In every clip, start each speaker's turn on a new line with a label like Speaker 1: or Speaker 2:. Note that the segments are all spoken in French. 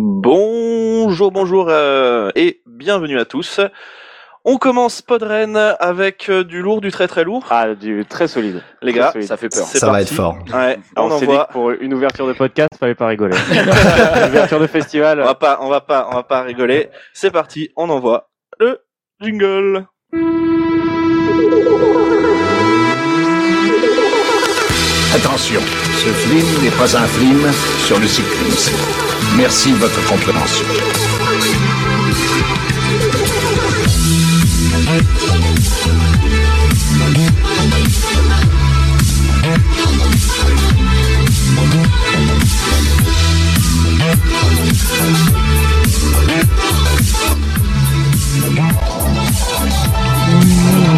Speaker 1: Bonjour, bonjour euh, et bienvenue à tous. On commence Podren avec euh, du lourd, du très très lourd.
Speaker 2: Ah, du très solide.
Speaker 1: Les
Speaker 2: Très
Speaker 1: gars,
Speaker 2: solide.
Speaker 3: Ça fait peur.
Speaker 1: c'est
Speaker 4: Ça va
Speaker 1: parti.
Speaker 4: être fort.
Speaker 1: Ouais, on
Speaker 2: On, s'est dit
Speaker 1: envoie.
Speaker 2: que pour une ouverture de podcast, fallait pas rigoler. Une ouverture de
Speaker 1: On
Speaker 2: festival.
Speaker 1: va pas, on va pas, on va pas rigoler. C'est parti, on envoie le jingle.
Speaker 5: Attention, ce film n'est pas un film sur le cyclisme. Merci de votre compréhension.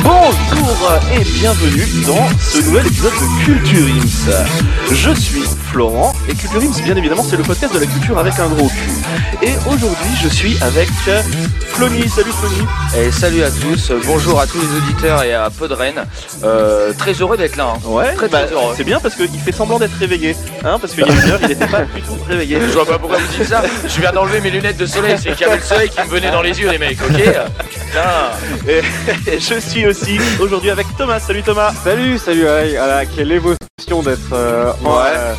Speaker 1: Bonjour et bienvenue dans ce nouvel épisode de Culture Ims. Je suis Florent et Culture Ims, bien évidemment, c'est le podcast de la culture avec un gros cul. Et aujourd'hui, je suis avec euh, Flony. Salut Flony.
Speaker 3: Et salut à tous, euh, bonjour à tous les auditeurs et à Podren. Euh, très heureux d'être là. hein.
Speaker 1: Ouais,
Speaker 3: Très,
Speaker 1: bah,
Speaker 3: très heureux.
Speaker 1: c'est bien parce qu'il fait semblant d'être réveillé. Hein, parce qu'il y a une heure, il n'était pas du tout réveillé.
Speaker 3: Je vois pas pourquoi vous dites ça. Je viens d'enlever mes lunettes de soleil, c'est qu'il y avait le soleil qui me venait dans les yeux, les mecs, ok Putain.
Speaker 1: Et je suis aussi aujourd'hui avec Thomas. Salut Thomas.
Speaker 2: Salut, salut, allez, voilà, quelle émotion d'être euh, en
Speaker 1: Ouais.
Speaker 2: euh,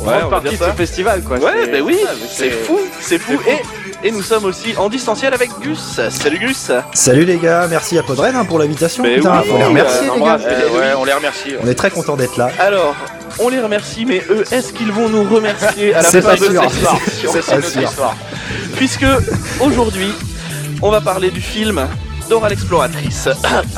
Speaker 1: Ouais,
Speaker 2: grande
Speaker 1: on va
Speaker 2: partie de
Speaker 1: dire
Speaker 2: ce
Speaker 1: ça.
Speaker 2: festival, quoi.
Speaker 1: Ouais,
Speaker 2: C'est-
Speaker 1: bah oui, c'est
Speaker 2: ben c'est-
Speaker 1: fou, c'est fou. Et, et nous sommes aussi en distanciel avec Gus. Salut Gus.
Speaker 4: Salut les gars, merci à Podren hein, pour l'invitation. Putain, faut les remercier les gars.
Speaker 3: Euh, ouais, on les remercie.
Speaker 4: On est très content d'être là.
Speaker 1: Alors, on les remercie, mais eux, est-ce qu'ils vont nous remercier à la
Speaker 4: C'est
Speaker 1: fin
Speaker 4: pas
Speaker 1: de
Speaker 4: sûr.
Speaker 1: cette émission
Speaker 3: Ça, c'est notre
Speaker 4: Sûr.
Speaker 3: histoire.
Speaker 1: Puisque aujourd'hui, on va parler du film Dora l'exploratrice.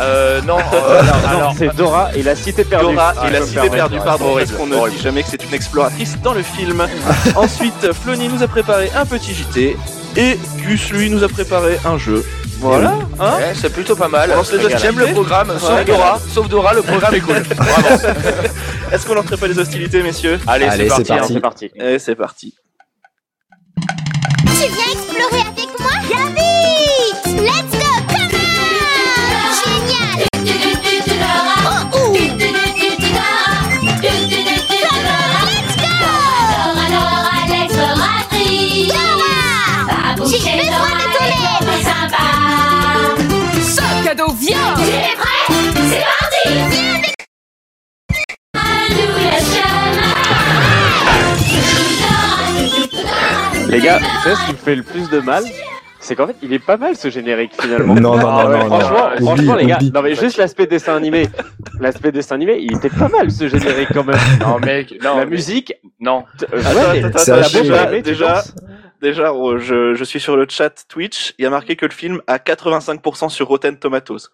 Speaker 3: Euh, non, euh, alors,
Speaker 2: Ah non,
Speaker 3: alors,
Speaker 2: c'est Dora et la cité perdue.
Speaker 1: Dora
Speaker 2: Ah,
Speaker 1: et
Speaker 2: je
Speaker 1: la
Speaker 2: peux me
Speaker 1: cité
Speaker 2: permettre.
Speaker 1: perdue,
Speaker 3: ouais,
Speaker 1: pardon,
Speaker 3: horrible,
Speaker 1: est-ce qu'on ne dit
Speaker 3: horrible.
Speaker 1: jamais que c'est une exploratrice dans le film Ensuite, Flony nous a préparé un petit JT et Gus, lui, nous a préparé un jeu. Voilà, hein
Speaker 3: ouais, c'est plutôt pas mal.
Speaker 1: On se les a
Speaker 3: J'aime le
Speaker 1: cités.
Speaker 3: programme,
Speaker 1: Ouais.
Speaker 3: sauf Dora, sauf Dora, le programme est cool. Vraiment.
Speaker 1: Est-ce qu'on lancerait pas les hostilités, messieurs
Speaker 3: Allez,
Speaker 4: Allez,
Speaker 3: c'est parti.
Speaker 4: c'est parti.
Speaker 2: Tiens, c'est parti. hein.
Speaker 1: Et c'est parti.
Speaker 6: Tu viens explorer avec moi Bien vite Let's go Come on Génial Oh, ouh. Dora J'ai besoin de ton aide
Speaker 7: Sac à dos, viens
Speaker 2: Les gars, vous savez ce qui me fait le plus de mal c'est qu'en fait, il est pas mal ce générique finalement.
Speaker 4: Non, non, non,
Speaker 2: Ah ouais,
Speaker 4: non, non.
Speaker 2: Franchement,
Speaker 4: Oublie,
Speaker 2: franchement les gars,
Speaker 4: oublie.
Speaker 2: non mais juste l'aspect dessin animé, l'aspect dessin animé, il était pas mal ce générique quand même.
Speaker 3: Non, mec, non.
Speaker 2: la
Speaker 3: mais-
Speaker 2: musique,
Speaker 3: Non.
Speaker 2: euh,
Speaker 1: Attends,
Speaker 2: ouais,
Speaker 1: attends,
Speaker 4: Ah c'est
Speaker 1: attends,
Speaker 4: un
Speaker 2: la
Speaker 4: chier.
Speaker 2: bombe
Speaker 1: déjà,
Speaker 2: à aimer, tu
Speaker 1: déjà,
Speaker 2: penses
Speaker 1: déjà, oh, je, je suis sur le chat Twitch, il y a marqué que le film a 85% sur Rotten Tomatoes.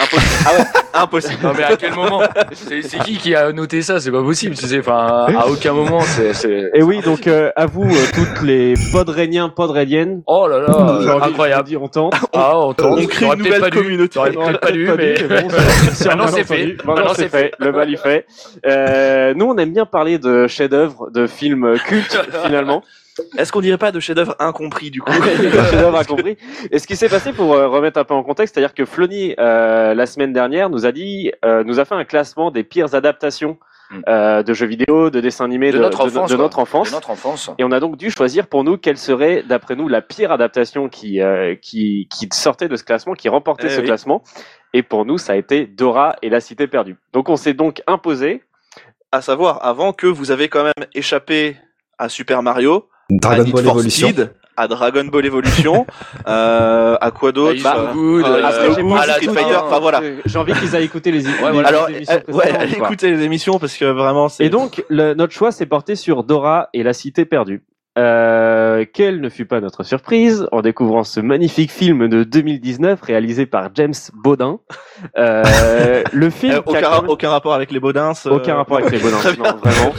Speaker 1: Impossible. ah ouais, impossible.
Speaker 3: Non mais à quel moment C'est c'est qui qui a noté ça C'est pas possible, tu sais. Enfin, à aucun moment, c'est. c'est-
Speaker 2: Et oui, donc euh, à vous euh, toutes les podréniens, podréniennes.
Speaker 3: Oh là
Speaker 2: J'ai
Speaker 3: là,
Speaker 2: envie de
Speaker 3: incroyable.
Speaker 2: vous dire, on tente.
Speaker 3: Ah, on tente.
Speaker 1: On crée
Speaker 3: T'aurais
Speaker 1: une
Speaker 3: peut-être
Speaker 1: nouvelle
Speaker 3: pas dû,
Speaker 1: communauté.
Speaker 3: t'aurais
Speaker 2: Non,
Speaker 3: peut-être pas lu,
Speaker 2: peut-être
Speaker 3: mais.
Speaker 2: pas dû, bon, c'est-
Speaker 3: Maintenant,
Speaker 2: on a
Speaker 3: c'est fait.
Speaker 2: entendu. Maintenant,
Speaker 3: Maintenant,
Speaker 2: c'est
Speaker 3: c'est
Speaker 2: fait. Le mal est fait. Euh, nous, on aime bien parler de chefs-d'œuvre, de films cultes finalement.
Speaker 1: Est-ce qu'on dirait pas de chef-d'œuvre incompris du coup
Speaker 2: chef-d'œuvre incompris. Et ce qui s'est passé pour euh, remettre un peu en contexte, c'est-à-dire que Flony euh, la semaine dernière nous a dit, euh, nous a fait un classement des pires adaptations
Speaker 1: Hmm.
Speaker 3: Mm.
Speaker 2: euh, de jeux vidéo, de dessins animés
Speaker 3: De notre enfance,
Speaker 2: de
Speaker 3: quoi.
Speaker 2: notre enfance.
Speaker 3: De notre enfance.
Speaker 2: Et on a donc dû choisir pour nous quelle serait, d'après nous, la pire adaptation qui, euh, qui, qui sortait de ce classement, qui remportait
Speaker 1: Eh
Speaker 2: ce
Speaker 1: oui.
Speaker 2: classement. Et pour nous, ça a été Dora et la cité perdue. Donc on s'est donc imposé.
Speaker 1: À savoir, avant que vous avez quand même échappé à Super Mario, à
Speaker 4: Dragon
Speaker 1: Need
Speaker 4: Ball
Speaker 1: for
Speaker 4: Evolution.
Speaker 1: Speed, à Dragon Ball Evolution, euh, à quoi
Speaker 3: Ah,
Speaker 1: d'autre
Speaker 3: ils
Speaker 1: Bah,
Speaker 3: sont good,
Speaker 1: euh,
Speaker 3: ah,
Speaker 1: après,
Speaker 3: ils
Speaker 1: j'ai
Speaker 3: sont
Speaker 1: pas
Speaker 3: good,
Speaker 1: la
Speaker 3: ah,
Speaker 1: Street
Speaker 3: tout
Speaker 1: Fighter,
Speaker 3: ça.
Speaker 1: enfin voilà.
Speaker 2: Euh, J'ai envie qu'ils aient écouté les, les-
Speaker 3: voilà.
Speaker 2: les
Speaker 1: Alors,
Speaker 2: émissions
Speaker 1: euh, ouais,
Speaker 2: précédentes,
Speaker 1: allez
Speaker 2: quoi.
Speaker 1: écouter les émissions parce que vraiment c'est.
Speaker 2: Et donc, le- notre choix s'est porté sur Dora et la cité perdue. Euh, quelle ne fut pas notre surprise en découvrant ce magnifique film de 2019 réalisé par James Baudin. Euh, le film
Speaker 1: Euh,
Speaker 2: qui a
Speaker 1: aucun,
Speaker 2: quand même-
Speaker 1: aucun rapport avec les Baudins. euh,
Speaker 2: Aucun rapport avec les bonhommes,
Speaker 1: Très bien.
Speaker 2: non, vraiment.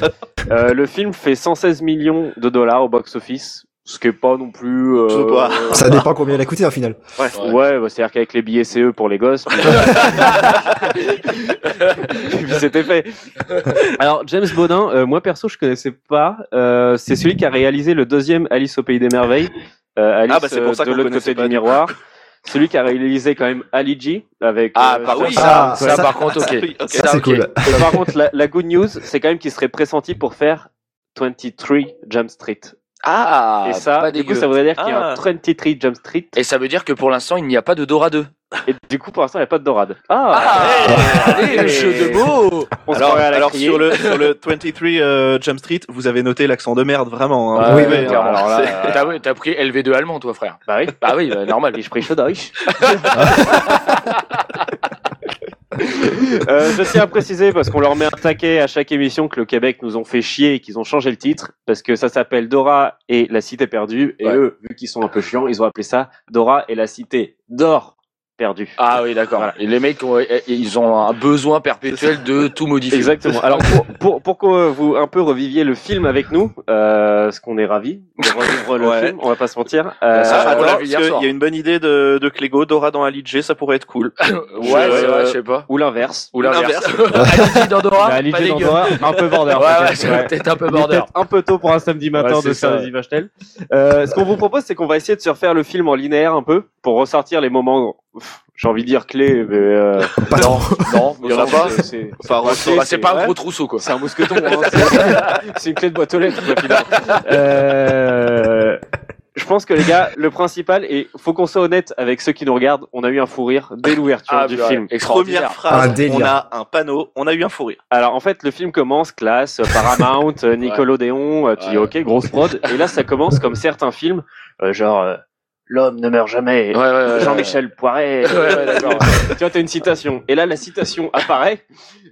Speaker 2: Euh, le film fait 116 millions de dollars au box-office, ce qui est pas non plus. euh,
Speaker 1: Je sais pas.
Speaker 4: Ça dépend combien il a coûté au final.
Speaker 2: Ouais, bah, c'est-à-dire qu'avec les billets CE pour les gosses. puis- puis C'était fait. Alors, James Baudin, euh, moi perso, je connaissais pas. Euh, c'est celui qui a réalisé le deuxième Alice au Pays des Merveilles. Euh, Alice
Speaker 1: Ah, bah, c'est pour ça
Speaker 2: euh, de
Speaker 1: qu'on
Speaker 2: l'autre
Speaker 1: connaissait
Speaker 2: côté
Speaker 1: pas,
Speaker 2: du
Speaker 1: du
Speaker 2: miroir. Celui qui a réalisé quand même Ali G avec.
Speaker 3: Ah,
Speaker 2: euh,
Speaker 3: bah oui,
Speaker 2: James
Speaker 3: ça,
Speaker 4: Ah,
Speaker 3: ça,
Speaker 4: ça-
Speaker 3: par contre, ok.
Speaker 1: oui, ok.
Speaker 4: Ça, c'est
Speaker 3: ok.
Speaker 4: cool.
Speaker 2: Et par contre, la, la good news, c'est quand même qu'il serait pressenti pour faire 23 Jump Street.
Speaker 3: Ah,
Speaker 2: et ça,
Speaker 3: pas
Speaker 2: du coup,
Speaker 3: dégueu.
Speaker 2: ça voudrait dire qu'il y a
Speaker 1: Ah.
Speaker 2: un 23 Jump Street.
Speaker 3: Et ça veut dire que pour l'instant, il n'y a pas de Dora 2.
Speaker 2: Et du coup, pour l'instant, il n'y a pas de dorade. Ah,
Speaker 3: Ah, allez, le
Speaker 2: Et-
Speaker 3: jeu de mots
Speaker 2: on se
Speaker 1: Alors,
Speaker 2: croirait à la
Speaker 1: alors
Speaker 2: criée.
Speaker 1: sur, le, sur le 23 euh, Jump Street, vous avez noté l'accent de merde, vraiment. hein.
Speaker 2: Ah,
Speaker 4: Oui,
Speaker 2: ouais,
Speaker 4: oui,
Speaker 2: clairement. Alors là, euh,
Speaker 3: T'as ouais, t'as pris LV2 allemand, toi, frère.
Speaker 2: bah oui.
Speaker 3: Bah oui, bah, normal.
Speaker 2: Ich spreche Deutsch. Euh, je tiens à préciser parce qu'on leur met un taquet à chaque émission que le Québec nous ont fait chier et qu'ils ont changé le titre parce que ça s'appelle Dora et la cité perdue et
Speaker 3: Ouais.
Speaker 2: eux vu qu'ils sont un peu chiants ils ont appelé ça Dora et la cité d'or perdue.
Speaker 3: Ah oui, d'accord.
Speaker 2: Voilà.
Speaker 3: Et Les mecs, ont- eh, ils ont un besoin perpétuel de tout modifier.
Speaker 2: Exactement. Alors pour, pour, pour que vous un peu reviviez le film avec nous, euh, ce qu'on est ravis de revivre le
Speaker 1: Ouais.
Speaker 2: film, on va pas se mentir. Euh,
Speaker 1: Ah,
Speaker 3: Ça, on
Speaker 1: attends,
Speaker 3: l'a vu
Speaker 1: parce
Speaker 3: hier
Speaker 1: qu'il
Speaker 3: soir.
Speaker 1: y a une bonne idée de, de Clégo, Dora dans Ali G, ça pourrait être cool.
Speaker 3: Ouais,
Speaker 2: Je-
Speaker 3: c'est vrai, je sais pas.
Speaker 2: ou l'inverse.
Speaker 3: Ou l'inverse. Aligi d'Andorra,
Speaker 2: La Ligue
Speaker 3: pas
Speaker 2: des
Speaker 3: dégueu.
Speaker 2: Andorra, un peu border.
Speaker 3: Ouais,
Speaker 2: peut-être,
Speaker 3: ouais, c'est peut-être un peu
Speaker 2: Il est
Speaker 3: border.
Speaker 2: peut-être un peu tôt pour un samedi matin
Speaker 1: Ouais,
Speaker 2: de
Speaker 1: c'est ça,
Speaker 2: faire des
Speaker 1: ouais.
Speaker 2: images telles. Euh, ce qu'on vous propose, c'est qu'on va essayer de se refaire le film en linéaire un peu pour ressortir les moments, pff, j'ai envie de dire clés, mais euh,
Speaker 4: Pas
Speaker 3: Non, non, il y en a
Speaker 2: c'est-
Speaker 3: pas.
Speaker 2: C'est
Speaker 1: Enfin,
Speaker 2: Ouais,
Speaker 1: ressort-
Speaker 3: Bah, c'est pas un
Speaker 2: ouais.
Speaker 3: gros trousseau, quoi.
Speaker 2: c'est un mousqueton, hein, c'est- c'est une clé de boîte aux lettres. quoi, finalement. Euh, je pense que les gars, le principal, et faut qu'on soit honnête avec ceux qui nous regardent, on a eu un fou rire dès l'ouverture
Speaker 3: Ah,
Speaker 2: du
Speaker 3: ouais,
Speaker 2: film.
Speaker 1: Première
Speaker 3: Extraordinaire.
Speaker 1: phrase,
Speaker 4: Un délire.
Speaker 1: on a un panneau, on a eu un fou rire.
Speaker 2: Alors en fait, le film commence classe euh, Paramount, euh, Nickelodeon, euh, tu dis
Speaker 3: Ouais.
Speaker 2: ok, grosse prod. Et là, ça commence comme certains films, euh, genre euh, l'homme ne meurt jamais.
Speaker 3: Ouais, ouais, ouais,
Speaker 2: Jean-Michel Poiret.
Speaker 3: Ouais, ouais, d'accord.
Speaker 2: tu vois, t'as une citation. Et là, la citation apparaît.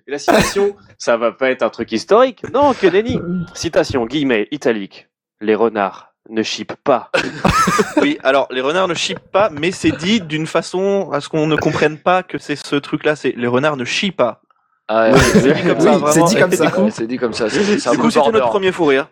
Speaker 2: Et la citation, ça va pas être un truc historique. Non, que nenni. Citation, guillemets, italique. Les renards ne chipent pas.
Speaker 1: Oui, alors les renards ne chipent pas, mais c'est dit d'une façon à ce qu'on ne comprenne pas que c'est ce truc-là. C'est les renards ne chient pas.
Speaker 3: Ah, ouais,
Speaker 1: C'est dit comme
Speaker 4: Oui,
Speaker 1: ça,
Speaker 4: c'est
Speaker 1: vraiment.
Speaker 4: dit comme ça.
Speaker 3: ouais, C'est dit comme ça. C'est c'est un
Speaker 1: Du
Speaker 3: peu
Speaker 1: coup, c'était
Speaker 3: border.
Speaker 1: notre premier fou rire.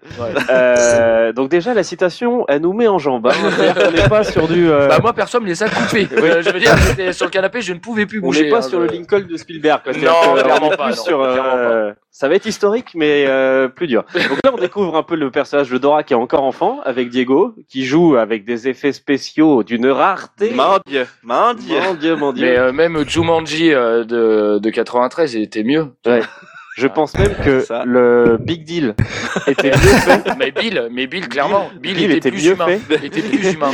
Speaker 2: Euh, donc déjà, la citation, elle nous met en jambe. hein. C'est-à-dire qu'on n'est pas sur du... euh,
Speaker 3: Bah moi perso me laissait couper. Euh, je veux dire, j'étais sur le canapé, je ne pouvais plus
Speaker 2: On
Speaker 3: bouger.
Speaker 2: n'est pas
Speaker 3: hein,
Speaker 2: sur le
Speaker 3: je-
Speaker 2: Lincoln de Spielberg. quoi. C'est-à-dire
Speaker 3: Non,
Speaker 2: que, euh, on est
Speaker 3: clairement pas,
Speaker 2: plus
Speaker 3: non,
Speaker 2: sur, euh,
Speaker 3: clairement
Speaker 2: Ça va être historique, mais euh, plus dur. Donc là, on découvre un peu le personnage de Dora qui est encore enfant, avec Diego, qui joue avec des effets spéciaux d'une rareté.
Speaker 1: Mon dieu, mon dieu.
Speaker 2: Mon Dieu, mon Dieu.
Speaker 3: Mais euh, même Jumanji euh, de, de 93 il était mieux.
Speaker 2: Je pense même que
Speaker 1: Ah. Ça.
Speaker 2: le Big Deal était mieux fait
Speaker 3: Mais Bill, mais Bill clairement, Bill,
Speaker 2: Bill
Speaker 3: était,
Speaker 2: était
Speaker 3: plus
Speaker 2: mieux
Speaker 3: humain. Il était plus humain.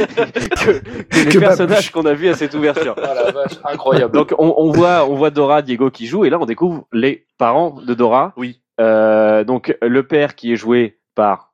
Speaker 2: que les
Speaker 4: Que
Speaker 2: personnages qu'on a vus à cette ouverture.
Speaker 3: Ah la vache, incroyable.
Speaker 2: Donc on, on voit on voit Dora Diego qui joue et là on découvre les parents de Dora.
Speaker 1: Oui.
Speaker 2: Euh, donc le père qui est joué par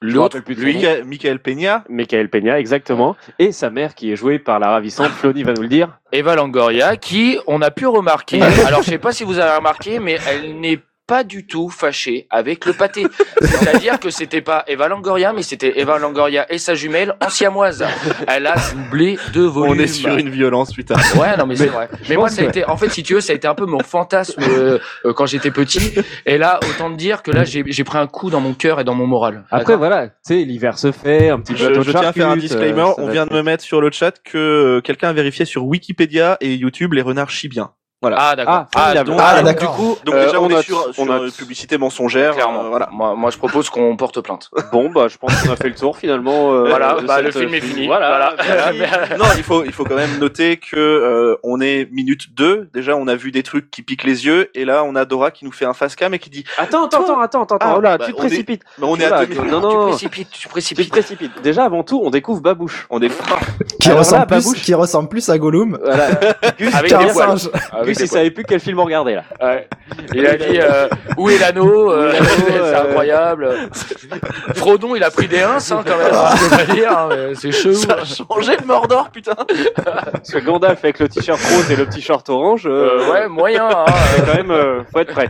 Speaker 2: je me
Speaker 3: L'autre,
Speaker 2: rappelle plus de son
Speaker 3: lui,
Speaker 2: nom.
Speaker 1: Michael, Michael Peña.
Speaker 2: Michael Peña, exactement, et sa mère qui est jouée par la ravissante
Speaker 1: Ah.
Speaker 2: Flonnie va nous le dire.
Speaker 3: Eva Langoria qui on a pu remarquer. Alors je sais pas si vous avez remarqué mais elle n'est pas du tout fâchée avec le pâté. C'est-à-dire que c'était pas Eva Langoria mais c'était Eva Langoria et sa jumelle en siamoise. Elle a doublé de volume.
Speaker 1: On est sur une violence, putain.
Speaker 3: Ouais, non, mais, c'est vrai. Mais moi,
Speaker 2: pense
Speaker 3: ça a
Speaker 2: que-
Speaker 3: été, en fait, si tu veux, ça a été un peu mon fantasme euh, euh, quand j'étais petit. Et là, autant te dire que là, j'ai j'ai pris un coup dans mon cœur et dans mon moral.
Speaker 2: Après voilà, tu sais l'hiver se fait, un petit
Speaker 1: Je,
Speaker 2: plateau
Speaker 1: je tiens à faire un
Speaker 2: charcute,
Speaker 1: disclaimer.
Speaker 2: euh, ça
Speaker 1: On
Speaker 2: va
Speaker 1: vient
Speaker 2: être-
Speaker 1: de me mettre sur le chat que euh, quelqu'un a vérifié sur Wikipédia et YouTube les renards chient bien.
Speaker 3: Ah, d'accord.
Speaker 2: Ah, formidable.
Speaker 1: donc,
Speaker 4: Ah,
Speaker 1: du
Speaker 4: d'accord.
Speaker 1: coup, donc
Speaker 2: Euh,
Speaker 1: déjà on,
Speaker 2: on
Speaker 1: est
Speaker 2: note,
Speaker 1: sur,
Speaker 2: on
Speaker 1: sur
Speaker 2: note.
Speaker 1: euh, publicité mensongère.
Speaker 3: clairement.
Speaker 1: euh, voilà.
Speaker 3: Moi, moi, je propose qu'on porte plainte.
Speaker 2: Bon bah je pense qu'on a fait le tour finalement. euh,
Speaker 3: Voilà,
Speaker 2: de
Speaker 3: bah,
Speaker 2: cette-
Speaker 3: le film est fini.
Speaker 2: Voilà.
Speaker 3: Voilà. Ah, euh,
Speaker 1: non, il faut il faut quand même noter que euh, on est minute 2, déjà on a vu des trucs qui piquent les yeux et là on a Dora qui nous fait un face cam et qui dit
Speaker 2: Attends attends attends attends attends.
Speaker 1: Ah,
Speaker 2: oh là,
Speaker 1: bah,
Speaker 2: tu te
Speaker 1: on est-
Speaker 2: précipites.
Speaker 1: bah, on est
Speaker 2: Oula,
Speaker 1: à 2000
Speaker 2: Non
Speaker 3: Tu
Speaker 2: non.
Speaker 3: précipites, tu
Speaker 2: Tu te
Speaker 3: précipites.
Speaker 2: précipites. Déjà avant tout, on découvre Babouche.
Speaker 1: on est
Speaker 4: Qui
Speaker 2: Alors
Speaker 4: ressemble
Speaker 2: là,
Speaker 4: plus,
Speaker 2: Babouche-
Speaker 4: qui ressemble plus à Gollum
Speaker 2: Voilà. Gus,
Speaker 3: Avec
Speaker 4: qu'à
Speaker 3: des
Speaker 4: un
Speaker 3: poils.
Speaker 4: singe.
Speaker 3: Avec
Speaker 2: Gus,
Speaker 3: des
Speaker 2: il savait plus quel film regarder là.
Speaker 3: poils. Ah, Ouais. Il a dit euh, où est l'anneau
Speaker 2: Où
Speaker 3: Euh,
Speaker 2: est l'anneau,
Speaker 3: C'est
Speaker 2: euh,
Speaker 3: incroyable. Frodon, il a pris des uns, hein, quand même. hein, je peux pas dire, hein, mais c'est chelou. hein.
Speaker 1: Changer de Mordor, putain.
Speaker 2: Parce que Gandalf avec le t-shirt rose et le t-shirt orange. euh,
Speaker 3: Euh, ouais, moyen. Hein, euh,
Speaker 2: quand même, euh, faut être prêt.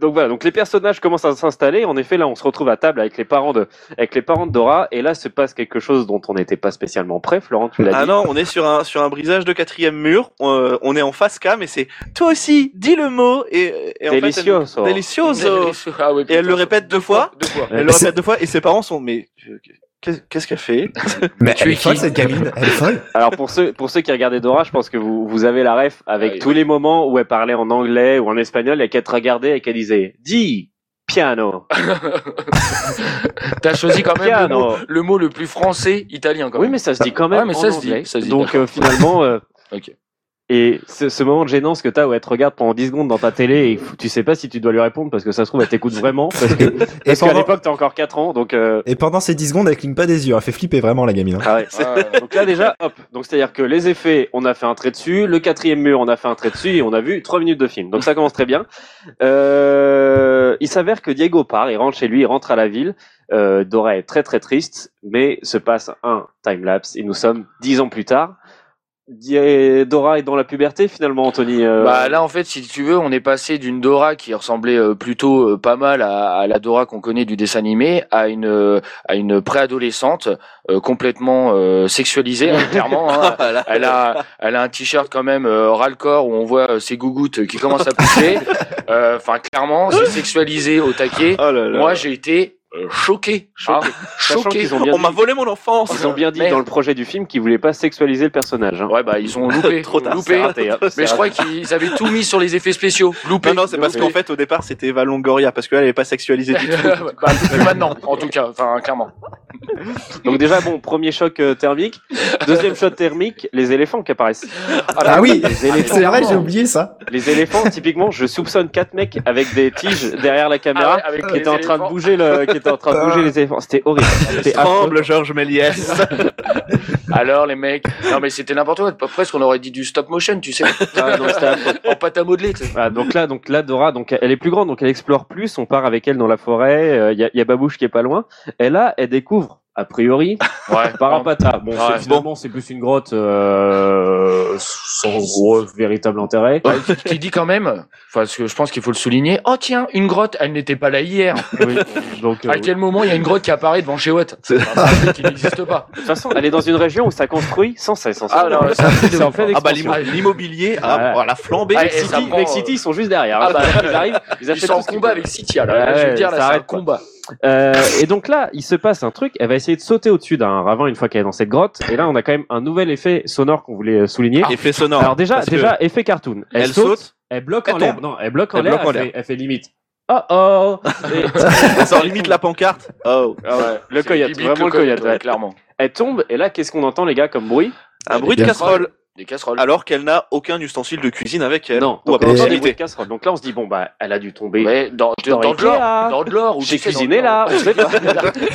Speaker 2: Donc voilà, donc les personnages commencent à s'installer. En effet, là, on se retrouve à table avec les parents de, avec les parents de Dora, et là se passe quelque chose dont on n'était pas spécialement prêt. Florent, tu l'as
Speaker 1: Ah
Speaker 2: dit.
Speaker 1: non, on est sur un sur un brisage de quatrième mur. euh, on est en face cam et c'est toi aussi, dis le mot et, et en fait, elle-
Speaker 2: Delicioso.
Speaker 1: Delicioso.
Speaker 3: Ah ouais,
Speaker 1: Et elle
Speaker 3: putain.
Speaker 1: le répète deux fois.
Speaker 3: Deux fois.
Speaker 1: Elle le répète deux fois et ses parents sont mais euh, qu'est- qu'est-ce qu'elle fait
Speaker 4: Mais
Speaker 3: Tu
Speaker 4: elle
Speaker 3: es
Speaker 4: est folle
Speaker 3: qui
Speaker 4: cette gamine, elle est folle.
Speaker 2: Alors pour ceux pour ceux qui regardaient Dora, je pense que vous vous avez la ref avec
Speaker 3: Ah oui.
Speaker 2: tous les moments où elle parlait en anglais ou en espagnol et qu'elle te regardait et qu'elle disait di piano
Speaker 3: T'as choisi quand même le mot,
Speaker 2: piano.
Speaker 3: le mot le plus français italien quand
Speaker 2: Oui,
Speaker 3: même.
Speaker 2: mais ça se dit quand même
Speaker 3: Ouais, mais
Speaker 2: en
Speaker 3: ça se dit,
Speaker 2: anglais.
Speaker 3: ça se dit,
Speaker 2: Donc euh, finalement, euh,
Speaker 3: Ok.
Speaker 2: Et ce, ce moment de gênance que t'as où elle te regarde pendant 10 secondes dans ta télé et tu sais pas si tu dois lui répondre parce que ça se trouve elle t'écoute vraiment parce que
Speaker 4: Et
Speaker 2: parce qu'à
Speaker 4: pendant,
Speaker 2: l'époque t'as encore 4 ans donc euh,
Speaker 4: et pendant ces 10 secondes, elle cligne pas des yeux. hein. Elle fait flipper vraiment la gamine. hein.
Speaker 2: ah ouais, c'est-
Speaker 3: Ah, ouais.
Speaker 2: donc là déjà hop donc c'est à dire que les effets on a fait un trait dessus le quatrième mur on a fait un trait dessus et on a vu 3 minutes de film donc ça commence très bien euh, il s'avère que Diego part il rentre chez lui il rentre à la ville euh, Dora est très très triste mais se passe un time lapse et nous sommes 10 ans plus tard Di- Dora est dans la puberté finalement Anthony euh,
Speaker 3: Bah là en fait si tu veux on est passé d'une Dora qui ressemblait euh, plutôt euh, pas mal à, à la Dora qu'on connaît du dessin animé à une euh, à une préadolescente euh, complètement euh, sexualisée hein, clairement
Speaker 1: Ah
Speaker 3: hein. elle a elle a un t-shirt quand même euh, ras le corps où on voit euh, ses gougouttes qui commencent à pousser Euh, enfin clairement c'est sexualisé au taquet
Speaker 2: oh là là.
Speaker 3: moi j'ai été euh, choqué hein.
Speaker 2: Choqué. Sachant
Speaker 3: choqué
Speaker 2: qu'ils ont bien
Speaker 1: On
Speaker 2: dit-
Speaker 1: m'a volé mon enfance
Speaker 2: Ils ont bien dit
Speaker 3: Merde.
Speaker 2: dans le projet du film qu'ils voulaient pas sexualiser le personnage. hein.
Speaker 3: ouais bah ils ont loupé
Speaker 1: Trop
Speaker 3: ils ont
Speaker 1: tard,
Speaker 3: loupé.
Speaker 2: C'est raté, hein.
Speaker 3: mais je crois qu'ils avaient tout mis sur les effets spéciaux loupé
Speaker 1: Non, non, c'est parce
Speaker 3: Loupé.
Speaker 1: qu'en fait, au départ, c'était Eva Longoria, parce qu'elle, elle est pas sexualisée du tout.
Speaker 3: bah, plus maintenant, en tout cas, enfin clairement.
Speaker 2: Donc déjà bon, premier choc euh, thermique, deuxième choc thermique, les éléphants qui apparaissent.
Speaker 4: Ah oui,
Speaker 2: Les éléphants.
Speaker 4: c'est vrai, j'ai oublié ça.
Speaker 2: Les éléphants typiquement, je soupçonne quatre mecs avec des tiges derrière la caméra
Speaker 3: Ah ouais, avec
Speaker 2: qui
Speaker 3: les
Speaker 2: étaient en train de
Speaker 3: éléphants.
Speaker 2: bouger le qui étaient en
Speaker 4: Ah.
Speaker 2: train de bouger les éléphants. C'était horrible. C'était affreux.
Speaker 1: Tremble, Georges Méliès.
Speaker 3: Alors les mecs, non mais c'était n'importe quoi. Presque on aurait dit du stop motion, tu sais,
Speaker 2: Ah, non, c'était affreux.
Speaker 3: en pâte à modeler. tu sais.
Speaker 2: Voilà, Ah, donc là, donc là, Dora, donc elle est plus grande, donc elle explore plus. On part avec elle dans la forêt. Il y, a, y a Babouche qui est pas loin. Et là, elle découvre, a priori,
Speaker 3: Ouais.
Speaker 2: Parapata. Ah, Bon,
Speaker 3: Ouais.
Speaker 2: c'est- finalement, c'est plus une grotte euh, sans gros véritable intérêt.
Speaker 3: Bon, Qui dit quand même, parce que je pense qu'il faut le souligner. Oh tiens, une grotte, elle n'était pas là hier.
Speaker 2: Oui, Donc, euh,
Speaker 3: À quel moment il y a une grotte qui apparaît devant chez Watt C'est un truc qui n'existe pas.
Speaker 2: de toute façon, elle est dans une région où ça construit sans cesse. sans cesse.
Speaker 3: Ah, non, ça, c'est de
Speaker 2: c'est en
Speaker 3: ouf.
Speaker 2: fait
Speaker 1: Ah bah,
Speaker 2: d'expansion.
Speaker 1: l'immo- l'immobilier,
Speaker 2: Ouais.
Speaker 1: ah, voilà, flambé.
Speaker 3: Ouais,
Speaker 2: Lake
Speaker 3: et ça
Speaker 2: City,
Speaker 3: prend,
Speaker 2: Lake
Speaker 3: euh,
Speaker 2: City, ils sont juste derrière.
Speaker 3: Ah, bah,
Speaker 2: ils arrivent, ils
Speaker 3: Ils
Speaker 2: achètent
Speaker 3: sont en
Speaker 2: tout ce qu'ils
Speaker 3: combat
Speaker 2: peuvent.
Speaker 3: avec City. Alors, là, je
Speaker 2: Ouais,
Speaker 3: veux dire,
Speaker 2: ça
Speaker 3: là, c'est un
Speaker 2: arrête pas.
Speaker 3: combat.
Speaker 2: Euh, et donc là, il se passe un truc. Elle va essayer de sauter au-dessus d'un ravin une fois qu'elle est dans cette grotte. Et là, on a quand même un nouvel effet sonore qu'on voulait euh, souligner.
Speaker 1: Effet sonore.
Speaker 2: Alors
Speaker 1: Ah,
Speaker 2: déjà,
Speaker 1: Parce que
Speaker 2: déjà effet cartoon.
Speaker 1: elle, saute,
Speaker 2: elle bloque
Speaker 1: elle
Speaker 2: en l'air.
Speaker 1: tombe.
Speaker 2: Non, elle bloque en
Speaker 1: Elle
Speaker 2: l'air.
Speaker 1: bloque en
Speaker 2: Elle,
Speaker 1: l'air.
Speaker 2: fait- elle fait limite. Oh oh. Et-
Speaker 1: elle sort limite la pancarte. Oh.
Speaker 3: Ah ouais,
Speaker 2: Le
Speaker 3: c'est
Speaker 2: coyote,
Speaker 3: limite
Speaker 2: vraiment le coyote, ouais.
Speaker 3: ouais, clairement.
Speaker 2: Elle tombe, et là, qu'est-ce qu'on entend, les gars, comme bruit
Speaker 1: Un bruit de
Speaker 4: Bien.
Speaker 1: casserole,
Speaker 3: Des casseroles.
Speaker 1: alors qu'elle n'a aucun ustensile de cuisine avec elle.
Speaker 2: Non,
Speaker 1: ou à
Speaker 2: donc on entend des
Speaker 1: proximité.
Speaker 2: bruits de casserole. Donc là, on se dit, bon, bah, elle a dû tomber.
Speaker 3: Mais dans,
Speaker 2: Dans
Speaker 3: dans, de l'or,
Speaker 2: Ikea.
Speaker 3: dans de l'or. ou
Speaker 2: J'ai
Speaker 3: tu sais, dans
Speaker 2: cuisiné
Speaker 3: de l'or.
Speaker 2: là, on sait pas.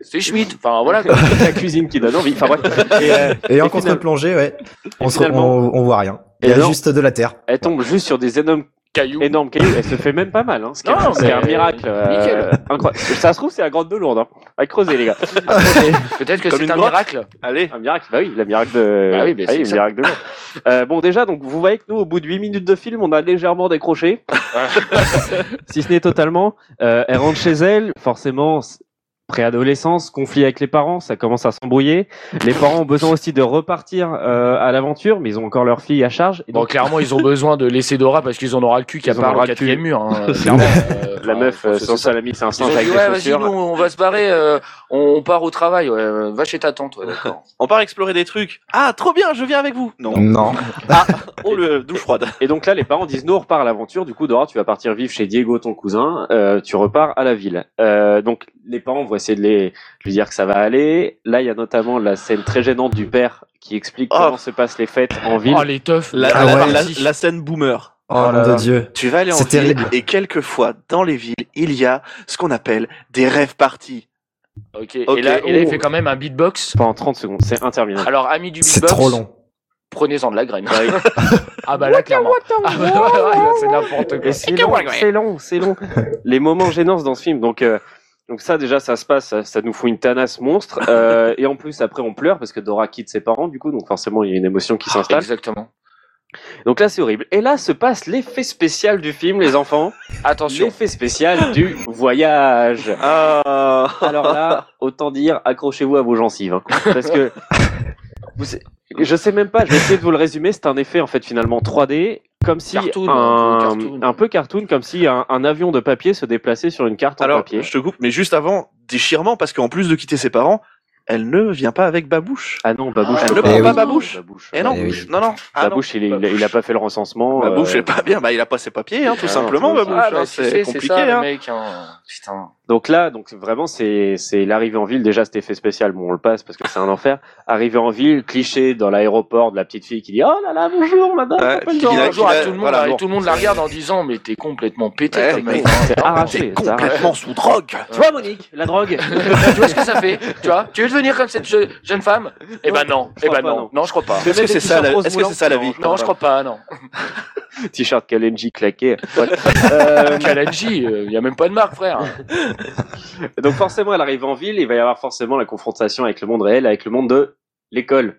Speaker 3: C'est Schmidt. Enfin voilà. quoi.
Speaker 2: C'est la cuisine qui donne envie. Enfin bref. Et, euh,
Speaker 4: Et en
Speaker 2: Et finalement-
Speaker 4: contre-plongée, ouais, on, se-
Speaker 2: finalement-
Speaker 4: on, on voit rien.
Speaker 2: Et
Speaker 4: Il y a
Speaker 2: non.
Speaker 4: juste de la terre.
Speaker 2: elle tombe juste sur des énormes,
Speaker 3: Caillou.
Speaker 2: énormes cailloux. Elle se fait même pas mal, hein. Ce qui est,
Speaker 3: Non,
Speaker 2: ce qui est un
Speaker 3: mais-
Speaker 2: miracle. euh, incroyable. Ça se trouve, c'est la grande de Lourdes, hein. À creuser, les gars.
Speaker 3: Peut-être que
Speaker 1: Comme
Speaker 3: c'est
Speaker 1: une
Speaker 3: un
Speaker 1: grotte.
Speaker 3: miracle.
Speaker 1: Allez.
Speaker 2: Un miracle, bah oui, le miracle de.
Speaker 3: Bah oui, mais c'est
Speaker 2: le
Speaker 3: ça.
Speaker 2: miracle de Lourdes. Euh, bon, déjà, donc, vous voyez que nous, au bout de 8 minutes de film, on a légèrement décroché. si ce n'est totalement. Euh, elle rentre chez elle, forcément. c'est- Préadolescence, conflit avec les parents, ça commence à s'embrouiller. Les parents ont besoin aussi de repartir euh, à l'aventure, mais ils ont encore leur fille à charge. Et
Speaker 3: Bon,
Speaker 2: donc,
Speaker 3: clairement, ils ont besoin de laisser Dora parce qu'ils en auront le cul qui
Speaker 2: Ils en auront
Speaker 3: apparaît au
Speaker 2: ras le cul.
Speaker 3: quatrième mur. Hein, euh, clairement, euh,
Speaker 2: la
Speaker 3: enfin,
Speaker 2: meuf,
Speaker 3: je pense
Speaker 2: euh, sans
Speaker 3: que c'est ça.
Speaker 2: salami, c'est un
Speaker 3: Ils ont
Speaker 2: singe avec
Speaker 3: dit,
Speaker 2: des
Speaker 3: ouais, vas-y,
Speaker 2: chaussures.
Speaker 3: nous, on va se barrer, euh, on, on part au travail, ouais, euh, va chez ta tante, ouais, d'accord.
Speaker 1: On part explorer des trucs. Ah, trop bien, je viens avec vous. Non.
Speaker 4: Non.
Speaker 1: Oh, le douche froide.
Speaker 2: Et donc là, les parents disent nous on repart à l'aventure. Du coup, Dora, tu vas partir vivre chez Diego, ton cousin. Euh, tu repars à la ville. Euh, donc les parents vont essayer de les lui dire que ça va aller. Là, il y a notamment la scène très gênante du père qui explique
Speaker 1: Oh.
Speaker 2: comment se passent les fêtes en ville.
Speaker 3: Oh, les teufs.
Speaker 1: La,
Speaker 4: Ah
Speaker 1: la-
Speaker 4: ouais.
Speaker 1: la- la scène boomer.
Speaker 4: Oh, mon de Dieu.
Speaker 1: Tu vas aller en
Speaker 4: C'est
Speaker 1: ville
Speaker 4: terrible.
Speaker 1: et quelquefois dans les villes, il y a ce qu'on appelle des rêves parties.
Speaker 3: Ok,
Speaker 1: Ok,
Speaker 3: Et, là, et là, il
Speaker 1: oh.
Speaker 3: fait quand même un beatbox.
Speaker 2: Pendant 30 secondes, c'est interminable.
Speaker 3: Alors, ami du
Speaker 4: C'est
Speaker 3: beatbox,
Speaker 4: trop long.
Speaker 3: prenez-en de la graine. ah bah là, clairement. Ah bah, là, c'est n'importe quoi.
Speaker 2: Et c'est long, c'est long, c'est long. Les moments gênants dans ce film. Donc, euh, donc ça déjà, ça se passe, ça, ça nous fout une tanasse monstre. Euh, et en plus, après, on pleure parce que Dora quitte ses parents, du coup, donc forcément, il y a une émotion qui s'installe.
Speaker 3: Exactement.
Speaker 2: Donc là, c'est horrible. Et là se passe l'effet spécial du film, les enfants.
Speaker 3: Attention.
Speaker 2: L'effet spécial du voyage.
Speaker 1: Ah.
Speaker 2: Alors là, autant dire, accrochez-vous à vos gencives. hein. parce que vous, je sais même pas, je vais essayer de vous le résumer. C'est un effet en fait finalement 3D, comme si
Speaker 3: Cartoon,
Speaker 2: un,
Speaker 3: un peu cartoon.
Speaker 2: un peu cartoon, comme si un, un avion de papier se déplaçait sur une carte en
Speaker 1: Alors,
Speaker 2: papier.
Speaker 1: je te coupe, mais juste avant, déchirement, parce qu'en plus de quitter ses parents, elle ne vient pas avec Babouche.
Speaker 2: Ah non, Babouche,
Speaker 1: Ah,
Speaker 2: ne
Speaker 1: le
Speaker 2: prend
Speaker 4: Eh
Speaker 2: pas
Speaker 4: oui.
Speaker 2: Babouche.
Speaker 1: Eh non,
Speaker 4: Eh oui.
Speaker 1: non, non. Ah non.
Speaker 2: Babouche, il, est- il a- il a pas fait le recensement.
Speaker 1: Babouche
Speaker 2: euh,
Speaker 1: est pas bien, bah, il a pas ses papiers, hein, tout
Speaker 2: Ah non,
Speaker 1: simplement,
Speaker 2: tout le monde
Speaker 1: Babouche.
Speaker 3: bah,
Speaker 1: hein,
Speaker 3: tu
Speaker 1: c'est
Speaker 3: sais,
Speaker 1: compliqué,
Speaker 3: ça, le
Speaker 1: hein.
Speaker 3: mec. hein. Putain.
Speaker 2: Donc là, donc vraiment, c'est c'est l'arrivée en ville. Déjà, cet effet spécial, bon, on le passe parce que c'est un enfer. Arrivée en ville, cliché dans l'aéroport de la petite fille qui dit Oh là là, bonjour madame.
Speaker 1: Ouais, qui
Speaker 2: s'appelle
Speaker 1: dit,
Speaker 2: Dora.
Speaker 1: là,
Speaker 3: Bonjour
Speaker 1: qu'il
Speaker 3: à
Speaker 1: a-
Speaker 3: tout le monde, hein,
Speaker 1: voilà,
Speaker 3: et
Speaker 1: bon.
Speaker 3: tout le monde la regarde en disant mais t'es complètement pété
Speaker 1: Ouais,
Speaker 3: quand même.
Speaker 2: C'est arraché. ça arrache.
Speaker 1: Complètement sous drogue.
Speaker 2: Tu vois Monique, la drogue.
Speaker 3: Bah, tu vois ce que ça fait Tu vois Tu veux devenir comme cette je- jeune femme Eh ben non,
Speaker 2: je
Speaker 3: eh
Speaker 2: crois
Speaker 3: ben
Speaker 2: pas,
Speaker 3: non,
Speaker 2: non.
Speaker 3: non je crois pas.
Speaker 1: Est-ce que c'est ça, la- est-ce que c'est ça la vie
Speaker 3: Non je crois pas, non.
Speaker 2: T-shirt Kalenji claqué. Ouais.
Speaker 1: Euh,
Speaker 3: Kalanji, il euh, y a même pas de marque frère.
Speaker 2: Donc forcément, elle arrive en ville, il va y avoir forcément la confrontation avec le monde réel, avec le monde de l'école.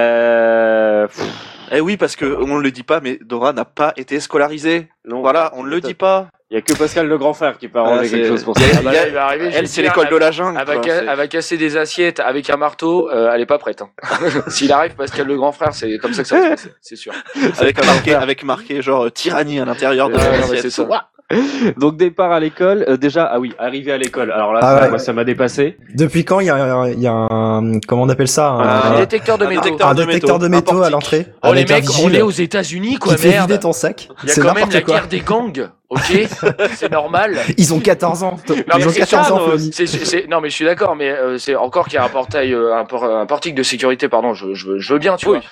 Speaker 2: Euh... pff,
Speaker 1: Eh oui, parce que on ne le dit pas, mais Dora n'a pas été scolarisée.
Speaker 2: non,
Speaker 1: Voilà, on ne le dit pas.
Speaker 2: Il y a que Pascal le grand frère qui peut
Speaker 1: Ah,
Speaker 2: arranger
Speaker 1: c'est-
Speaker 2: quelque chose pour
Speaker 1: il
Speaker 2: ça.
Speaker 1: y a-
Speaker 3: Ah bah là, il va arriver, je vais
Speaker 1: Elle, c'est
Speaker 3: te dire,
Speaker 1: l'école de la jungle.
Speaker 3: Elle va,
Speaker 1: quoi,
Speaker 3: ca-
Speaker 1: c'est-
Speaker 3: elle va casser des assiettes avec un marteau, euh, elle est pas prête. hein. S'il arrive, Pascal le grand frère, c'est comme ça que ça va se passer, c'est sûr.
Speaker 1: avec un marqué, avec marqué genre euh, tyrannie à l'intérieur de
Speaker 3: Ouais,
Speaker 1: la
Speaker 3: ouais,
Speaker 1: l'assiette.
Speaker 3: c'est ça.
Speaker 1: Ouah.
Speaker 2: Donc départ à l'école, euh, déjà, ah oui, arrivé à l'école. Alors là,
Speaker 4: Ah
Speaker 2: ça,
Speaker 4: ouais.
Speaker 2: moi, ça m'a dépassé.
Speaker 4: Depuis quand il y a, un- il y a un. Comment on appelle ça
Speaker 3: Un
Speaker 1: Ah,
Speaker 4: Un,
Speaker 3: détecteur de
Speaker 1: un
Speaker 3: métaux.
Speaker 1: détecteur-
Speaker 4: un détecteur de métaux,
Speaker 1: portique.
Speaker 4: à l'entrée.
Speaker 3: Oh les
Speaker 4: avec un
Speaker 3: mecs, on
Speaker 4: vigile
Speaker 3: est aux États-Unis quoi,
Speaker 4: Qui te fait
Speaker 3: merde.
Speaker 4: vider ton sac.
Speaker 3: Il y a
Speaker 4: C'est
Speaker 3: quand même la
Speaker 4: n'importe quoi.
Speaker 3: guerre des gangs, ok C'est normal.
Speaker 4: Ils ont 14 ans.
Speaker 3: mais
Speaker 4: Ils ont
Speaker 3: c'est
Speaker 4: 14
Speaker 3: ça,
Speaker 4: ans,
Speaker 3: non,
Speaker 4: Flavie.
Speaker 3: c'est- c'est- c'est- non mais je suis d'accord, mais euh, c'est encore qu'il y a un portail, euh, un, por- un portique de sécurité, pardon. Je, je, veux- je veux bien, tu
Speaker 1: Oui.
Speaker 3: vois.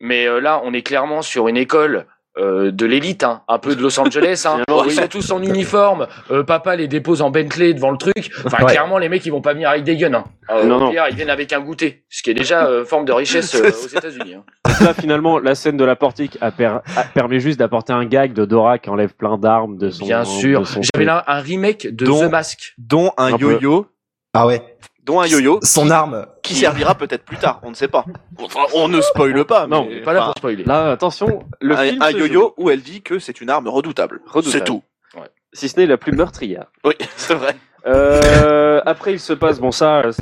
Speaker 3: Mais euh, là, on est clairement sur une école. euh, de l'élite, hein, un peu de Los Angeles. Hein.
Speaker 1: Finalement,
Speaker 3: Ils
Speaker 1: oui.
Speaker 3: sont tous en uniforme. euh, papa les dépose en Bentley devant le truc. Enfin,
Speaker 4: Ouais.
Speaker 3: clairement, les mecs, ils vont pas venir avec des guns. Hein. Euh,
Speaker 2: Non,
Speaker 3: au
Speaker 2: non.
Speaker 3: pire, ils viennent avec un goûter, ce qui est déjà euh, forme de richesse euh, aux États-Unis. hein.
Speaker 2: Donc là, finalement, la scène de la portique a, per- a permis juste d'apporter un gag de Dora qui enlève plein d'armes de son.
Speaker 3: Bien sûr.
Speaker 2: de son-
Speaker 3: J'avais là un remake de
Speaker 1: Dont-
Speaker 3: The Mask.
Speaker 1: Dont un
Speaker 2: Un peu.
Speaker 1: yo-yo,
Speaker 4: Ah ouais.
Speaker 1: dont un yo-yo
Speaker 4: Son arme.
Speaker 1: qui servira peut-être plus tard. On ne sait pas. Enfin, on ne spoile pas.
Speaker 2: Non,
Speaker 1: mais-
Speaker 3: On est Pas là
Speaker 1: enfin,
Speaker 3: pour spoiler.
Speaker 2: Là, attention, le
Speaker 1: un,
Speaker 2: film
Speaker 1: un
Speaker 2: se joue,
Speaker 1: yo-yo où elle dit que c'est une arme redoutable.
Speaker 2: Redoutable.
Speaker 1: C'est tout.
Speaker 2: si ce n'est la plus meurtrière.
Speaker 1: Oui, c'est vrai.
Speaker 2: Euh, après, il se passe, bon, ça, euh,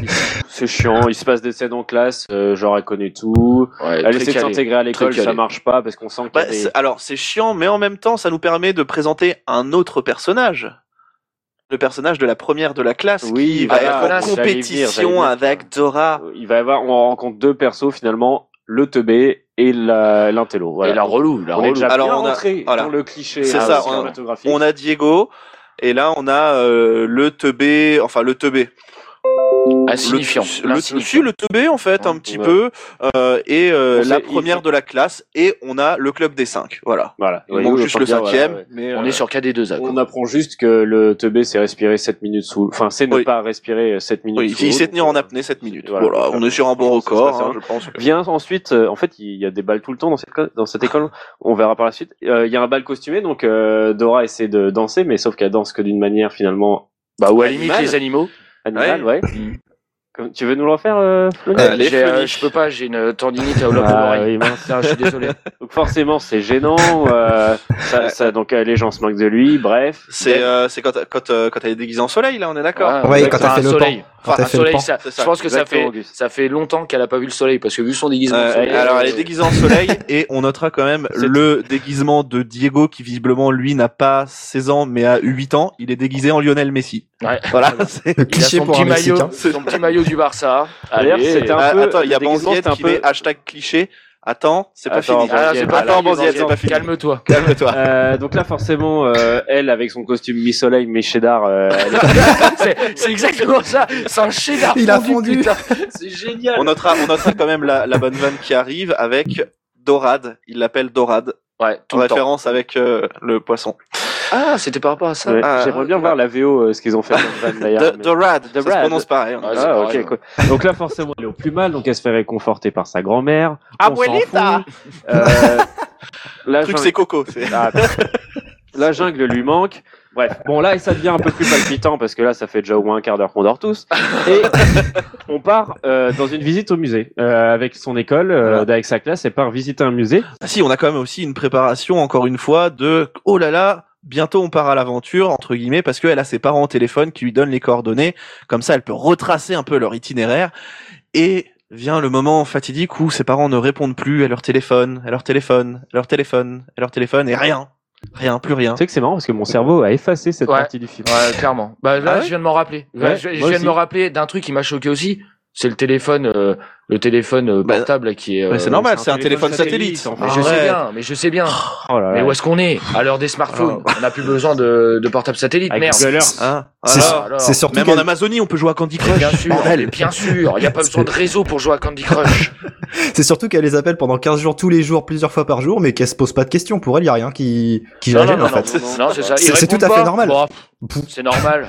Speaker 2: c'est chiant. Il se passe des scènes en classe, euh, genre, elle connaît tout.
Speaker 3: Ouais,
Speaker 2: Elle
Speaker 3: très
Speaker 2: essaie de
Speaker 3: calé.
Speaker 2: s'intégrer à l'école,
Speaker 3: calé.
Speaker 2: ça marche pas parce qu'on sent
Speaker 1: Bah,
Speaker 2: qu'elle
Speaker 1: c'est- alors, c'est chiant, mais en même temps, ça nous permet de présenter un autre personnage. Le personnage de la première de la classe
Speaker 2: Oui,
Speaker 1: qui va
Speaker 2: voilà,
Speaker 1: être en
Speaker 2: j'allais dire, j'allais
Speaker 1: compétition
Speaker 2: dire. euh,
Speaker 1: avec Dora.
Speaker 2: il va y avoir, on rencontre deux persos finalement, le teubé et la- l'intello. Voilà.
Speaker 3: Et la relou,
Speaker 2: on
Speaker 3: la
Speaker 2: est
Speaker 3: relou.
Speaker 2: déjà
Speaker 1: Alors,
Speaker 2: bien
Speaker 1: on a-
Speaker 2: rentré
Speaker 1: voilà.
Speaker 2: dans le cliché
Speaker 1: C'est
Speaker 2: euh,
Speaker 1: ça, on-
Speaker 2: cinématographique.
Speaker 1: On a Diego, et là, on a euh, le teubé, enfin, le teubé.
Speaker 3: Insignifiant.
Speaker 1: Le, le, si, le teubé, en fait, un petit
Speaker 2: Ouais.
Speaker 1: peu. euh, et euh,
Speaker 2: On
Speaker 1: la
Speaker 2: sait-
Speaker 1: première
Speaker 2: il-
Speaker 1: de la classe, et on a le club des cinq. Voilà.
Speaker 2: voilà.
Speaker 1: Il
Speaker 2: Oui,
Speaker 1: manque
Speaker 2: oui,
Speaker 1: juste
Speaker 2: autant
Speaker 1: le
Speaker 2: dire, voilà,
Speaker 1: cinquième,
Speaker 2: ouais.
Speaker 1: mais
Speaker 3: On
Speaker 1: euh,
Speaker 3: est sur KD2A. quoi.
Speaker 2: On apprend juste que le teubé s'est respiré 7 minutes sous enfin c'est ne
Speaker 1: Oui.
Speaker 2: pas respirer 7 minutes
Speaker 1: oui,
Speaker 2: sous
Speaker 1: il
Speaker 2: l'eau,
Speaker 1: s'est
Speaker 2: donc,
Speaker 1: tenu en
Speaker 2: euh,
Speaker 1: apnée 7 minutes.
Speaker 2: voilà.
Speaker 1: Voilà, on est sur un bon
Speaker 2: Ça se passe,
Speaker 1: record,
Speaker 2: hein,
Speaker 1: hein, je pense. que-
Speaker 2: Vient ensuite, euh, en fait, il y a des balles tout le temps dans cette, co- dans cette école. On verra par la suite. Euh, il y a un bal costumé, donc euh, Dora essaie de danser, mais sauf qu'elle danse que d'une manière finalement
Speaker 3: Bah, ou à la limite
Speaker 1: Animal.
Speaker 3: les animaux.
Speaker 2: animale, ouais.
Speaker 3: Mm.
Speaker 2: Comme- tu veux nous le refaire euh, Florian
Speaker 1: Euh, Allez,
Speaker 3: J'ai, euh,
Speaker 1: Flony.
Speaker 3: je peux pas, j'ai une tendinite à au lobe de
Speaker 2: Ah,
Speaker 3: l'oreille.
Speaker 2: oui, mince.
Speaker 3: Putain, je suis désolé.
Speaker 2: Donc forcément, c'est gênant. euh, ça, ça, donc euh, les gens se moquent de lui. Bref,
Speaker 1: C'est euh, c'est quand, quand, euh, quand elle est déguisée en soleil, là, on est d'accord.
Speaker 3: Ah, Ouais,
Speaker 4: Ouais,
Speaker 3: ouais,
Speaker 4: quand
Speaker 3: t'as
Speaker 4: t'as fait
Speaker 3: un
Speaker 4: le
Speaker 3: soleil.
Speaker 4: pan. Quand
Speaker 1: Enfin,
Speaker 4: t'as
Speaker 3: Un
Speaker 4: fait le
Speaker 3: soleil,
Speaker 4: pan.
Speaker 3: ça,
Speaker 1: C'est ça,
Speaker 3: je pense que ça
Speaker 2: exactement,
Speaker 3: fait,
Speaker 2: Auguste.
Speaker 3: ça fait longtemps qu'elle a pas vu le soleil parce que vu son déguisement.
Speaker 1: Euh,
Speaker 3: au soleil,
Speaker 1: alors,
Speaker 3: euh,
Speaker 1: elle est déguisée en soleil et on notera quand même
Speaker 2: C'est-
Speaker 1: le déguisement de Diego qui visiblement lui n'a pas 16 ans mais a 8 ans. Il est déguisé en Lionel Messi.
Speaker 3: Ouais.
Speaker 1: Voilà. c'est-
Speaker 3: Il
Speaker 4: Le
Speaker 3: a
Speaker 4: cliché
Speaker 3: son
Speaker 4: pour
Speaker 3: petit
Speaker 4: un Mexicain.
Speaker 3: maillot, son petit maillot du Barça.
Speaker 2: D'ailleurs,
Speaker 3: Allez.
Speaker 2: c'était un-
Speaker 1: Ah,
Speaker 2: peu-
Speaker 1: attends, il y a
Speaker 2: le déguisement,
Speaker 1: Banziette
Speaker 2: c'est un
Speaker 1: qui
Speaker 2: peu-
Speaker 1: met hashtag cliché. Attends, c'est pas
Speaker 2: Attends,
Speaker 1: fini.
Speaker 3: Ah, c'est
Speaker 2: Banziette,
Speaker 3: pas
Speaker 1: attends,
Speaker 3: fini,
Speaker 1: Banziette, c'est pas fini.
Speaker 3: Calme-toi.
Speaker 1: Calme-toi.
Speaker 2: Euh, donc là forcément, euh, elle avec son costume mi-soleil, mi-cheddar, euh, elle est-
Speaker 3: C'est c'est exactement ça. C'est un cheddar.
Speaker 4: Il a fondu.
Speaker 3: putain. C'est génial.
Speaker 1: On notera, on notera quand même la, la bonne vanne qui arrive avec Dorade. Il l'appelle Dorade.
Speaker 3: Ouais, tout
Speaker 1: En
Speaker 3: le temps.
Speaker 1: référence avec euh, le poisson.
Speaker 3: Ah, c'était par rapport à ça.
Speaker 2: Ouais,
Speaker 1: Ah,
Speaker 2: J'aimerais bien
Speaker 1: ouais.
Speaker 2: voir la VO, euh, ce qu'ils ont fait. comme van, d'ailleurs,
Speaker 1: Do-
Speaker 2: mais-
Speaker 1: Dorade. Ça se
Speaker 2: Dorade.
Speaker 1: prononce pareil.
Speaker 3: Ah, c'est
Speaker 2: Ah,
Speaker 3: pas
Speaker 2: ok,
Speaker 3: grave.
Speaker 2: quoi. Donc là, forcément, elle est au plus mal, donc elle se fait réconforter par sa grand-mère. On s'en
Speaker 1: Abuelita.
Speaker 2: fout. Euh, la
Speaker 1: Le truc,
Speaker 2: jungle-
Speaker 1: c'est Coco. c'est-
Speaker 2: Ah, putain. la jungle lui manque. Bref, bon là, ça devient un peu plus palpitant parce que là, ça fait déjà au moins un quart d'heure qu'on dort tous. Et on part euh, dans une visite au musée euh, avec son école, euh, avec sa classe, et part visiter un musée.
Speaker 1: Ah si, on a quand même aussi une préparation, encore une fois, de oh là là, bientôt on part à l'aventure, entre guillemets, parce qu'elle a ses parents au téléphone qui lui donnent les coordonnées, comme ça elle peut retracer un peu leur itinéraire, et vient le moment fatidique où ses parents ne répondent plus à leur téléphone, à leur téléphone, à leur téléphone, à leur téléphone, et rien, rien, plus rien.
Speaker 2: Tu sais que c'est marrant parce que mon cerveau a effacé cette
Speaker 3: Ouais.
Speaker 2: partie du film.
Speaker 3: Ouais, clairement. Bah là,
Speaker 1: Ah ouais
Speaker 3: je viens de m'en rappeler.
Speaker 2: Ouais,
Speaker 3: je je
Speaker 2: moi
Speaker 3: viens
Speaker 2: aussi.
Speaker 3: de me rappeler d'un truc qui m'a choqué aussi. C'est le téléphone, euh, le téléphone euh,
Speaker 1: Bah,
Speaker 3: portable là, qui est. euh,
Speaker 1: Mais c'est normal, c'est un téléphone satellite.
Speaker 2: en fait.
Speaker 3: Mais je sais
Speaker 1: Arrête.
Speaker 3: bien, mais je sais bien.
Speaker 2: Oh là là.
Speaker 3: Mais où est-ce qu'on est À l'heure des smartphones, on n'a plus besoin de, de portable satellite.
Speaker 2: Avec
Speaker 3: Merde.
Speaker 2: Google Earth.
Speaker 1: Hein
Speaker 4: C'est
Speaker 1: Alors,
Speaker 3: Alors,
Speaker 4: c'est surtout
Speaker 1: même
Speaker 4: qu'elle-
Speaker 1: en Amazonie, on peut jouer à Candy
Speaker 3: Mais
Speaker 1: Crush.
Speaker 3: bien sûr,
Speaker 1: Bordel.
Speaker 3: mais bien sûr, il n'y a pas besoin de réseau pour jouer à Candy Crush.
Speaker 4: c'est surtout qu'elle les appelle pendant 15 jours tous les jours, plusieurs fois par jour, mais qu'elle se pose pas de questions. Pour elle, y a rien qui qui la
Speaker 3: Non, non,
Speaker 4: gêne
Speaker 3: non,
Speaker 4: en
Speaker 3: non,
Speaker 4: fait.
Speaker 3: non, non, c'est ça. Ils
Speaker 4: C'est- c'est
Speaker 3: répondent
Speaker 4: tout à fait
Speaker 3: pas.
Speaker 4: normal.
Speaker 3: Bon, pff, c'est normal.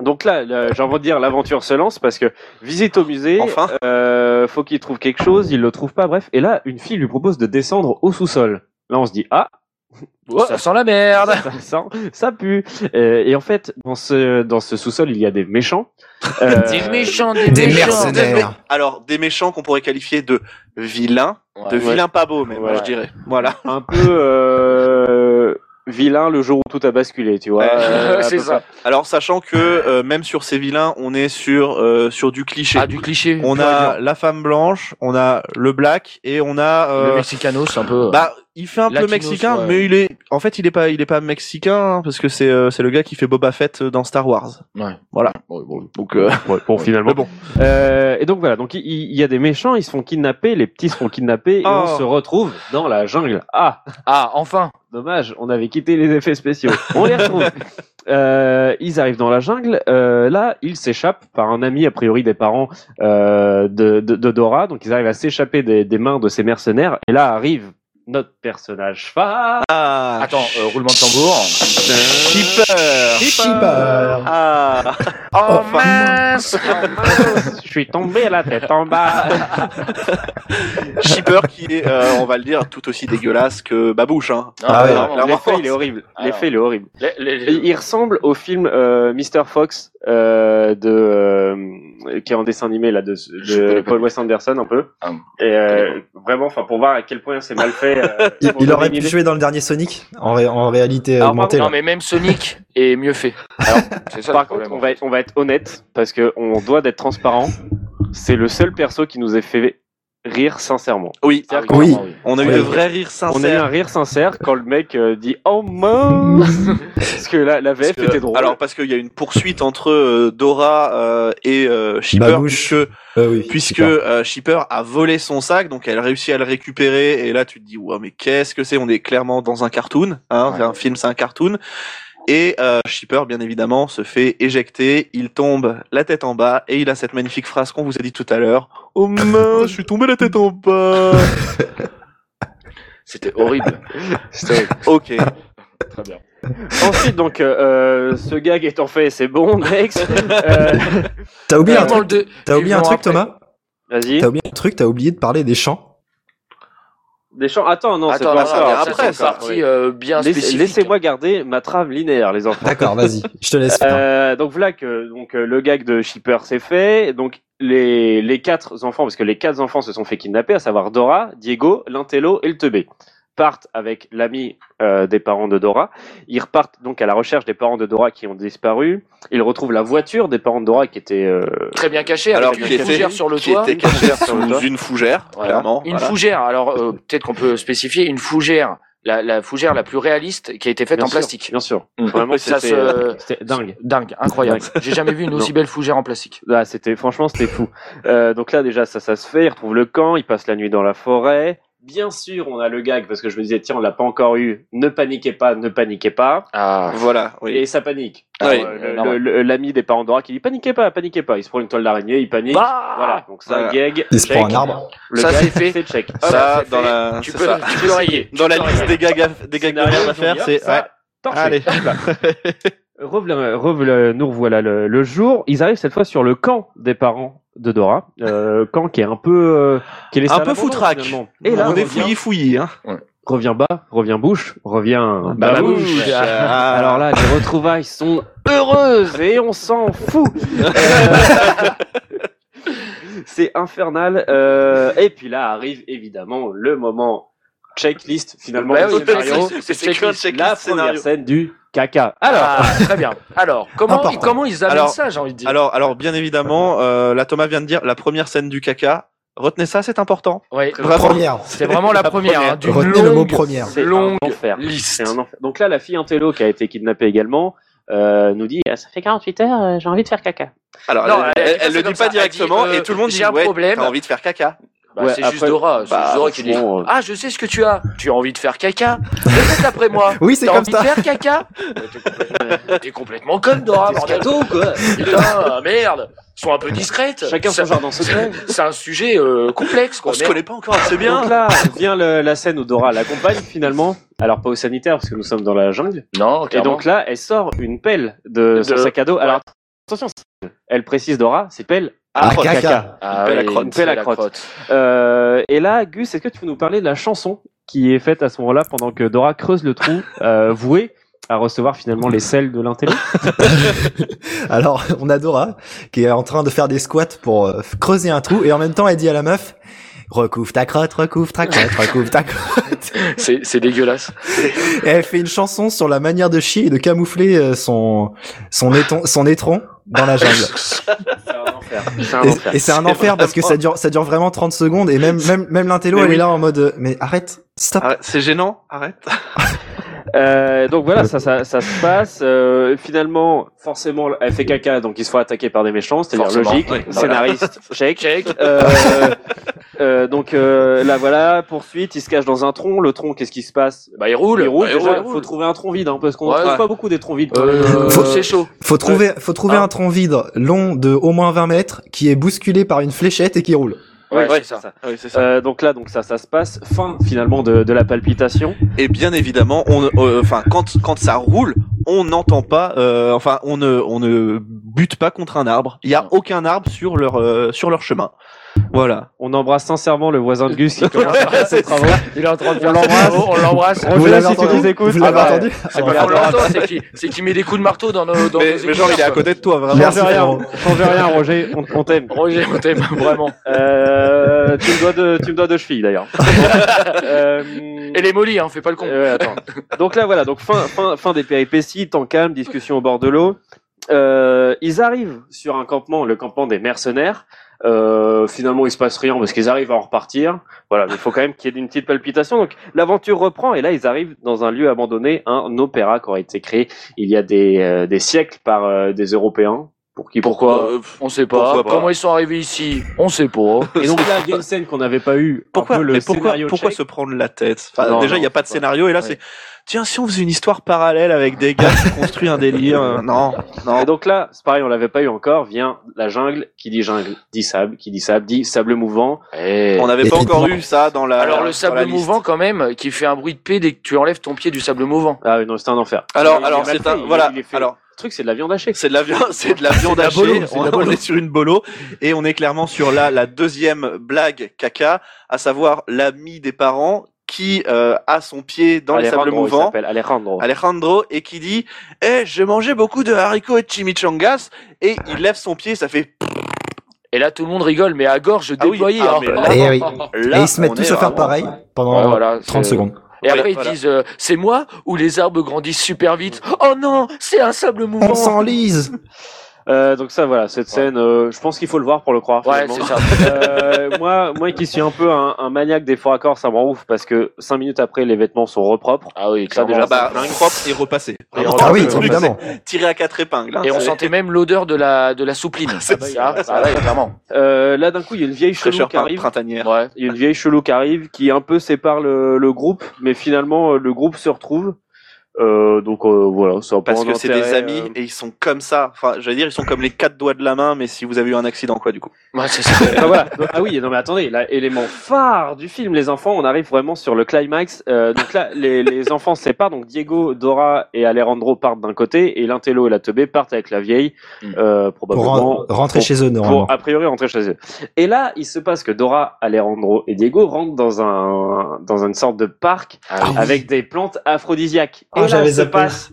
Speaker 2: Donc là, là, j'ai envie de dire, l'aventure se lance parce que visite au musée,
Speaker 1: Enfin.
Speaker 2: euh, faut qu'il trouve quelque chose, il le trouve pas, bref. Et là, une fille lui propose de descendre au sous-sol. Là, on se dit, ah,
Speaker 3: Oh, ça sent la merde.
Speaker 2: ça sent, ça pue. Euh, et en fait, dans ce, dans ce sous-sol, il y a des méchants. Euh,
Speaker 3: Des méchants, des,
Speaker 4: Des
Speaker 3: méchants.
Speaker 4: mercenaires.
Speaker 1: Alors, des méchants qu'on pourrait qualifier de vilains,
Speaker 3: Ouais,
Speaker 1: de
Speaker 3: ouais.
Speaker 1: vilains pas beaux, même,
Speaker 2: Ouais.
Speaker 1: je dirais. Voilà.
Speaker 2: Un peu euh, vilain le jour où tout a basculé, tu vois.
Speaker 1: Ouais,
Speaker 2: Euh, à
Speaker 3: c'est
Speaker 2: peu
Speaker 3: ça.
Speaker 1: Alors, sachant que euh, même sur ces vilains, on est sur euh, sur du cliché.
Speaker 3: Ah, du cliché.
Speaker 1: on
Speaker 3: pur et
Speaker 1: a
Speaker 3: dur.
Speaker 1: la femme blanche, on a le black et on a.
Speaker 3: le
Speaker 1: Euh,
Speaker 3: Mexicanos, un peu.
Speaker 1: bah, il fait un
Speaker 3: Latinos,
Speaker 1: peu mexicain,
Speaker 3: ouais.
Speaker 1: mais il est. En fait, il est pas, il est pas mexicain hein, parce que c'est euh, c'est le gars qui fait Boba Fett dans Star Wars.
Speaker 3: Ouais.
Speaker 1: Voilà.
Speaker 3: Ouais, bon.
Speaker 1: Donc euh,
Speaker 2: Ouais, bon, finalement.
Speaker 1: Mais bon.
Speaker 2: Euh, et donc voilà, donc il il y, a des méchants, ils se font kidnapper, les petits se font kidnapper, et
Speaker 1: Oh.
Speaker 2: on se retrouve dans la jungle. Ah,
Speaker 3: Ah, enfin.
Speaker 2: dommage, on avait quitté les effets spéciaux. On les retrouve. Euh, ils arrivent dans la jungle. Euh, là, ils s'échappent par un ami a priori des parents euh, de, de, de Dora. Donc ils arrivent à s'échapper des, des mains de ces mercenaires. Et là arrive notre personnage phare.
Speaker 1: ah,
Speaker 3: Attends, euh, roulement de tambour.
Speaker 1: Shipper.
Speaker 4: Shipper.
Speaker 1: Ah,
Speaker 3: Oh,
Speaker 4: Enfin.
Speaker 3: mince.
Speaker 2: Je suis tombé la tête en bas.
Speaker 1: Shipper qui est, euh, on va le dire, tout aussi dégueulasse que Babouche. Hein.
Speaker 4: Ah ouais.
Speaker 1: clairement.
Speaker 2: L'effet il est horrible. L'effet il est horrible.
Speaker 3: Les- les- les-
Speaker 2: Il il ressemble au film euh, Mr. Fox euh, de euh, qui est en dessin animé là de,
Speaker 3: Je
Speaker 2: de
Speaker 3: connais pas.
Speaker 2: Paul Wes Anderson un peu.
Speaker 3: Ah.
Speaker 2: Et euh, vraiment, enfin pour voir à quel point c'est mal fait. euh,
Speaker 4: Il,
Speaker 2: pour
Speaker 4: il
Speaker 2: donner
Speaker 4: aurait
Speaker 2: une
Speaker 4: pu
Speaker 2: idée.
Speaker 4: jouer dans le dernier Sonic en, ré- en réalité
Speaker 2: Alors,
Speaker 4: augmentée.
Speaker 3: Non,
Speaker 4: là.
Speaker 3: mais même Sonic est mieux fait. Alors, c'est ça le
Speaker 2: Par
Speaker 3: problème.
Speaker 2: contre, on va, on va être honnête parce que on doit d'être transparent. C'est le seul perso qui nous ait fait rire sincèrement.
Speaker 1: Oui.
Speaker 3: Ah
Speaker 1: c'est-à-dire qu'on-
Speaker 4: Oui.
Speaker 1: On a eu
Speaker 4: Oui.
Speaker 1: de vrais rires
Speaker 2: On a eu
Speaker 1: sincères.
Speaker 2: un rire sincère quand le mec euh, dit oh mince parce que la, la VF
Speaker 1: Parce que-
Speaker 2: était drôle.
Speaker 1: Alors parce qu'il y a une poursuite entre euh, Dora euh, et euh, Shipper
Speaker 4: Babouche.
Speaker 1: puisque,
Speaker 4: Euh, oui,
Speaker 1: puisque
Speaker 4: super.
Speaker 1: euh, Shipper a volé son sac, donc elle réussit à le récupérer et là tu te dis ouais mais qu'est-ce que c'est On est clairement dans un cartoon, hein,
Speaker 3: Ouais.
Speaker 1: c'est un film, c'est un cartoon. Et euh, Shipper bien évidemment se fait éjecter, il tombe la tête en bas et il a cette magnifique phrase qu'on vous a dit tout à l'heure. Oh mince, je suis tombé la tête en bas.
Speaker 3: C'était horrible.
Speaker 2: C'était horrible.
Speaker 1: ok.
Speaker 3: Très bien.
Speaker 2: Ensuite, donc, euh, euh, ce gag étant fait, c'est bon, next. Euh,
Speaker 4: T'as oublié un
Speaker 3: Vivement
Speaker 4: truc,
Speaker 3: le deux-
Speaker 4: t'as oublié un
Speaker 3: vivement
Speaker 4: truc
Speaker 3: après.
Speaker 4: Thomas
Speaker 2: Vas-y.
Speaker 4: T'as oublié un truc, t'as oublié de parler des chants.
Speaker 2: Des chants. Attends, non, c'est
Speaker 3: Attends,
Speaker 2: pas
Speaker 3: non,
Speaker 1: ça,
Speaker 2: ça.
Speaker 1: mais
Speaker 3: après, c'est une
Speaker 1: ça.
Speaker 3: partie euh, bien
Speaker 2: Laisse-
Speaker 3: spécifique.
Speaker 2: Laissez-moi garder ma trame linéaire, les enfants.
Speaker 4: D'accord, vas-y, je te laisse faire.
Speaker 2: Euh, donc voilà que donc euh, le gag de Shipper s'est fait. Donc les les quatre enfants, parce que les quatre enfants se sont fait kidnapper, à savoir Dora, Diego, l'Intello et le Teubé, partent avec l'ami euh, des parents de Dora. Ils repartent donc à la recherche des parents de Dora qui ont disparu. Ils retrouvent la voiture des parents de Dora qui était euh,
Speaker 3: Très bien caché.
Speaker 1: Alors
Speaker 3: avec
Speaker 1: qu'il
Speaker 3: une
Speaker 1: était-
Speaker 3: fougère sur le
Speaker 1: qui
Speaker 3: toit.
Speaker 1: était caché
Speaker 2: sur le toit.
Speaker 1: sous une fougère,
Speaker 3: Voilà.
Speaker 1: clairement.
Speaker 3: Une
Speaker 1: voilà.
Speaker 3: fougère. Alors euh, peut-être qu'on peut spécifier une fougère, la, la fougère la plus réaliste qui a été faite
Speaker 2: Bien
Speaker 3: en
Speaker 2: sûr,
Speaker 3: plastique.
Speaker 2: Bien sûr.
Speaker 3: Mm.
Speaker 2: Vraiment,
Speaker 3: Ça
Speaker 2: c'était euh,
Speaker 3: se-
Speaker 2: c'était dingue.
Speaker 3: Dingue, incroyable. J'ai jamais vu une
Speaker 2: Non.
Speaker 3: aussi belle fougère en plastique.
Speaker 2: Là, Ah, c'était franchement, c'était fou. Euh, donc là, déjà, ça, ça se fait. Ils retrouvent le camp, ils passent la nuit dans la forêt. Bien sûr, on a le gag parce que je me disais, tiens, on l'a pas encore eu. Ne paniquez pas, ne paniquez pas.
Speaker 3: Ah,
Speaker 1: Voilà, oui. Ah
Speaker 2: Et ça panique.
Speaker 1: Oui.
Speaker 2: Alors, euh, le- le- L'ami des parents d'Ora qui dit paniquez pas, paniquez pas. Il se prend une toile d'araignée, il panique.
Speaker 3: Bah
Speaker 2: voilà, donc ça,
Speaker 1: Voilà.
Speaker 2: gag.
Speaker 4: Il se
Speaker 2: check.
Speaker 4: prend un arbre.
Speaker 2: Le
Speaker 3: Ça,
Speaker 2: gag,
Speaker 3: c'est fait.
Speaker 2: C'est check. Hop,
Speaker 1: Ça,
Speaker 3: Ah bah, c'est
Speaker 1: dans
Speaker 3: fait.
Speaker 1: la,
Speaker 3: tu
Speaker 1: Hein, c'est
Speaker 3: peux,
Speaker 1: ça.
Speaker 3: tu peux l'enrayer.
Speaker 1: dans la
Speaker 3: Tu peux
Speaker 1: liste
Speaker 3: l'enrayer.
Speaker 1: des gags à, des gags de
Speaker 2: Scénario,
Speaker 1: merde à
Speaker 2: ils ont dit,
Speaker 1: faire,
Speaker 2: hop,
Speaker 1: c'est
Speaker 2: ça,
Speaker 1: ouais,
Speaker 2: torché.
Speaker 1: allez.
Speaker 2: Revela- revela- nous revoilà le, le jour. Ils arrivent cette fois sur le camp des parents de Dora, euh, camp qui est un peu, euh, qui est laissé
Speaker 1: Un
Speaker 2: à
Speaker 1: peu
Speaker 2: l'abandon,
Speaker 1: foutraque.
Speaker 2: finalement. Et
Speaker 1: Et
Speaker 2: là,
Speaker 1: on est
Speaker 2: revient,
Speaker 1: fouillis fouillis hein.
Speaker 2: revient bas, revient bouche, revient
Speaker 1: Bah,
Speaker 2: Babouche.
Speaker 1: bouche.
Speaker 2: Ah, Alors là, les retrouvailles sont heureuses et on s'en fout. Euh, C'est infernal. euh, et puis là arrive évidemment le moment checklist finalement
Speaker 3: Bah
Speaker 2: du
Speaker 3: oui,
Speaker 2: scénario.
Speaker 1: c'est- c'est- c'est
Speaker 2: Checklist,
Speaker 1: que le checklist
Speaker 2: la première
Speaker 1: scénario. Ah,
Speaker 2: scène du caca. Alors,
Speaker 3: Alors, Ah, très bien. Alors, comment,
Speaker 4: Important.
Speaker 3: comment ils amènent
Speaker 1: Alors-
Speaker 3: ça, j'ai envie de dire
Speaker 1: alors, alors, bien évidemment, euh, la Thomas vient de dire la première scène du caca. Retenez ça, c'est important.
Speaker 3: Ouais,
Speaker 1: Vraiment.
Speaker 4: Première.
Speaker 3: c'est vraiment la
Speaker 1: La
Speaker 3: première.
Speaker 1: première.
Speaker 3: hein, d'une
Speaker 4: Retenez le mot
Speaker 3: longue-
Speaker 4: première.
Speaker 2: c'est un
Speaker 3: longue
Speaker 2: enfer.
Speaker 3: liste.
Speaker 2: C'est un enfer. Donc là, la fille Antello qui a été kidnappée également. euh, nous dit Ah, ça fait 48 heures, euh, j'ai envie de faire caca.
Speaker 1: Alors,
Speaker 3: Non,
Speaker 1: elle,
Speaker 3: elle-
Speaker 1: elle-
Speaker 3: elle dit
Speaker 1: elle le
Speaker 3: pas
Speaker 1: dit
Speaker 3: comme
Speaker 1: pas
Speaker 3: ça, elle
Speaker 1: directement
Speaker 3: dit, euh,
Speaker 1: et tout le monde
Speaker 3: j'ai
Speaker 1: dit
Speaker 3: un
Speaker 1: ouais,
Speaker 3: problème.
Speaker 1: t'as envie de faire caca.
Speaker 3: Bah,
Speaker 2: Ouais,
Speaker 3: c'est juste
Speaker 2: après-
Speaker 3: Dora, c'est
Speaker 1: bah,
Speaker 3: juste Dora qui dit
Speaker 2: bon, euh.
Speaker 3: Ah, je sais ce que tu as. Tu as envie de faire caca Répète après moi.
Speaker 4: Oui, c'est
Speaker 3: T'as
Speaker 4: comme
Speaker 3: envie
Speaker 4: ça.
Speaker 3: de faire caca T'es complètement con, Dora, bordel.
Speaker 2: ou quoi
Speaker 3: Putain, euh, merde. Sois un peu discrète.
Speaker 2: Chacun son
Speaker 3: Ça-
Speaker 2: jardin secret.
Speaker 3: C'est un sujet euh, complexe,
Speaker 1: On
Speaker 3: quoi.
Speaker 1: se
Speaker 3: Merde.
Speaker 1: connaît pas encore, c'est bien.
Speaker 2: Donc là vient le- la scène où Dora l'accompagne finalement. Alors pas au sanitaire parce que nous sommes dans la jungle.
Speaker 3: Non,
Speaker 2: Et
Speaker 3: clairement.
Speaker 2: donc là, elle sort une pelle de, son
Speaker 3: De-
Speaker 2: sac à dos. Alors attention, elle précise Dora, c'est pelle à
Speaker 4: Ah,
Speaker 2: caca.
Speaker 4: caca.
Speaker 3: Ah
Speaker 1: pelle à
Speaker 3: oui,
Speaker 1: crotte.
Speaker 3: une pelle à crotte.
Speaker 2: Euh, et là, Gus, est-ce que tu peux nous parler de la chanson qui est faite à ce moment-là pendant que Dora creuse le trou euh, voué à recevoir finalement les selles de l'intello
Speaker 4: Alors, on a Dora qui est en train de faire des squats pour euh, creuser un trou et en même temps, elle dit à la meuf recouvre ta crotte, recouvre ta crotte, recouvre ta crotte.
Speaker 3: C'est c'est dégueulasse.
Speaker 4: Et elle fait une chanson sur la manière de chier et de camoufler euh, son son éton, son étron dans la jungle.
Speaker 2: C'est un enfer. C'est un enfer.
Speaker 4: Et, et c'est un enfer parce que ça dure ça dure vraiment 30 secondes et même même même l'intello
Speaker 1: Mais
Speaker 4: elle
Speaker 1: oui. Ah,
Speaker 4: est là en mode euh, mais arrête, stop.
Speaker 1: Arrête, C'est gênant, arrête.
Speaker 2: Euh, donc voilà, ça, ça, ça se passe. Euh, finalement, forcément, elle fait caca, donc ils se font attaquer par des méchants, c'est-à-dire
Speaker 3: Forcément,
Speaker 2: logique,
Speaker 1: oui, voilà.
Speaker 2: scénariste, check.
Speaker 3: Check.
Speaker 2: Euh, euh, donc euh, là voilà, poursuite, il se cache dans un tronc. Le tronc, qu'est-ce qui se passe
Speaker 3: Bah, il roule.
Speaker 2: Il roule.
Speaker 3: Bah,
Speaker 2: déjà,
Speaker 3: il roule.
Speaker 2: faut trouver un tronc vide, hein, parce qu'on
Speaker 3: Ouais,
Speaker 2: trouve
Speaker 3: ouais.
Speaker 2: pas beaucoup des troncs vides. quand même.
Speaker 3: Euh,
Speaker 4: Faut-
Speaker 3: c'est chaud.
Speaker 4: Faut trouver faut trouver
Speaker 3: Ah.
Speaker 4: un tronc vide long de au moins 20 mètres qui est bousculé par une fléchette et qui roule.
Speaker 3: Ouais,
Speaker 1: ouais,
Speaker 3: c'est ça.
Speaker 1: Ah oui, c'est ça.
Speaker 2: Euh, donc là, donc ça, ça se passe. Fin finalement de, de la palpitation.
Speaker 1: Et bien évidemment, on, euh, enfin, quand quand ça roule, on n'entend pas, euh, enfin, on ne on ne bute pas contre un arbre. Il y a aucun arbre sur leur euh, sur leur chemin. Voilà.
Speaker 2: On embrasse sincèrement le voisin de Gus qui commence à faire ses travaux.
Speaker 3: Il est en train de
Speaker 2: On
Speaker 3: faire
Speaker 2: l'embrasse.
Speaker 3: l'embrasse. On l'embrasse.
Speaker 2: Roger,
Speaker 4: l'avez
Speaker 2: si tu
Speaker 4: entendu
Speaker 2: nous écoutes,
Speaker 4: Vous l'avez
Speaker 2: ah bah,
Speaker 4: entendu
Speaker 3: C'est
Speaker 4: Ah,
Speaker 3: pas qu'on
Speaker 4: merde.
Speaker 3: l'entend, c'est qu'il c'est qu'il met des coups de marteau dans nos, dans nos écouteurs, quoi.
Speaker 1: de toi,
Speaker 4: vraiment. Merci,
Speaker 2: Change rien,
Speaker 4: Florent.
Speaker 2: change rien, Roger. On, on t'aime.
Speaker 3: Roger, on t'aime, vraiment.
Speaker 2: Euh, tu me dois deux, tu me dois deux chevilles d'ailleurs. Euh,
Speaker 3: Et les mollies, hein, fais pas le con.
Speaker 2: euh, ouais, attends. Donc là voilà, donc fin, fin, fin des péripéties, temps calme, discussion au bord de l'eau. Euh, ils arrivent sur un campement, le campement des mercenaires. Euh, finalement, il se passe rien parce qu'ils arrivent à en repartir. Voilà, mais il faut quand même qu'il y ait une petite palpitation. Donc l'aventure reprend et là ils arrivent dans un lieu abandonné, un opéra qui aurait été créé il y a des, euh, des siècles par euh, des Européens. Pour qui, pourquoi
Speaker 3: Euh, on sait
Speaker 1: Pourquoi
Speaker 3: pas.
Speaker 1: pas.
Speaker 3: Comment ils sont arrivés ici On sait pas.
Speaker 2: Et donc là, il y a une scène qu'on n'avait pas eu.
Speaker 1: Euh, Pourquoi,
Speaker 2: un peu le
Speaker 1: mais pourquoi,
Speaker 2: scénario
Speaker 1: pourquoi
Speaker 2: check.
Speaker 1: se prendre la tête Enfin,
Speaker 2: Non,
Speaker 1: Déjà,
Speaker 2: non,
Speaker 1: il n'y a pas de
Speaker 2: ouais.
Speaker 1: scénario, et là,
Speaker 2: Ouais.
Speaker 1: c'est tiens, si on faisait une histoire parallèle avec des gars qui construisent un délire. euh, non, non.
Speaker 2: Et donc là, c'est pareil, on l'avait pas eu encore. Vient la jungle, qui dit jungle, dit sable, qui dit sable, dit sable mouvant.
Speaker 1: On n'avait pas
Speaker 4: Et-
Speaker 1: encore eu ça dans la.
Speaker 3: Eh. Alors
Speaker 1: dans
Speaker 3: le
Speaker 1: la
Speaker 3: sable
Speaker 1: liste.
Speaker 3: mouvant quand même, qui fait un bruit de paix dès que tu enlèves ton pied du sable mouvant.
Speaker 2: Ah oui, non, c'est un enfer.
Speaker 1: Alors,
Speaker 2: Il est
Speaker 1: alors,
Speaker 2: mal
Speaker 1: c'est
Speaker 2: fait,
Speaker 1: un.
Speaker 2: il est-
Speaker 1: Voilà.
Speaker 2: il est fait-
Speaker 1: Alors,
Speaker 2: Le truc, c'est de la viande hachée.
Speaker 1: c'est de la viande, c'est de la viande
Speaker 3: la
Speaker 1: hachée.
Speaker 3: bolo, c'est de
Speaker 1: On,
Speaker 3: la bolo.
Speaker 1: on est sur une bolo, et on est clairement sur la la deuxième blague caca, à savoir l'ami des parents qui euh, a son pied dans les sables
Speaker 2: Alejandro, il
Speaker 1: mouvants.
Speaker 2: s'appelle Alejandro.
Speaker 1: Oh. Alejandro et qui dit Eh, j'ai mangé beaucoup de haricots et de chimichangas et il lève son pied, ça fait
Speaker 3: Et là tout le monde rigole, mais à gorge
Speaker 1: Ah oui,
Speaker 3: déployée.
Speaker 1: ah,
Speaker 3: hein.
Speaker 1: mais là-
Speaker 4: Et, oui.
Speaker 1: là,
Speaker 4: et ils se mettent
Speaker 1: on
Speaker 4: tous
Speaker 1: est
Speaker 4: à faire
Speaker 1: vraiment-
Speaker 4: pareil pendant
Speaker 3: Ouais, voilà,
Speaker 4: 30
Speaker 3: c'est-
Speaker 4: secondes.
Speaker 3: Et après
Speaker 1: Ouais,
Speaker 3: ils
Speaker 1: voilà.
Speaker 3: disent, euh, c'est moi ou les arbres grandissent super vite. Oh non, c'est un sable
Speaker 4: On
Speaker 3: mouvant.
Speaker 4: s'enlise.
Speaker 2: Euh, donc ça, voilà, cette scène, euh, je pense qu'il faut le voir pour le croire.
Speaker 3: Ouais,
Speaker 2: finalement.
Speaker 3: c'est ça.
Speaker 2: Euh, moi, moi qui suis un peu un, un maniaque des faux raccords, ça me rend ouf parce que cinq minutes après, les vêtements sont repropres.
Speaker 3: Ah oui,
Speaker 2: Ça,
Speaker 3: clairement.
Speaker 2: déjà,
Speaker 1: Ah
Speaker 3: Ah bah,
Speaker 1: bah, propre et repassé.
Speaker 2: Et
Speaker 1: Vraiment,
Speaker 4: Ah oui,
Speaker 1: le truc,
Speaker 4: évidemment.
Speaker 1: c'est Tiré à quatre épingles. hein,
Speaker 3: Ah bah, Et
Speaker 2: Ah
Speaker 3: on
Speaker 2: bah,
Speaker 1: c'est-
Speaker 3: sentait même l'odeur de la de la soupline. Ah bah, ah, bah, ouais, clairement.
Speaker 2: Euh, là, d'un coup, il y a une vieille chelou
Speaker 1: fraîcheur
Speaker 2: qui arrive.
Speaker 1: printanière.
Speaker 3: Ouais.
Speaker 2: Il y a une vieille chelou qui arrive, qui un peu sépare le, le groupe, mais finalement euh, le groupe se retrouve. Euh, donc euh, voilà, ça a pas
Speaker 1: Parce
Speaker 2: un
Speaker 1: que c'est des
Speaker 2: intérêt, euh.
Speaker 1: amis et ils sont comme ça. Enfin, j'allais dire, ils sont comme les quatre doigts de la main, mais si vous avez eu un accident, quoi, du coup.
Speaker 3: Ouais, c'est ça.
Speaker 2: euh, enfin, voilà. Donc, ah oui, non mais attendez, là, élément phare du film, les enfants, on arrive vraiment sur le climax. Euh, donc là, les, les enfants se séparent. Donc Diego, Dora et Alejandro partent d'un côté et l'intello et la teubé partent avec la vieille,
Speaker 1: Hmm.
Speaker 3: Mm.
Speaker 2: euh,
Speaker 4: Pour
Speaker 2: probablement
Speaker 4: ren- rentrer chez eux normalement.
Speaker 2: pour a priori rentrer chez eux. Et là, il se passe que Dora, Alejandro et Diego rentrent dans un dans une sorte de parc
Speaker 3: Ah oui.
Speaker 2: avec des plantes aphrodisiaques.
Speaker 4: Ah,
Speaker 2: et là,
Speaker 4: j'avais
Speaker 2: se
Speaker 4: zappé.
Speaker 2: passe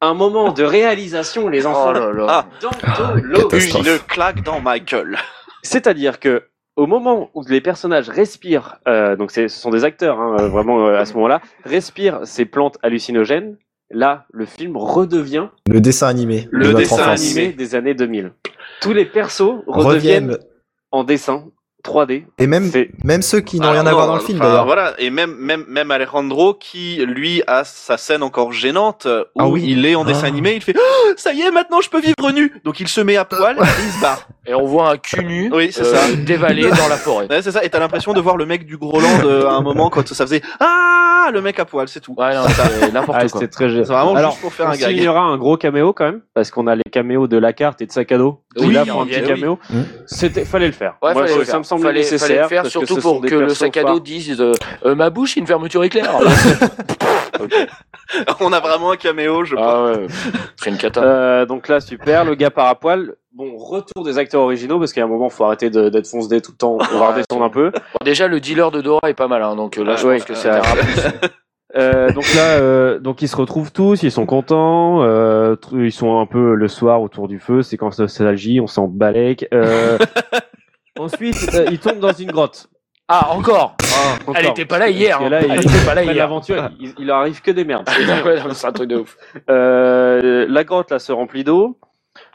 Speaker 2: un moment de réalisation, les
Speaker 3: Oh
Speaker 2: enfants,
Speaker 3: là là.
Speaker 1: Ah.
Speaker 2: dans de l'eau.
Speaker 4: Catastrophe.
Speaker 1: Une claque dans ma gueule.
Speaker 2: C'est-à-dire que au moment où les personnages respirent, euh, donc c'est- ce sont des acteurs hein, euh, vraiment euh, à ce moment-là, respirent ces plantes hallucinogènes. Là, le film redevient
Speaker 4: Le dessin animé.
Speaker 1: Le
Speaker 4: de notre
Speaker 1: dessin
Speaker 2: dessin
Speaker 4: enfance.
Speaker 2: animé des années 2000. Tous les persos redeviennent
Speaker 4: reviennent
Speaker 2: en dessin 3D.
Speaker 4: Et même,
Speaker 2: C'est-
Speaker 4: même ceux qui n'ont
Speaker 1: Ah,
Speaker 4: rien à
Speaker 1: non,
Speaker 4: voir dans le film,
Speaker 1: enfin,
Speaker 4: d'ailleurs.
Speaker 1: Voilà, et même, même, même Alejandro qui, lui, a sa scène encore gênante euh, où
Speaker 4: Ah oui.
Speaker 1: il est en dessin
Speaker 4: Ah.
Speaker 1: animé, il fait Ah, ça y est, maintenant je peux vivre nu. Donc il se met à poil et il se barre.
Speaker 3: Et on voit un cul nu
Speaker 1: Oui, c'est
Speaker 4: Euh.
Speaker 1: ça.
Speaker 3: dévaler dans la forêt.
Speaker 1: Ouais, c'est ça, et t'as l'impression de voir le mec du Groland euh, à un moment quand ça faisait Ah, le mec à poil, c'est tout.
Speaker 3: Ouais, non, c'est n'importe
Speaker 2: Ah,
Speaker 3: quoi.
Speaker 2: c'était très gênant.
Speaker 1: C'est vraiment
Speaker 2: Alors,
Speaker 1: juste pour faire
Speaker 2: on
Speaker 1: un gag.
Speaker 2: signera un gros caméo quand même, parce qu'on a les caméos de la carte et de sac à dos. qui,
Speaker 3: Oui,
Speaker 2: là, font un
Speaker 3: oui,
Speaker 2: petit
Speaker 3: oui.
Speaker 2: caméo.
Speaker 4: Mm.
Speaker 2: C'était, fallait le faire.
Speaker 3: Ouais,
Speaker 2: Moi,
Speaker 3: fallait
Speaker 2: je-
Speaker 3: le
Speaker 2: ça
Speaker 3: faire.
Speaker 2: me semble
Speaker 3: fallait, fallait
Speaker 2: nécessaire.
Speaker 3: le faire,
Speaker 2: parce
Speaker 3: surtout
Speaker 2: ce sont
Speaker 3: pour
Speaker 2: des
Speaker 3: que le
Speaker 2: persos
Speaker 3: sac à
Speaker 2: phares.
Speaker 3: dos dise euh, Euh, ma bouche, une fermeture éclair.
Speaker 1: On a vraiment un caméo, je pense.
Speaker 3: ah ouais, c'est une cata.
Speaker 2: Euh, donc là, super, le gars part à poil. Bon, retour des acteurs originaux, parce qu'à un moment, faut arrêter de- d'être foncedé tout le temps. On
Speaker 3: Ah,
Speaker 2: va redescendre un peu.
Speaker 3: Bon, déjà, le dealer de Dora est pas mal, hein, donc euh, là,
Speaker 1: Ah,
Speaker 3: je
Speaker 2: ouais,
Speaker 3: pense que
Speaker 1: euh,
Speaker 3: c'est un rap.
Speaker 2: Euh, donc là, euh, donc ils se retrouvent tous, ils sont contents, euh, tr- ils sont un peu le soir autour du feu, c'est quand ça nostalgie, on s'en balèque. Euh, ensuite, euh, ils tombent dans une grotte.
Speaker 3: Ah, encore
Speaker 2: Encore.
Speaker 3: Elle était pas là hier.
Speaker 2: Parce
Speaker 3: hein.
Speaker 2: que là,
Speaker 3: Elle
Speaker 2: ils-
Speaker 3: était pas là
Speaker 2: après
Speaker 3: hier.
Speaker 2: l'aventure, il, il leur arrive que des merdes.
Speaker 3: Ouais, non, c'est un truc de ouf.
Speaker 2: Euh, la grotte là se remplit d'eau.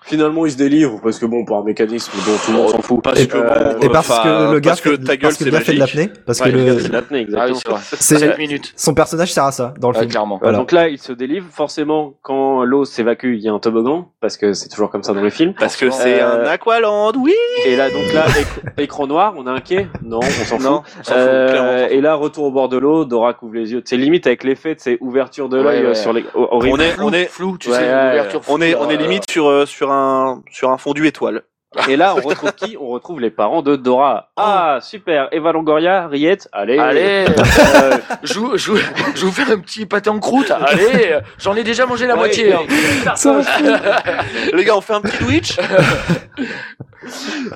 Speaker 2: Finalement, ils se délivrent parce que bon, par un mécanisme dont tout le monde s'en fout.
Speaker 1: Parce que
Speaker 2: Euh,
Speaker 1: bon,
Speaker 4: Et parce
Speaker 1: enfin,
Speaker 4: que le gars,
Speaker 1: parce que
Speaker 4: fait-
Speaker 1: ta gueule,
Speaker 4: parce que
Speaker 1: c'est
Speaker 4: le gars fait de
Speaker 1: magique.
Speaker 4: l'apnée, parce
Speaker 2: ouais,
Speaker 4: que
Speaker 2: le gars,
Speaker 4: le,
Speaker 2: c'est l'apnée,
Speaker 3: Ah oui,
Speaker 2: exactement.
Speaker 3: c'est vrai.
Speaker 4: c'est,
Speaker 3: 7 minutes,
Speaker 4: son personnage sert à ça dans le
Speaker 2: euh,
Speaker 3: ouais,
Speaker 4: film.
Speaker 3: clairement.
Speaker 4: Voilà.
Speaker 2: Donc là, ils se délivrent. Forcément, quand l'eau s'évacue, il y a un toboggan parce que c'est toujours comme ça dans les films.
Speaker 1: Parce que c'est
Speaker 2: Euh,
Speaker 1: un Aqualand, oui
Speaker 2: Et là, donc là, éc- écran noir, on a un quai Non, on s'en fout.
Speaker 1: Non, on s'en fout,
Speaker 2: Euh,
Speaker 1: clairement, on s'en fout.
Speaker 2: et là, retour au bord de l'eau, Dora couvre les yeux. C'est limite avec l'effet de ces ouvertures de l'œil
Speaker 3: Ouais,
Speaker 2: euh,
Speaker 3: ouais.
Speaker 2: sur les. oh, horrible.
Speaker 1: On est, on est,
Speaker 3: flou, tu
Speaker 2: Ouais,
Speaker 3: sais,
Speaker 2: ouais,
Speaker 3: l'ouverture floue,
Speaker 1: on est,
Speaker 3: là,
Speaker 1: on est
Speaker 3: euh,
Speaker 1: limite sur, euh, sur un, sur un fondu étoile.
Speaker 2: Et là, on retrouve qui On retrouve les parents de Dora. Ah, super. Eva Longoria, Riette, allez. Euh,
Speaker 3: Allez, je, vous- je, vous- je vous fais un petit pâté en croûte. Allez, euh, j'en ai déjà mangé la
Speaker 2: Ouais,
Speaker 3: moitié. hein.
Speaker 1: Les gars, on fait un petit Twitch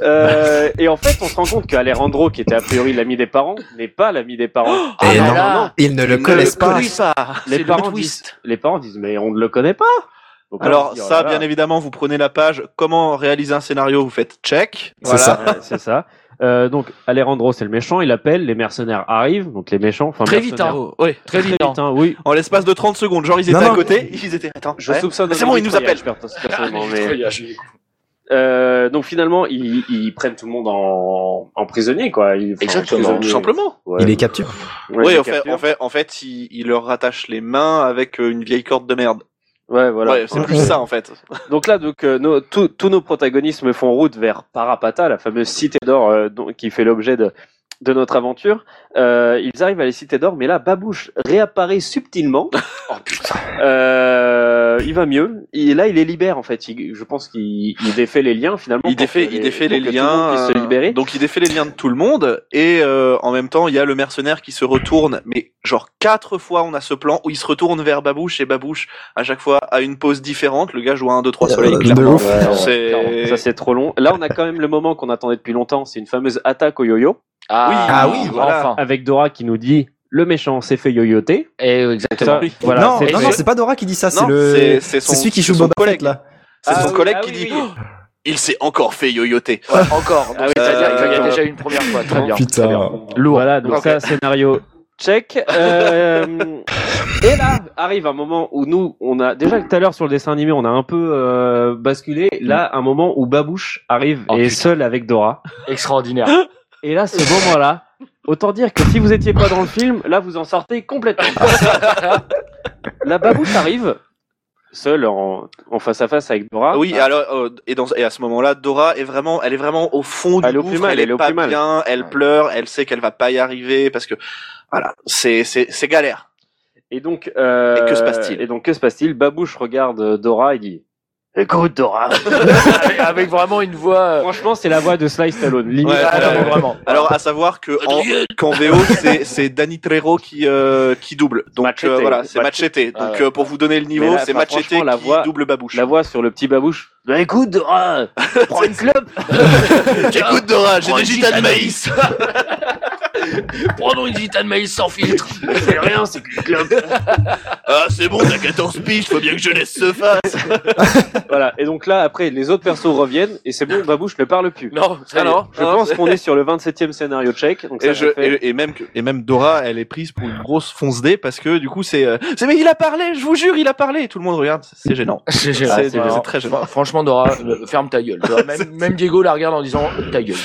Speaker 2: euh, et en fait, on se rend compte qu'Alejandro, qui était a priori l'ami des parents, n'est pas l'ami des parents.
Speaker 4: Et
Speaker 3: là
Speaker 4: non,
Speaker 3: là,
Speaker 4: non, ils ne le
Speaker 3: ne
Speaker 4: connaissent
Speaker 3: le
Speaker 4: pas.
Speaker 3: connaissent
Speaker 2: Les
Speaker 3: C'est le
Speaker 2: parents
Speaker 3: twist.
Speaker 2: disent, les parents disent, mais on ne le connaît pas. Donc, on
Speaker 1: Alors
Speaker 2: se dit, oh
Speaker 1: ça,
Speaker 2: là là.
Speaker 1: bien évidemment, vous prenez la page comment réaliser un scénario, vous faites check.
Speaker 4: C'est ça.
Speaker 2: Ouais, c'est ça. Euh, donc, Alejandro, c'est le méchant, il appelle, les mercenaires arrivent, donc les méchants, enfin,
Speaker 3: Très vite,
Speaker 2: mercenaires.
Speaker 3: hein. Ouais, très vite. hein.
Speaker 2: hein, oui.
Speaker 1: En l'espace de 30 secondes, genre ils étaient
Speaker 4: Non, non.
Speaker 1: à côté, ils étaient attends.
Speaker 2: Je
Speaker 1: ouais.
Speaker 2: soupçonne.
Speaker 1: C'est
Speaker 2: un
Speaker 1: bon, il nous
Speaker 2: mitraillage,
Speaker 1: appelle.
Speaker 2: Ah, perso- personnellement, mais-
Speaker 3: Très bien, je-
Speaker 2: Euh, donc finalement, ils, ils prennent tout le monde en, en prisonnier, quoi. Ils, enfin,
Speaker 3: Exactement,
Speaker 1: Tout
Speaker 2: prisonnier.
Speaker 1: simplement.
Speaker 2: Ouais.
Speaker 4: Il les capture.
Speaker 2: Ouais,
Speaker 1: Oui,
Speaker 2: ils
Speaker 1: en fait,
Speaker 2: capturent.
Speaker 1: en fait, en fait, ils, ils leur rattachent les mains avec euh, une vieille corde de merde.
Speaker 2: Ouais, voilà.
Speaker 1: Ouais, c'est plus ça en fait.
Speaker 2: Donc là, donc euh, nos- tous- tous nos protagonistes font route vers Parapata, la fameuse cité d'or euh, dont- qui fait l'objet de de notre aventure, Euh, ils arrivent à les cités d'or, mais là, Babouche réapparaît subtilement.
Speaker 3: Oh, putain.
Speaker 2: Euh, il va mieux. Et là, il les libère en fait. Il- je pense qu'il il défait les liens finalement.
Speaker 1: Il
Speaker 2: pour
Speaker 1: défait,
Speaker 2: que
Speaker 1: il défait
Speaker 2: pour
Speaker 1: les
Speaker 2: que tout le monde
Speaker 1: liens.
Speaker 2: puisse se
Speaker 1: euh,
Speaker 2: libérer.
Speaker 1: Donc il défait les liens de tout le monde et euh, en même temps, il y a le mercenaire qui se retourne. Mais genre quatre fois, on a ce plan où il se retourne vers Babouche et Babouche à chaque fois à une pose différente. Le gars joue à un, deux, trois soleil.
Speaker 4: De
Speaker 1: clairement.
Speaker 4: ouf.
Speaker 2: Ouais, ouais,
Speaker 1: C'est-
Speaker 2: clairement. Ça c'est trop long. Là on a quand même le moment qu'on attendait depuis longtemps, c'est une fameuse attaque au yo-yo
Speaker 4: Ah oui,
Speaker 1: voilà.
Speaker 3: enfin.
Speaker 2: avec Dora qui nous dit le méchant s'est fait yoyoter.
Speaker 3: Et Eh, exactement.
Speaker 2: Ça, voilà,
Speaker 4: non,
Speaker 2: c'est-
Speaker 4: non,
Speaker 3: et
Speaker 4: non,
Speaker 3: ce-
Speaker 4: c'est pas Dora qui dit ça, Ah, c'est
Speaker 1: Non,
Speaker 4: le,
Speaker 1: c'est
Speaker 4: c'est
Speaker 1: son-
Speaker 4: celui qui
Speaker 1: c'est
Speaker 4: joue
Speaker 1: son
Speaker 4: Boba Fett,
Speaker 1: collègue.
Speaker 4: là.
Speaker 1: C'est
Speaker 2: Ah
Speaker 1: son
Speaker 2: oui,
Speaker 1: collègue
Speaker 2: ah
Speaker 1: qui
Speaker 2: oui,
Speaker 1: dit
Speaker 2: oui.
Speaker 1: Il s'est encore fait yoyoter.
Speaker 3: Ouais, encore. Donc,
Speaker 2: Ah oui,
Speaker 3: c'est-à-dire qu'il y a
Speaker 1: euh,
Speaker 3: déjà eu une première fois. Très bien.
Speaker 4: Putain.
Speaker 2: Lourd. Voilà, donc
Speaker 3: Ok.
Speaker 2: ça, scénario check. Euh, et là, arrive un moment où nous, on a déjà que tout à l'heure sur le dessin animé, on a un peu euh, basculé. Là, un moment où Babouche arrive
Speaker 3: Oh,
Speaker 2: et est
Speaker 3: putain.
Speaker 2: seul avec Dora.
Speaker 3: Extraordinaire.
Speaker 2: Et là, ce moment-là, autant dire que si vous étiez pas dans le film, là, vous en sortez complètement. La Babouche arrive seul en, en face à face avec Dora.
Speaker 1: Ah oui, alors euh, et, dans, et à ce moment-là, Dora est vraiment, elle est vraiment au fond du
Speaker 2: Elle est au
Speaker 1: gouffre.
Speaker 2: plus mal,
Speaker 1: elle,
Speaker 2: elle est
Speaker 1: est
Speaker 2: au
Speaker 1: pas
Speaker 2: plus mal.
Speaker 1: bien, elle
Speaker 3: Ouais.
Speaker 1: pleure, elle sait qu'elle va pas y arriver parce que voilà, c'est c'est c'est galère.
Speaker 2: Et donc, euh,
Speaker 1: Et que se passe-t-il
Speaker 2: Et donc, que se passe-t-il Babouche regarde euh, Dora et dit Écoute, Dora.
Speaker 3: avec, avec vraiment une voix. euh,
Speaker 2: Franchement, c'est la voix de Sly Stallone. Limite,
Speaker 1: Ouais,
Speaker 3: ah,
Speaker 1: alors-
Speaker 3: non, mais vraiment.
Speaker 1: Alors à savoir que en, qu'en VO c'est c'est Danny Trejo qui euh, qui double. Donc
Speaker 2: Machete.
Speaker 1: euh, voilà, c'est
Speaker 2: Machete.
Speaker 1: Machete. Donc
Speaker 2: Ah ouais.
Speaker 1: euh, pour vous donner le
Speaker 2: Mais
Speaker 1: niveau,
Speaker 2: là,
Speaker 1: c'est
Speaker 2: enfin,
Speaker 1: Machete
Speaker 2: franchement,
Speaker 1: qui
Speaker 2: la voix-
Speaker 1: double babouche.
Speaker 2: La voix sur le petit babouche. Bah écoute, Dora, prends une clope.
Speaker 1: Écoute Dora, j'ai
Speaker 3: Prends
Speaker 1: des
Speaker 3: une
Speaker 1: gitans de
Speaker 3: gitane
Speaker 1: maïs.
Speaker 3: Prenons une gitane maïs sans filtre.
Speaker 2: C'est rien, c'est qu'une clope.
Speaker 1: Ah c'est bon, t'as 14 piges, faut bien que jeunesse se fasse.
Speaker 2: voilà. Et donc là, après, les autres persos reviennent et c'est bon, babouche ne parle plus.
Speaker 3: Ah, Non, ça y est.
Speaker 1: Alors,
Speaker 2: Je pense qu'on est sur le 27e scénario tchèque. Donc ça,
Speaker 1: Et,
Speaker 2: ça
Speaker 1: je,
Speaker 2: fait-
Speaker 1: et, et même que- et même Dora, elle est prise pour une grosse fonce dé parce que du coup c'est euh, c'est mais il a parlé, je vous jure, il a parlé. Tout le monde regarde, c'est- c'est gênant. C'est
Speaker 3: C'est gênant.
Speaker 1: c'est
Speaker 3: Alors,
Speaker 1: très gênant.
Speaker 3: euh, fran- Franchement, Dora, euh, ferme ta gueule. Tu vois, Même, même Diego la regarde en disant ta gueule.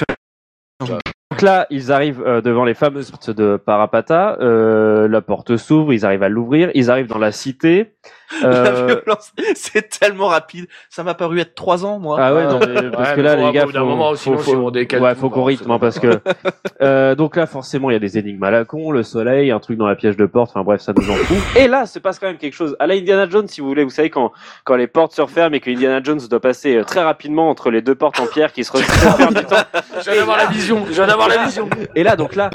Speaker 2: Donc là, ils arrivent euh, devant les fameuses portes de Parapata. euh, la porte s'ouvre, ils arrivent à l'ouvrir, ils arrivent dans la cité.
Speaker 1: La
Speaker 2: euh,
Speaker 1: violence, c'est tellement rapide. Ça m'a paru être trois ans, moi.
Speaker 2: Ah ouais, non, mais parce
Speaker 3: Ouais,
Speaker 2: que
Speaker 3: mais
Speaker 2: là,
Speaker 3: faut
Speaker 2: les
Speaker 3: un
Speaker 2: gars,
Speaker 3: bout d'un
Speaker 2: faut,
Speaker 3: moment,
Speaker 2: faut-
Speaker 3: sinon,
Speaker 2: faut-
Speaker 3: si on décale
Speaker 2: ouais,
Speaker 3: tout,
Speaker 2: faut qu'on
Speaker 3: bah,
Speaker 2: rythme,
Speaker 3: c'est
Speaker 2: hein, parce que, euh, donc là, forcément, il y a des énigmes à la con, le soleil, un truc dans la piège de porte, enfin bref, ça nous en fout. Et là, se passe quand même quelque chose. À la Indiana Jones, si vous voulez, vous savez, quand, quand les portes se referment et que Indiana Jones doit passer euh, très rapidement entre les deux portes en pierre qui se re- se referment du temps.
Speaker 3: Je viens d'avoir la vision. Je viens d'avoir la vision.
Speaker 2: Et là, donc là,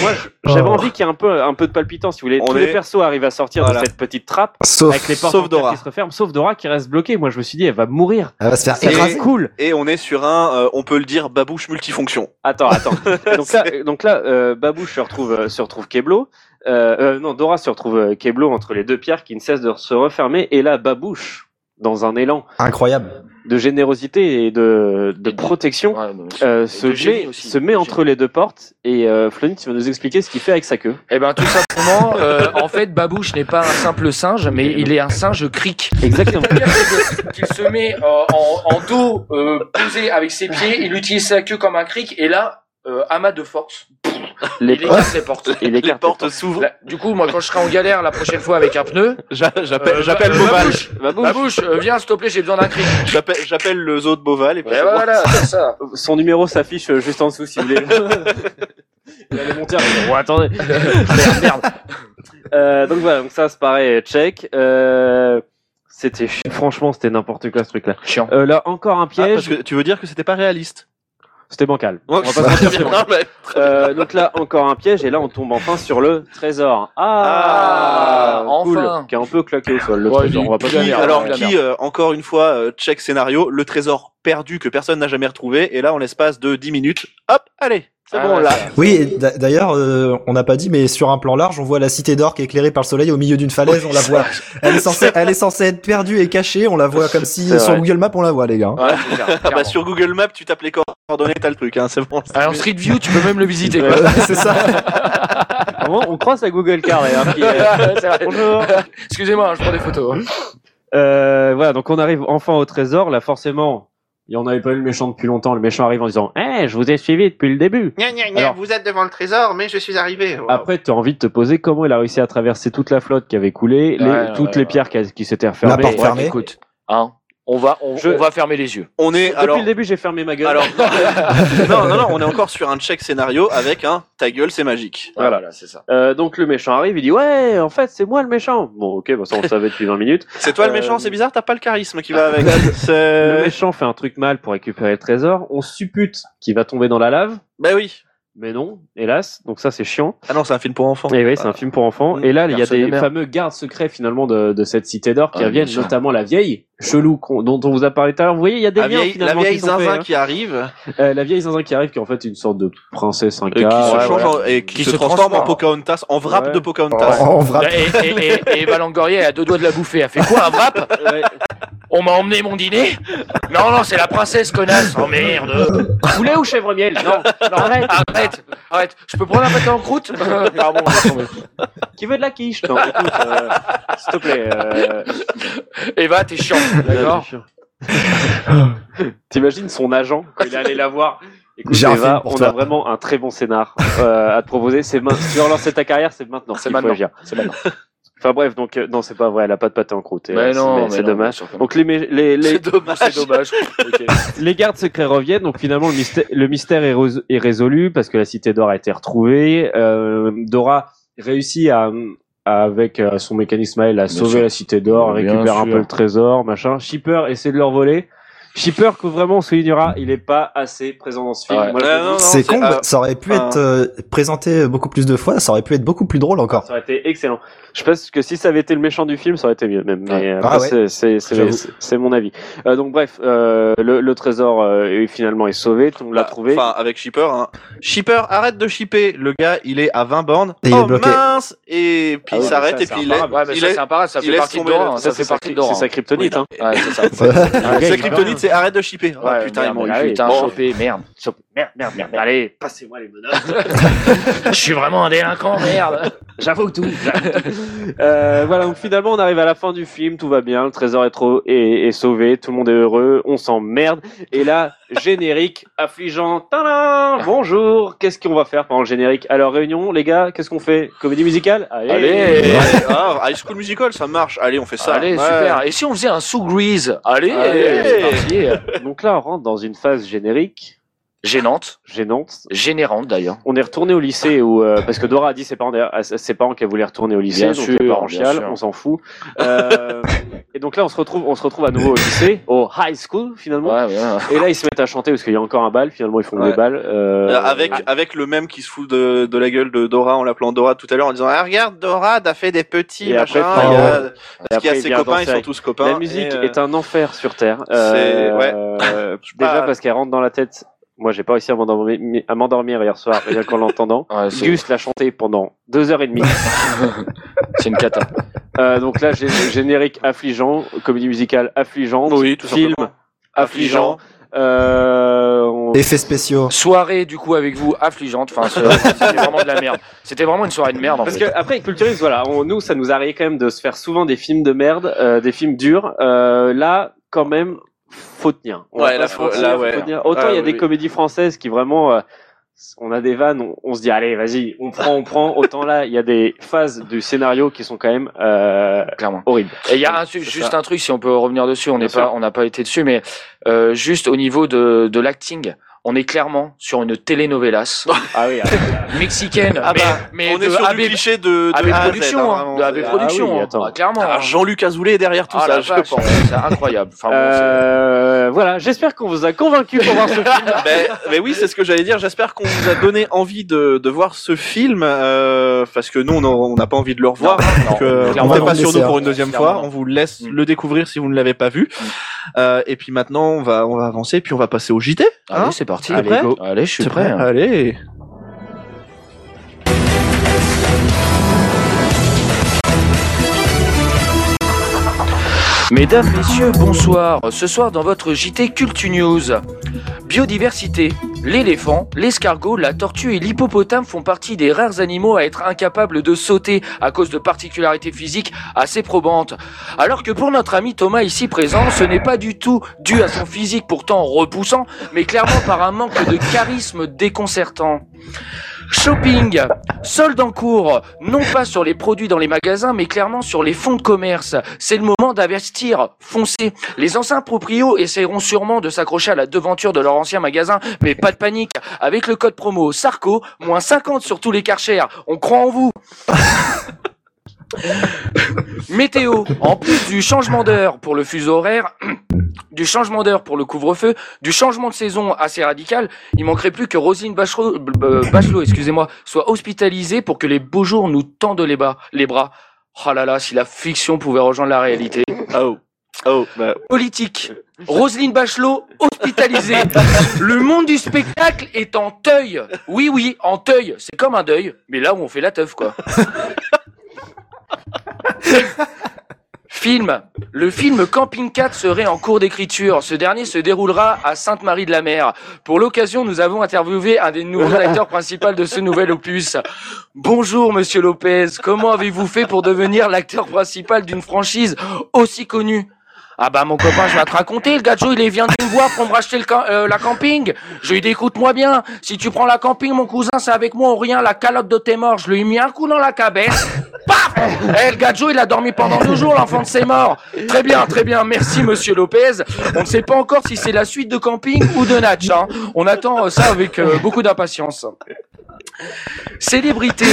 Speaker 2: moi, j'avais envie qu'il y ait un peu, un peu de palpitant, si vous voulez.
Speaker 1: On
Speaker 2: Tous
Speaker 1: est-
Speaker 2: les persos arrivent à sortir
Speaker 1: Voilà.
Speaker 2: de cette petite trappe.
Speaker 4: Sauf,
Speaker 2: Avec les portes
Speaker 1: sauf
Speaker 2: en pierre
Speaker 1: Dora.
Speaker 2: qui se referment, sauf Dora qui reste bloquée. Moi, je me suis dit, elle va mourir.
Speaker 4: elle va se faire
Speaker 2: C'est
Speaker 4: écraser.
Speaker 2: cool.
Speaker 1: Et on est sur un, euh, on peut le dire, babouche multifonction.
Speaker 2: Attends, attends. donc là, donc là euh, Babouche se retrouve, euh, se retrouve Keblo. Euh, euh, non, Dora se retrouve euh, Keblo entre les deux pierres qui ne cessent de se refermer. Et là, Babouche, dans un élan
Speaker 4: Incroyable.
Speaker 2: de générosité et de, de
Speaker 3: Et de-
Speaker 2: protection,
Speaker 3: Ouais, mais-
Speaker 2: euh,
Speaker 3: et
Speaker 2: se,
Speaker 3: de génie
Speaker 2: met,
Speaker 3: aussi,
Speaker 2: se
Speaker 3: de
Speaker 2: met
Speaker 3: génie.
Speaker 2: entre les deux portes. Et euh, Flonny, tu vas nous expliquer ce qu'il fait avec sa queue.
Speaker 3: Eh ben tout simplement, euh, en fait, Babouche n'est pas un simple singe, mais il est un singe cric.
Speaker 2: Exactement.
Speaker 3: C'est-à-dire qu'il se met euh, en, en dos euh, posé avec ses pieds, il utilise sa queue comme un cric, et là, euh, amas de force,
Speaker 2: Les,
Speaker 3: il écarte les portes.
Speaker 2: il
Speaker 1: Les
Speaker 2: écarte
Speaker 1: portes s'ouvrent.
Speaker 3: Là, du coup, moi, quand je serai en galère la prochaine fois avec un pneu,
Speaker 1: J'appelle,
Speaker 3: euh,
Speaker 1: j'appelle
Speaker 3: bah,
Speaker 1: Boval.
Speaker 3: Babouche,
Speaker 2: Babouche.
Speaker 3: Babouche, euh, viens, s'il te plaît, j'ai besoin d'un cric.
Speaker 1: J'appelle, j'appelle le zoo de Boval. Et puis
Speaker 3: Ouais,
Speaker 1: c'est bon.
Speaker 3: voilà, c'est ça.
Speaker 2: Son numéro s'affiche euh, juste en dessous si vous voulez. Il allait monter. il dit, Ouais, attendez.
Speaker 3: Merde, merde.
Speaker 2: Ah, Euh, donc voilà, donc ça c'est pareil, check. Euh, c'était ch- franchement c'était n'importe quoi ce truc là.
Speaker 3: Chiant.
Speaker 2: Euh, là encore un
Speaker 1: Ah, parce
Speaker 2: piège.
Speaker 1: que tu veux dire que c'était pas réaliste.
Speaker 2: C'était bancal.
Speaker 1: On
Speaker 2: va pas se mentir, c'est
Speaker 1: Non, mais-
Speaker 2: Euh, donc là encore un piège et là on tombe enfin sur le trésor. Ah,
Speaker 3: Ah,
Speaker 2: cool.
Speaker 3: enfin.
Speaker 2: Qui est un peu claqué au sol le
Speaker 3: Ouais,
Speaker 2: trésor.
Speaker 3: il est
Speaker 2: On va pas
Speaker 1: Qui,
Speaker 3: la merde,
Speaker 1: alors
Speaker 3: ouais, la
Speaker 1: qui, euh, encore une fois, euh, check scénario, le trésor perdu que personne n'a jamais retrouvé, et là, en l'espace de 10 minutes, hop, allez, c'est
Speaker 3: Ah,
Speaker 1: bon,
Speaker 3: ouais,
Speaker 1: là.
Speaker 3: ça.
Speaker 4: Oui, et d'a- d'ailleurs, euh, on n'a pas dit, mais sur un plan large, on voit la cité d'or qui est éclairée par le soleil au milieu d'une falaise, on la voit. Elle est, censée, elle est censée être perdue et cachée, on la voit comme si
Speaker 2: C'est
Speaker 4: sur
Speaker 2: vrai.
Speaker 4: Google Maps on la voit, les gars.
Speaker 3: Ouais, c'est clair,
Speaker 1: Ah bah,
Speaker 3: clairement.
Speaker 1: sur Google Maps, tu tapes les coordonnées, t'as le truc, hein, c'est bon.
Speaker 3: Alors, Street View, tu peux même le visiter. quoi.
Speaker 4: Voilà, Euh, c'est ça.
Speaker 2: Vraiment, on croise à Google Car d'ailleurs. qui est-
Speaker 3: C'est vrai.
Speaker 2: Bonjour.
Speaker 3: Excusez-moi, hein, je prends des photos.
Speaker 2: Euh, voilà, donc on arrive enfin au trésor. Là, forcément, il y en avait pas eu le méchant depuis longtemps. Le méchant arrive en disant Eh, je vous ai suivi depuis le début.
Speaker 7: Gna, gna, gna,
Speaker 2: Alors-
Speaker 7: vous êtes devant le trésor, mais je suis arrivé. Wow.
Speaker 2: Après, tu as envie de te poser comment il a réussi à traverser toute la flotte qui avait coulé, les-
Speaker 3: Ouais,
Speaker 2: toutes
Speaker 3: ouais,
Speaker 2: les
Speaker 3: ouais.
Speaker 2: pierres qui, qui s'étaient refermées.
Speaker 4: La porte
Speaker 2: Et-
Speaker 4: fermée. Fermé.
Speaker 3: Écoute, hein, on va, on,
Speaker 2: Je-
Speaker 3: on va fermer les yeux.
Speaker 1: On est,
Speaker 2: Depuis
Speaker 1: alors,
Speaker 2: le début, j'ai fermé ma gueule.
Speaker 1: alors, non, non, non, on est encore sur un check scénario avec un ta gueule, c'est magique.
Speaker 3: Voilà, là, c'est ça.
Speaker 2: Euh, donc le méchant arrive, il dit ouais, en fait c'est moi le méchant. Bon ok, bah, ça on le savait depuis 20 minutes.
Speaker 1: C'est toi le méchant,
Speaker 2: Euh,
Speaker 1: c'est bizarre, t'as pas le charisme qui va avec.
Speaker 7: Euh.
Speaker 2: Le
Speaker 1: C'est...
Speaker 2: méchant fait un truc mal pour récupérer le trésor. On suppute qu'il va tomber dans la lave,
Speaker 1: Bah oui.
Speaker 2: mais non, hélas. Donc ça c'est chiant.
Speaker 1: Ah non, c'est un film pour enfants.
Speaker 2: Et Eh oui, c'est un film pour enfants.
Speaker 1: Mm.
Speaker 2: Et là, il y a
Speaker 3: Euh, Personne
Speaker 2: des
Speaker 3: n'est merde.
Speaker 2: fameux gardes secrets finalement de, de cette cité d'or qui
Speaker 3: Ah,
Speaker 2: reviennent,
Speaker 3: bien sûr.
Speaker 2: notamment la vieille chelou qu'on- dont on vous a parlé tout à l'heure. Vous voyez, il y a des
Speaker 1: La
Speaker 2: liens
Speaker 1: vieille, la
Speaker 2: finalement
Speaker 1: vieille
Speaker 2: qui sont faits,
Speaker 1: zinzin
Speaker 2: hein.
Speaker 1: qui arrive,
Speaker 2: Euh, la vieille zinzin qui arrive, qui est en fait une sorte de princesse
Speaker 1: euh, qui
Speaker 2: inca.
Speaker 1: se
Speaker 3: ouais,
Speaker 1: change
Speaker 3: voilà.
Speaker 1: en- et qui, se, transforme, en Pocahontas, en wrap
Speaker 2: Ouais.
Speaker 1: de Pocahontas.
Speaker 4: On vrappe.
Speaker 3: Et, et, et, et Valangoria est à deux doigts de la bouffer. Elle fait quoi, un wrap
Speaker 2: Ouais.
Speaker 3: On m'a emmené mon dîner Non, non, c'est la princesse, connasse. Oh merde.
Speaker 2: Poulet ou chèvre miel Non, non, arrête.
Speaker 3: Arrête, arrête. Je peux prendre un pâté en croûte Euh, Pardon.
Speaker 2: Qui veut de la quiche Non, écoute, euh, s'il te plaît. euh,
Speaker 3: Eva, t'es chiant. D'accord
Speaker 2: T'imagines son agent quand il est allé la voir Écoute,
Speaker 4: J'ai un
Speaker 2: Eva,
Speaker 4: film pour
Speaker 2: on
Speaker 4: toi.
Speaker 2: a vraiment un très bon scénar euh, à te proposer. C'est main- si tu veux relancer ta carrière, c'est maintenant.
Speaker 3: C'est
Speaker 2: qu'il faut
Speaker 3: maintenant.
Speaker 2: agir. Enfin bref, donc euh, non, c'est pas vrai. Elle a pas de pâté en croûte. Et, euh,
Speaker 3: Mais
Speaker 2: c'est-
Speaker 3: non, mais
Speaker 2: c'est
Speaker 3: non,
Speaker 2: dommage.
Speaker 3: bien sûr que non.
Speaker 2: Donc les, mé- les, les,
Speaker 1: C'est dommage.
Speaker 3: C'est dommage. Ok.
Speaker 2: les gardes secrets reviennent, donc finalement le mystère, le mystère est, rés- est résolu parce que la cité d'or a été retrouvée. Euh, Dora réussit à, à, avec euh, son mécanisme à elle à sauver
Speaker 3: sûr.
Speaker 2: la cité d'or,
Speaker 3: Bien
Speaker 2: récupère un
Speaker 3: sûr.
Speaker 2: peu le trésor, machin. Shipper essaie de leur voler. Shipper que vraiment on soulignera, il est pas assez présent dans ce film.
Speaker 3: Ouais.
Speaker 2: Moi, je
Speaker 1: Ouais,
Speaker 2: le dis,
Speaker 1: non, non,
Speaker 4: C'est
Speaker 1: c'est-
Speaker 4: con,
Speaker 1: ah,
Speaker 4: ça aurait pu
Speaker 1: ah.
Speaker 4: être euh, présenté beaucoup plus de fois, ça aurait pu être beaucoup plus drôle encore.
Speaker 2: Ça aurait été excellent. Je pense que si ça avait été le méchant du film, ça aurait été mieux même. Mais euh,
Speaker 4: Ah
Speaker 2: après,
Speaker 4: ouais.
Speaker 2: c'est- c'est- c'est
Speaker 4: J'avoue.
Speaker 2: c'est- c'est mon avis. Euh, donc bref, euh, le, le trésor euh, finalement est sauvé, tout le
Speaker 7: Ah,
Speaker 2: monde l'a
Speaker 1: Bah,
Speaker 2: trouvé.
Speaker 1: Enfin, avec Shipper. Hein. Shipper, arrête de shipper. Le gars, il est à 20 bornes.
Speaker 4: Et il est
Speaker 1: oh
Speaker 4: bloqué.
Speaker 1: mince Et puis
Speaker 2: Ah oui,
Speaker 1: il
Speaker 2: mais
Speaker 1: s'arrête
Speaker 2: ça,
Speaker 1: et
Speaker 2: c'est
Speaker 1: puis il est.
Speaker 2: imparable.
Speaker 3: Ouais, mais
Speaker 1: il
Speaker 3: ça,
Speaker 1: est-
Speaker 3: c'est imparable. Ça
Speaker 1: il
Speaker 3: fait
Speaker 1: laisse
Speaker 3: partie de
Speaker 1: tomber
Speaker 3: Dora.
Speaker 1: le-
Speaker 3: hein, Ça fait partie de Dora.
Speaker 2: C'est sa
Speaker 3: hein.
Speaker 2: kryptonite. hein.
Speaker 3: Ouais, c'est ça.
Speaker 2: Le gars,
Speaker 1: Sa
Speaker 2: il est
Speaker 1: kryptonite, c'est arrête de shipper.
Speaker 7: Oh,
Speaker 1: Ah,
Speaker 3: Ouais,
Speaker 1: putain,
Speaker 3: merde,
Speaker 1: ils m'ont eu.
Speaker 3: ah oui,
Speaker 1: Putain,
Speaker 3: putain,
Speaker 1: bon.
Speaker 3: chopé, merde.
Speaker 2: Merde, merde, merde. Allez, passez-moi les menottes.
Speaker 3: Je suis vraiment un délinquant, merde.
Speaker 2: J'avoue tout. euh, voilà, donc finalement, on arrive à la fin du film, tout va bien, le trésor est, trop, est, est sauvé, tout le monde est heureux, on s'emmerde. Et là, Générique affligeant. Tadam Bonjour. Qu'est-ce qu'on va faire pendant le générique Alors réunion, les gars, qu'est-ce qu'on fait Comédie musicale
Speaker 3: Allez.
Speaker 7: Allez, ah, High School Musical, ça marche. Allez, on fait ça.
Speaker 3: Allez,
Speaker 7: Ouais.
Speaker 3: super. Et si on faisait un sous grease Allez,
Speaker 7: Allez.
Speaker 3: c'est parti.
Speaker 2: Donc là, on rentre dans une phase générique
Speaker 3: Gênante,
Speaker 2: gênante.
Speaker 3: générante d'ailleurs.
Speaker 2: On est retourné au lycée où euh, parce que Dora a dit ses parents à ses parents qu'elle voulait retourner au lycée,
Speaker 3: Bien
Speaker 2: donc
Speaker 3: sûr,
Speaker 2: les parents
Speaker 3: bien
Speaker 2: chialent,
Speaker 3: sûr.
Speaker 2: on s'en fout. Euh, et donc là, on se retrouve, on se retrouve à nouveau au lycée, au high school finalement.
Speaker 3: Ouais, ouais.
Speaker 2: Et là, ils se mettent à chanter parce qu'il y a encore un bal. Finalement, ils font
Speaker 7: Ouais.
Speaker 2: des balles. euh,
Speaker 7: Euh, avec avec le même qui se fout de, de la gueule de Dora en l'appelant Dora tout à l'heure en disant ah regarde Dora t'as fait des petits
Speaker 2: Et après,
Speaker 7: machin
Speaker 2: il
Speaker 7: il y a-
Speaker 2: prend-
Speaker 7: parce qu'il y
Speaker 2: après,
Speaker 7: a
Speaker 2: il
Speaker 7: ses
Speaker 2: vient
Speaker 7: copains ils
Speaker 2: danser
Speaker 7: sont
Speaker 2: avec-
Speaker 7: tous copains
Speaker 2: La musique
Speaker 7: et, euh,
Speaker 2: est un enfer sur Terre.
Speaker 7: c'est- ouais.
Speaker 2: euh,
Speaker 7: Je sais
Speaker 2: déjà
Speaker 7: pas.
Speaker 2: parce qu'elle rentre dans la tête. Moi, j'ai pas réussi à m'endormir à m'endormir hier soir, rien qu'en l'entendant.
Speaker 3: Ouais, Ah, c'est-
Speaker 2: Gus l'a chanté pendant deux heures et demie.
Speaker 3: c'est une cata.
Speaker 2: Euh, donc là, j'ai le générique affligeant, comédie musicale affligeante,
Speaker 7: Oui, tout
Speaker 2: film
Speaker 7: simplement.
Speaker 2: affligeant. Euh, on-
Speaker 4: Effets spéciaux.
Speaker 3: Soirée du coup avec vous affligeante. Enfin, c'est- c'était vraiment de la merde. C'était vraiment une soirée de merde. En
Speaker 2: Parce
Speaker 3: fait.
Speaker 2: que après culturisme, voilà, on- nous ça nous arrive quand même de se faire souvent des films de merde, euh, des films durs. Euh, là, quand même, faut tenir. On va
Speaker 7: Ouais,
Speaker 2: pas
Speaker 7: là,
Speaker 2: se
Speaker 7: faut-
Speaker 2: mentir,
Speaker 7: là, ouais.
Speaker 2: tenir. Autant il
Speaker 7: Ouais,
Speaker 2: y a
Speaker 7: oui,
Speaker 2: des
Speaker 7: oui.
Speaker 2: comédies françaises qui vraiment, euh, on a des vannes, on, on se dit allez vas-y, on prend, on prend. Autant là, il y a des phases du scénario qui sont quand même euh,
Speaker 3: Clairement.
Speaker 2: horribles.
Speaker 3: Et il y a un, su- juste un truc, si on peut revenir dessus, on
Speaker 2: Bien
Speaker 3: n'est pas, on n'a pas été dessus, mais euh, juste au niveau de, de l'acting, on est clairement sur une telenovelas
Speaker 2: Ah oui. ah,
Speaker 3: mexicaine,
Speaker 7: Ah
Speaker 3: mais,
Speaker 7: bah,
Speaker 3: mais
Speaker 7: on est
Speaker 3: de
Speaker 7: sur
Speaker 3: AB,
Speaker 7: du cliché de, de
Speaker 3: AB
Speaker 7: A à Z,
Speaker 3: Productions,
Speaker 7: hein,
Speaker 3: hein,
Speaker 7: vraiment,
Speaker 3: de AB
Speaker 7: c'est-
Speaker 3: Productions,
Speaker 2: oui,
Speaker 3: hein,
Speaker 2: attends.
Speaker 3: clairement.
Speaker 7: Ah, Jean-Luc Azoulay est derrière tout
Speaker 3: Ah,
Speaker 7: ça
Speaker 3: la
Speaker 7: je
Speaker 3: vache,
Speaker 7: pense
Speaker 3: c'est incroyable. Enfin, bon, c'est-
Speaker 2: Euh, voilà, j'espère qu'on vous a convaincu pour voir ce film.
Speaker 7: mais, mais Ben, oui, c'est ce que j'allais dire. J'espère qu'on vous a donné envie de, de voir ce film, euh, parce que nous, on en- on n'a pas envie de le revoir.
Speaker 3: Non,
Speaker 7: donc, euh,
Speaker 3: clairement,
Speaker 7: on fait
Speaker 4: non.
Speaker 7: pas sur nous
Speaker 4: Clairement
Speaker 7: pour une deuxième
Speaker 3: Clairement
Speaker 7: fois.
Speaker 3: non.
Speaker 7: On vous laisse
Speaker 3: Mm.
Speaker 7: le découvrir si vous ne l'avez pas vu. Euh, et puis maintenant, on va, on va avancer, puis on va passer au JT.
Speaker 3: Allez, c'est parti.
Speaker 7: T'es prêt
Speaker 3: Allez, je suis
Speaker 7: C'est
Speaker 3: prêt. hein.
Speaker 7: prêt Allez.
Speaker 3: Mesdames, messieurs, bonsoir. Ce soir dans votre JT Cultu News. Biodiversité. L'éléphant, l'escargot, la tortue et l'hippopotame font partie des rares animaux à être incapables de sauter à cause de particularités physiques assez probantes. Alors que pour notre ami Thomas ici présent, ce n'est pas du tout dû à son physique pourtant repoussant, mais clairement par un manque de charisme déconcertant. Shopping, solde en cours, non pas sur les produits dans les magasins, mais clairement sur les fonds de commerce. C'est le moment d'investir, foncer. Les anciens proprios essaieront sûrement de s'accrocher à la devanture de leur ancien magasin, mais pas de panique. Avec le code promo SARCO, moins 50 sur tous les Karcher. On croit en vous. Météo, en plus du changement d'heure pour le fuseau horaire, du changement d'heure pour le couvre-feu, du changement de saison assez radical, il manquerait plus que Rosine Bachelot, euh, b- b- Bachelot, excusez-moi, soit hospitalisée pour que les beaux jours nous tendent les, bas, les bras. Oh là là, si la fiction pouvait rejoindre la réalité.
Speaker 7: Oh. Oh, bah,
Speaker 3: Politique. Roselyne Bachelot, hospitalisée. Le monde du spectacle est en deuil. Oui, oui, en deuil. C'est comme un deuil, mais là où on fait la teuf, quoi. Film. Le film Camping 4 serait en cours d'écriture. Ce dernier se déroulera à Sainte-Marie-de-la-Mer. Pour l'occasion, nous avons interviewé un des nouveaux acteurs principaux de ce nouvel opus. Bonjour, monsieur Lopez. Comment avez-vous fait pour devenir l'acteur principal d'une franchise aussi connue? Ah bah mon copain, je vais te raconter, le gajo il est vient de me voir pour me racheter le ca- euh, la camping. Je lui ai dit écoute-moi bien, si tu prends la camping mon cousin, c'est avec moi ou rien, la calotte de tes morts, je lui ai mis un coup dans la cabece. Paf Eh le gajo il a dormi pendant deux jours, l'enfant de ses morts. Très bien, très bien, merci monsieur Lopez. On ne sait pas encore si c'est la suite de camping ou de Natch. hein. On attend euh, ça avec euh, beaucoup d'impatience. Célébrité.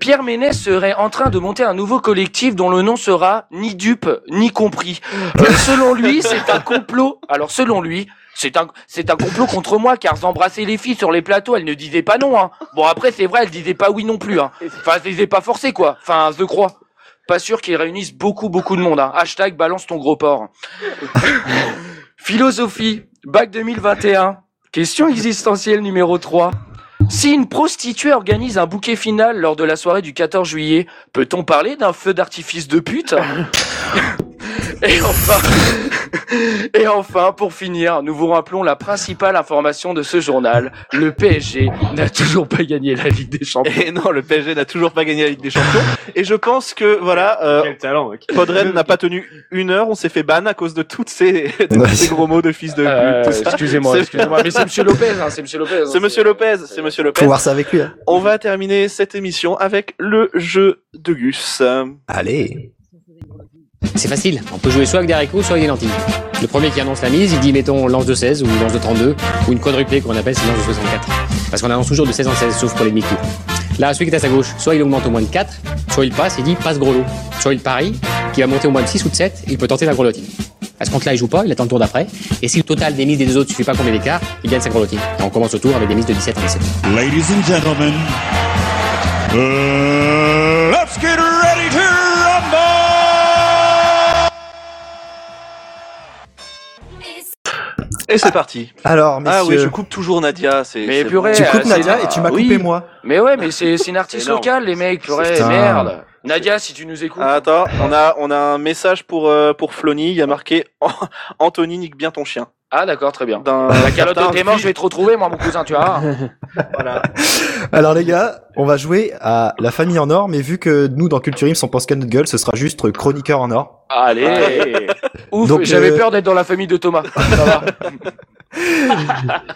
Speaker 3: Pierre Ménès serait en train de monter un nouveau collectif dont le nom sera ni dupe ni compris. Euh, selon lui, c'est un complot. Alors selon lui, c'est un c'est un complot contre moi car embrasser les filles sur les plateaux, elles ne disaient pas non. Hein. Bon après c'est vrai, elles disaient pas oui non plus. Hein. Enfin, elles disaient pas forcé quoi. Enfin, je crois. Pas sûr qu'ils réunissent beaucoup beaucoup de monde. Hein. Hashtag balance ton gros porc. Philosophie, bac 2021. Question existentielle numéro 3. Si une prostituée organise un bouquet final lors de la soirée du 14 juillet, peut-on parler d'un feu d'artifice de pute Et enfin, et enfin, pour finir, nous vous rappelons la principale information de ce journal. Le PSG n'a toujours pas gagné la Ligue des Champions.
Speaker 1: Et non, le PSG n'a toujours pas gagné la Ligue des Champions. Et je pense que, voilà, euh,
Speaker 2: Quel talent, mec.
Speaker 1: Podren n'a pas tenu une heure, on s'est fait ban à cause de toutes ces, de tous ces gros mots de fils de pute.
Speaker 3: Euh,
Speaker 1: tout ça.
Speaker 3: excusez-moi,
Speaker 1: C'est-
Speaker 3: excusez-moi, mais c'est Monsieur Lopez, hein, c'est Monsieur Lopez. hein,
Speaker 1: C'est Monsieur Lopez, c'est Monsieur Lopez.
Speaker 4: Faut voir ça avec lui. hein.
Speaker 1: On va terminer cette émission avec le jeu de Gus.
Speaker 4: Allez.
Speaker 8: C'est facile, on peut jouer soit avec des haricots, soit avec des lentilles. Le premier qui annonce la mise, il dit mettons lance de 16 ou lance de 32, ou une quadruplée qu'on appelle c'est lance de 64. Parce qu'on annonce toujours de 16 en 16, sauf pour les demi-coups. Là, celui qui est à sa gauche, soit il augmente au moins de 4, soit il passe, il dit passe gros lot. Soit il parie, qui va monter au moins de 6 ou de 7, il peut tenter la gros lotine. À ce compte-là, il joue pas, il attend le tour d'après. Et si le total des mises des deux autres suffit pas combien d'écart, il gagne sa gros lotine. Et on commence au tour avec des mises de 17 en 17.
Speaker 9: Ladies and gentlemen, uh, let's get ready to rumble!
Speaker 1: Et c'est parti.
Speaker 4: Alors,
Speaker 1: Ah oui, je
Speaker 4: messieurs,
Speaker 1: coupe toujours Nadia. c'est-
Speaker 3: Mais
Speaker 1: c'est
Speaker 3: purée,
Speaker 1: bon.
Speaker 4: tu
Speaker 3: euh,
Speaker 4: coupes
Speaker 3: c'est
Speaker 4: Nadia
Speaker 3: là-
Speaker 4: et tu m'as
Speaker 1: oui.
Speaker 4: coupé moi.
Speaker 3: Mais ouais, mais c'est c'est une artiste
Speaker 1: énorme. Ah.
Speaker 3: locale, les mecs, purée,
Speaker 4: Putain.
Speaker 3: merde. Nadia, si tu nous écoutes.
Speaker 1: Attends, on a, on a un message pour, euh, pour Flony. Il y a marqué Anthony nique bien ton chien.
Speaker 3: Ah, d'accord, très bien.
Speaker 1: D'un
Speaker 3: La calotte de
Speaker 1: certain
Speaker 3: tes morts,
Speaker 1: Phil-
Speaker 3: je vais te retrouver, moi, mon cousin, tu vois.
Speaker 1: voilà.
Speaker 4: Alors les gars, on va jouer à la famille en or, mais vu que nous dans Culture Ims on pense qu'à notre gueule, ce sera juste chroniqueur en or.
Speaker 3: Allez. Eh, Ouf,
Speaker 4: Donc,
Speaker 3: j'avais
Speaker 4: euh,
Speaker 3: peur d'être dans la famille de Thomas. Ça va.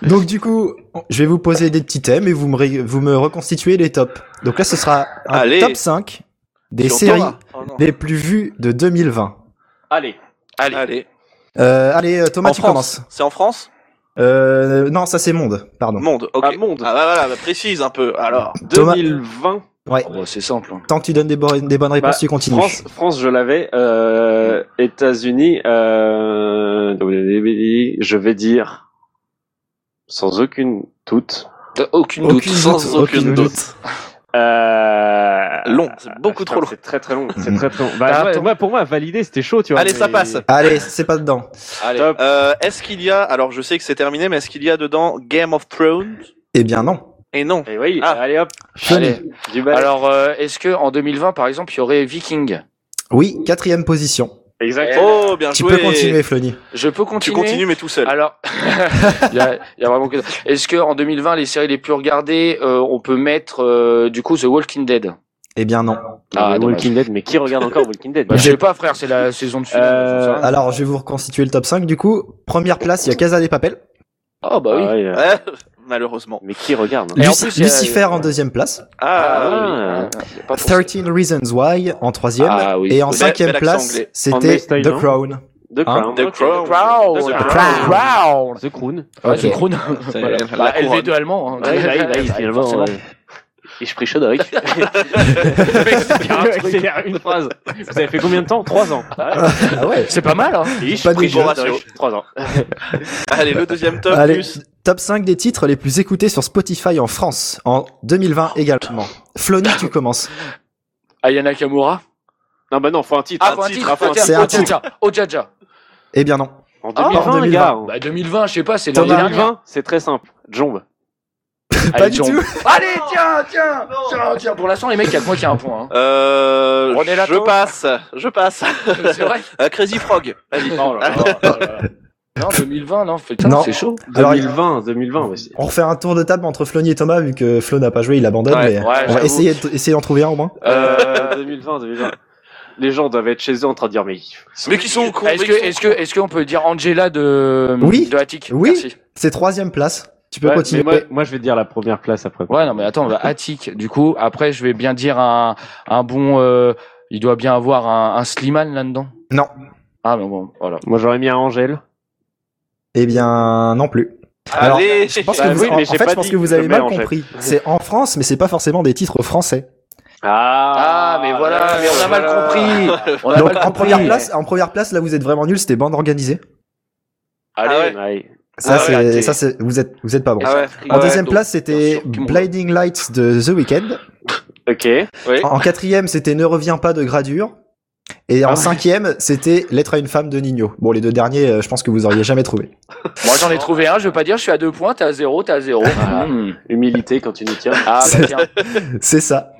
Speaker 4: Donc du coup, je vais vous poser des petits thèmes et vous me, ré- vous me reconstituez les tops. Donc là, ce sera un
Speaker 1: Allez.
Speaker 4: top 5 des
Speaker 1: Sur
Speaker 4: séries
Speaker 1: Thomas. Oh non.
Speaker 4: les plus vues de 2020.
Speaker 2: Allez.
Speaker 3: Allez.
Speaker 1: Allez.
Speaker 4: Euh, allez, euh, Thomas,
Speaker 1: En
Speaker 4: tu
Speaker 1: France.
Speaker 4: commences.
Speaker 1: C'est en France
Speaker 4: Euh, non, ça c'est Monde, pardon.
Speaker 1: Monde. Ok.
Speaker 2: Ah, monde.
Speaker 1: Ah, voilà, bah, précise un peu. Alors,
Speaker 4: Thomas-
Speaker 2: 2020.
Speaker 4: Ouais.
Speaker 3: Oh, bah, c'est simple. hein.
Speaker 4: Tant que tu donnes des, bo- des bonnes réponses,
Speaker 2: Bah,
Speaker 4: tu continues.
Speaker 2: France, France, je l'avais. Euh, États-Unis, euh, je vais dire sans aucune doute.
Speaker 3: T'as Aucune doute.
Speaker 4: Aucune
Speaker 1: sans
Speaker 4: doute,
Speaker 1: aucune
Speaker 4: aucune
Speaker 1: doute.
Speaker 4: doute.
Speaker 2: Euh...
Speaker 1: long.
Speaker 4: Ah,
Speaker 1: C'est beaucoup
Speaker 2: Putain,
Speaker 1: trop long.
Speaker 2: C'est très très long. C'est
Speaker 4: Mhm.
Speaker 2: très très long. Bah,
Speaker 3: T'as
Speaker 2: moi,
Speaker 3: raté.
Speaker 2: moi, pour moi, valider, c'était chaud, tu vois.
Speaker 1: Allez, ça
Speaker 2: mais-
Speaker 1: passe.
Speaker 4: Allez, c'est pas dedans.
Speaker 3: Allez.
Speaker 2: Top.
Speaker 1: Euh, est-ce qu'il y a, alors je sais que c'est terminé, mais est-ce qu'il y a dedans Game of Thrones
Speaker 4: Eh bien non.
Speaker 1: Et non.
Speaker 2: Et Eh oui,
Speaker 1: Ah.
Speaker 2: allez hop,
Speaker 3: Allez.
Speaker 2: du bal.
Speaker 3: Alors, euh, est-ce que en 2020, par exemple, il y aurait Viking
Speaker 4: Oui, quatrième position.
Speaker 2: Exactement.
Speaker 1: Oh, bien
Speaker 4: Eh, Tu
Speaker 1: joué.
Speaker 4: peux continuer, Flony.
Speaker 3: Je peux
Speaker 1: Tu
Speaker 3: continuer
Speaker 1: continues, mais tout seul.
Speaker 3: Alors, il y, a, il y a vraiment que. Est-ce que en 2020, les séries les plus regardées, euh, on peut mettre euh, du coup The Walking Dead
Speaker 4: Eh bien non.
Speaker 3: Ah,
Speaker 2: Mais
Speaker 3: dommage.
Speaker 2: Walking Dead, mais qui regarde encore Walking Dead
Speaker 3: Bah, Je sais pas, frère, c'est la saison de finale.
Speaker 2: Euh,
Speaker 3: j'en sais rien.
Speaker 4: Alors, je vais vous reconstituer le top 5 du coup. Première place, il y a Casa des Papel.
Speaker 3: Oh bah oui.
Speaker 2: Ah ouais, euh,
Speaker 1: Ouais, malheureusement.
Speaker 2: Mais qui regarde
Speaker 3: Et en
Speaker 4: Luci-
Speaker 3: plus, il y a-
Speaker 4: Lucifer en deuxième place.
Speaker 1: Ah,
Speaker 2: Ah,
Speaker 1: oui.
Speaker 2: oui.
Speaker 3: Ah, y a pas pensé.
Speaker 4: 13 Reasons Why en troisième.
Speaker 3: Ah oui.
Speaker 4: Et en
Speaker 1: Bel-
Speaker 4: cinquième
Speaker 1: bel accent
Speaker 4: place,
Speaker 1: anglais.
Speaker 4: c'était
Speaker 2: Anglais style,
Speaker 4: The
Speaker 2: non
Speaker 4: Crown.
Speaker 2: The Crown.
Speaker 1: The
Speaker 2: ok.
Speaker 1: Crown.
Speaker 3: Crown.
Speaker 1: The
Speaker 3: Crown.
Speaker 2: The Crown.
Speaker 3: Ah,
Speaker 4: Ok.
Speaker 3: The Crown.
Speaker 1: C'est
Speaker 3: Voilà.
Speaker 1: la
Speaker 3: Bah,
Speaker 1: couronne.
Speaker 3: LV2 allemand. hein.
Speaker 2: Ouais, ouais, ouais, ouais, finalement,
Speaker 3: forcément.
Speaker 2: ouais. Et je prie chaud avec. une phrase. Vous avez fait combien de temps Trois ans.
Speaker 4: Ah ouais.
Speaker 3: C'est pas mal. Hein.
Speaker 2: Et je
Speaker 4: Pas
Speaker 2: prie
Speaker 4: des
Speaker 2: chaud
Speaker 1: jeux.
Speaker 2: avec. Trois ans.
Speaker 3: Ah.
Speaker 1: Allez, le deuxième top.
Speaker 4: Allez,
Speaker 1: Gus.
Speaker 4: top 5 des titres les plus écoutés sur Spotify en France en 2020 également. Flony, tu commences.
Speaker 3: Ayana Kamura.
Speaker 2: Non, bah non, faut un titre.
Speaker 3: Ah,
Speaker 2: un
Speaker 3: pour un
Speaker 2: titre,
Speaker 3: titre.
Speaker 2: faut un
Speaker 4: titre. C'est un titre.
Speaker 3: Ojaja.
Speaker 4: Eh bien non.
Speaker 2: En
Speaker 3: Ah,
Speaker 2: 2020,
Speaker 4: en
Speaker 2: les gars. En
Speaker 3: Bah 2020, je sais pas, c'est l'année
Speaker 2: 2020,
Speaker 3: dernière.
Speaker 2: c'est très simple. Jombe.
Speaker 4: Pas du
Speaker 3: John.
Speaker 4: tout.
Speaker 3: Allez, tiens, tiens, tiens, tiens. Pour l'instant, les mecs, il y a que moi qui a un point. hein.
Speaker 1: Euh,
Speaker 3: René
Speaker 1: je
Speaker 3: Latour.
Speaker 1: passe, je passe.
Speaker 3: C'est vrai.
Speaker 1: Euh, Crazy Frog. Vas-y.
Speaker 3: Oh là là, oh là là. Non, 2020, non, putain,
Speaker 4: Non.
Speaker 3: c'est chaud.
Speaker 4: Alors,
Speaker 2: 2020, 2020. mais c'est-
Speaker 4: On refait un tour de table entre Flony et Thomas vu que Flo n'a pas joué, il abandonne.
Speaker 1: Ouais,
Speaker 4: mais
Speaker 1: ouais,
Speaker 4: on va
Speaker 1: j'avoue.
Speaker 4: essayer de- essayer d'en trouver un au moins.
Speaker 2: Euh, 2020, 2020. Les gens doivent être chez eux en train de dire mais
Speaker 1: Mais qui sont cons.
Speaker 3: Est-ce que, est-ce que, est-ce qu'on peut dire Angela de,
Speaker 4: Oui.
Speaker 3: de Attic
Speaker 4: Oui.
Speaker 3: Merci.
Speaker 4: C'est troisième place. Tu peux
Speaker 2: Ouais,
Speaker 4: continuer.
Speaker 2: mais moi, moi, je vais te dire la première place après.
Speaker 3: Ouais, non, mais attends, bah, Attic, du coup, après, je vais bien dire un, un bon, euh, il doit bien avoir un, un Slimane là-dedans.
Speaker 4: Non.
Speaker 3: Ah, mais bon, voilà.
Speaker 2: Moi, j'aurais mis un Angèle.
Speaker 4: Eh bien non plus. Alors,
Speaker 1: Allez. Ah,
Speaker 4: je pense
Speaker 2: Bah
Speaker 4: que vous,
Speaker 2: oui,
Speaker 4: en,
Speaker 2: mais
Speaker 4: en
Speaker 2: j'ai
Speaker 4: fait,
Speaker 2: pas
Speaker 4: je pense
Speaker 2: dit
Speaker 4: que vous
Speaker 2: le
Speaker 4: avez mal
Speaker 2: mélange.
Speaker 4: compris. C'est en France, mais c'est pas forcément des titres français.
Speaker 2: Ah,
Speaker 3: Ah, mais voilà, Ah, mais on a mal compris. On a
Speaker 4: Donc,
Speaker 3: mal
Speaker 4: en
Speaker 3: compris.
Speaker 4: première place, en première place, là, vous êtes vraiment nul. C'était bande organisée.
Speaker 1: Allez.
Speaker 2: Ouais.
Speaker 4: Ça,
Speaker 1: Ah ouais,
Speaker 4: c'est,
Speaker 1: t'es-
Speaker 4: ça, c'est, vous êtes, vous êtes pas bon.
Speaker 1: Ah ouais.
Speaker 4: En
Speaker 1: Ouais,
Speaker 4: deuxième
Speaker 1: donc,
Speaker 4: place, c'était
Speaker 3: bien sûr que mon-
Speaker 4: Blinding Lights de The Weeknd.
Speaker 2: Ok.
Speaker 1: oui.
Speaker 4: En, en quatrième, c'était Ne reviens pas de Gradure. Et en cinquième, c'était Lettre à une femme de Nino. Bon, les deux derniers, euh, je pense que vous auriez jamais trouvé.
Speaker 3: Moi, j'en ai trouvé un, je veux pas dire, je suis à deux points, t'es à zéro, t'es à zéro.
Speaker 2: Ah.
Speaker 3: Hmm.
Speaker 2: Humilité quand tu nous tiens.
Speaker 3: Ah, bah, tiens.
Speaker 4: C'est ça.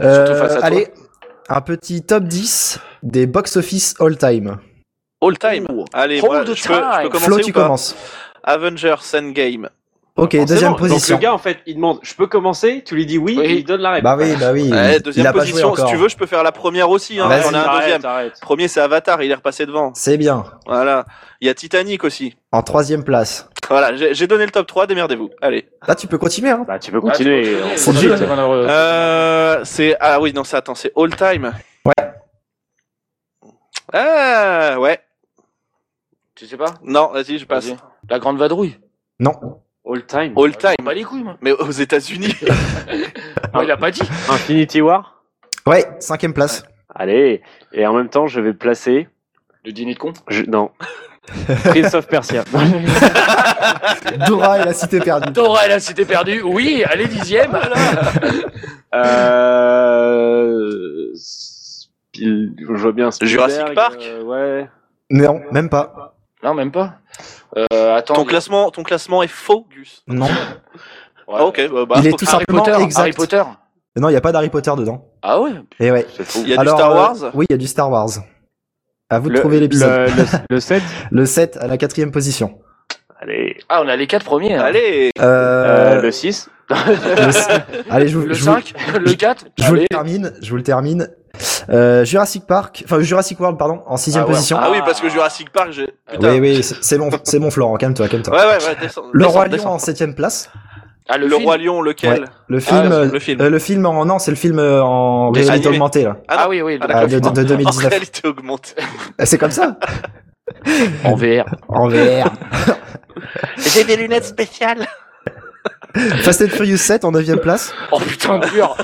Speaker 4: Euh,
Speaker 3: face à toi.
Speaker 4: allez, un petit top 10 des box-office all-time.
Speaker 1: All time. Allez,
Speaker 3: All
Speaker 1: moi,
Speaker 3: the
Speaker 1: je, peux, je peux
Speaker 3: time.
Speaker 1: commencer
Speaker 4: Flo,
Speaker 1: ou
Speaker 4: tu
Speaker 1: pas
Speaker 4: commences.
Speaker 1: Avengers Endgame.
Speaker 4: Ok,
Speaker 1: forcément.
Speaker 4: deuxième
Speaker 1: Donc,
Speaker 2: Ah, Donc le
Speaker 4: position.
Speaker 2: gars, en fait, il demande Je peux commencer Tu lui dis oui,
Speaker 3: Oui.
Speaker 2: et il donne la réponse.
Speaker 4: Bah oui, bah oui.
Speaker 1: Eh,
Speaker 4: il-
Speaker 1: deuxième
Speaker 4: il a pas joué
Speaker 1: position, si
Speaker 4: encore.
Speaker 1: tu veux, je peux faire la première aussi.
Speaker 2: Ah,
Speaker 1: Hein,
Speaker 4: Vas-y.
Speaker 1: on a un
Speaker 2: Arrête,
Speaker 1: deuxième.
Speaker 2: arrête.
Speaker 1: Premier, c'est Avatar, il est repassé devant.
Speaker 4: C'est bien.
Speaker 1: Voilà. Il y a Titanic aussi.
Speaker 4: En troisième place.
Speaker 1: Voilà, j'ai j'ai donné le top 3, démerdez-vous. Allez.
Speaker 4: Là, tu peux continuer. Hein.
Speaker 2: Bah, tu peux continuer.
Speaker 3: Ah,
Speaker 2: on
Speaker 3: c'est
Speaker 2: s'en
Speaker 4: Dieu.
Speaker 2: fout.
Speaker 1: Euh, c'est. Ah oui, non, c'est attends, c'est All Time. Ouais. Ah, ouais.
Speaker 3: Tu sais pas
Speaker 1: Non, vas-y, je passe.
Speaker 3: Vas-y. La grande vadrouille.
Speaker 4: Non.
Speaker 2: All time.
Speaker 1: All Time.
Speaker 3: Pas les couilles, moi.
Speaker 1: Mais aux États-Unis.
Speaker 3: Moi, Ah, il a pas dit.
Speaker 2: Infinity War
Speaker 4: Ouais, cinquième place.
Speaker 2: Allez. Et en même temps, je vais placer.
Speaker 3: Le dîner de con.
Speaker 2: Je... Non. Prince of Persia.
Speaker 4: Dora et la cité perdue.
Speaker 3: Dora, elle a c'était perdu. Oui, elle est dixième.
Speaker 2: euh... Spiel- Je vois bien Spielberg,
Speaker 1: Jurassic Park
Speaker 2: euh, ouais.
Speaker 4: Non, même pas.
Speaker 3: Non, même pas. Euh, attends.
Speaker 1: ton,
Speaker 3: il-
Speaker 1: classement, ton classement est faux, Gus.
Speaker 4: Non.
Speaker 3: Ouais.
Speaker 1: Ah, ok, bah, bah,
Speaker 4: Il est
Speaker 1: faut-
Speaker 4: tout
Speaker 3: Harry
Speaker 4: simplement
Speaker 3: Potter.
Speaker 4: exact.
Speaker 3: Harry Potter.
Speaker 4: Non, il n'y a pas d'Harry Potter dedans.
Speaker 3: Ah ouais.
Speaker 4: Et ouais.
Speaker 1: Il y a du Star
Speaker 4: euh,
Speaker 1: Wars.
Speaker 4: Oui, il y a du Star Wars. À vous de
Speaker 2: Le-
Speaker 4: trouver l'épisode.
Speaker 2: Le, le- le 7
Speaker 4: Le... 7 à la quatrième position.
Speaker 2: Allez.
Speaker 3: Ah, on a les quatre premiers. hein.
Speaker 1: Allez.
Speaker 2: Euh,
Speaker 4: Euh,
Speaker 2: le 6
Speaker 4: le- Allez, je vous,
Speaker 3: Le
Speaker 4: je vous-
Speaker 3: 5, le 4.
Speaker 4: je vous le termine. Je vous le termine. Euh, Jurassic Park, enfin Jurassic World, pardon, en sixième
Speaker 3: Ah ouais.
Speaker 4: position.
Speaker 1: Ah oui, parce que Jurassic Park, j'ai. Putain.
Speaker 4: oui, oui, c'est c'est bon, c'est bon, Florent, calme-toi, calme-toi.
Speaker 1: Ouais, ouais, ouais, descends.
Speaker 4: le
Speaker 1: descends,
Speaker 4: Roi Lion
Speaker 1: descends.
Speaker 4: en septième place.
Speaker 3: Ah, le,
Speaker 1: Le
Speaker 3: film.
Speaker 1: Roi Lion, lequel
Speaker 4: Ouais. Le
Speaker 1: Ah,
Speaker 4: film, euh,
Speaker 1: le film.
Speaker 4: euh, le film en non, c'est le film euh, en
Speaker 1: Des
Speaker 4: réalité
Speaker 1: animés.
Speaker 4: augmentée là,
Speaker 1: Ah,
Speaker 3: Ah oui, oui.
Speaker 1: Ah,
Speaker 3: le-
Speaker 4: Ah, de, de- de
Speaker 1: En
Speaker 4: 2019.
Speaker 1: réalité augmente.
Speaker 4: Ah, c'est comme ça.
Speaker 3: En VR.
Speaker 4: En VR.
Speaker 1: J'ai des lunettes spéciales.
Speaker 4: Fast and Furious 7 en 9 place.
Speaker 3: Oh putain, dur.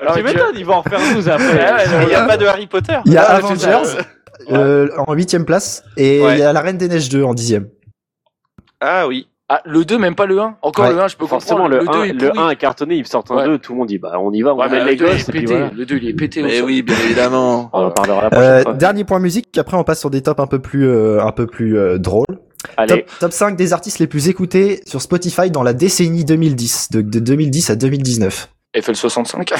Speaker 3: Alors,
Speaker 2: Tu
Speaker 3: Dieu.
Speaker 2: m'étonnes, ils vont en faire 12 après.
Speaker 3: Ouais, ouais,
Speaker 1: Il n'y a pas de Harry Potter.
Speaker 4: Il y a
Speaker 1: Ah, c'est ça.
Speaker 4: Avengers euh, en 8 place. Et il
Speaker 1: Ouais.
Speaker 4: y a La Reine des Neiges 2 en 10
Speaker 1: Ah oui.
Speaker 3: Ah, le 2, même pas le 1. Encore
Speaker 4: Ouais.
Speaker 3: le 1, je peux
Speaker 2: Forcément,
Speaker 3: comprendre.
Speaker 2: le, 1,
Speaker 3: il est
Speaker 2: le
Speaker 3: pourri.
Speaker 2: 1 est cartonné, ils sortent un
Speaker 3: Ouais.
Speaker 2: 2, tout le monde dit bah on y va, on
Speaker 3: Ouais, mais
Speaker 2: ramène
Speaker 3: le
Speaker 2: les
Speaker 3: 2, il est
Speaker 2: gosses et puis
Speaker 3: pété.
Speaker 2: voilà.
Speaker 3: Le 2, il est pété.
Speaker 1: Mais
Speaker 3: aussi.
Speaker 1: oui, bien évidemment.
Speaker 2: On en parlera la prochaine
Speaker 4: Euh,
Speaker 2: fois.
Speaker 4: dernier point musique, après on passe sur des tops un peu plus, euh, un peu plus euh, drôles. Top,
Speaker 2: Allez,
Speaker 4: top 5 des artistes les plus écoutés sur Spotify dans la décennie 2010, de, de 2010 à 2019.
Speaker 3: FL65.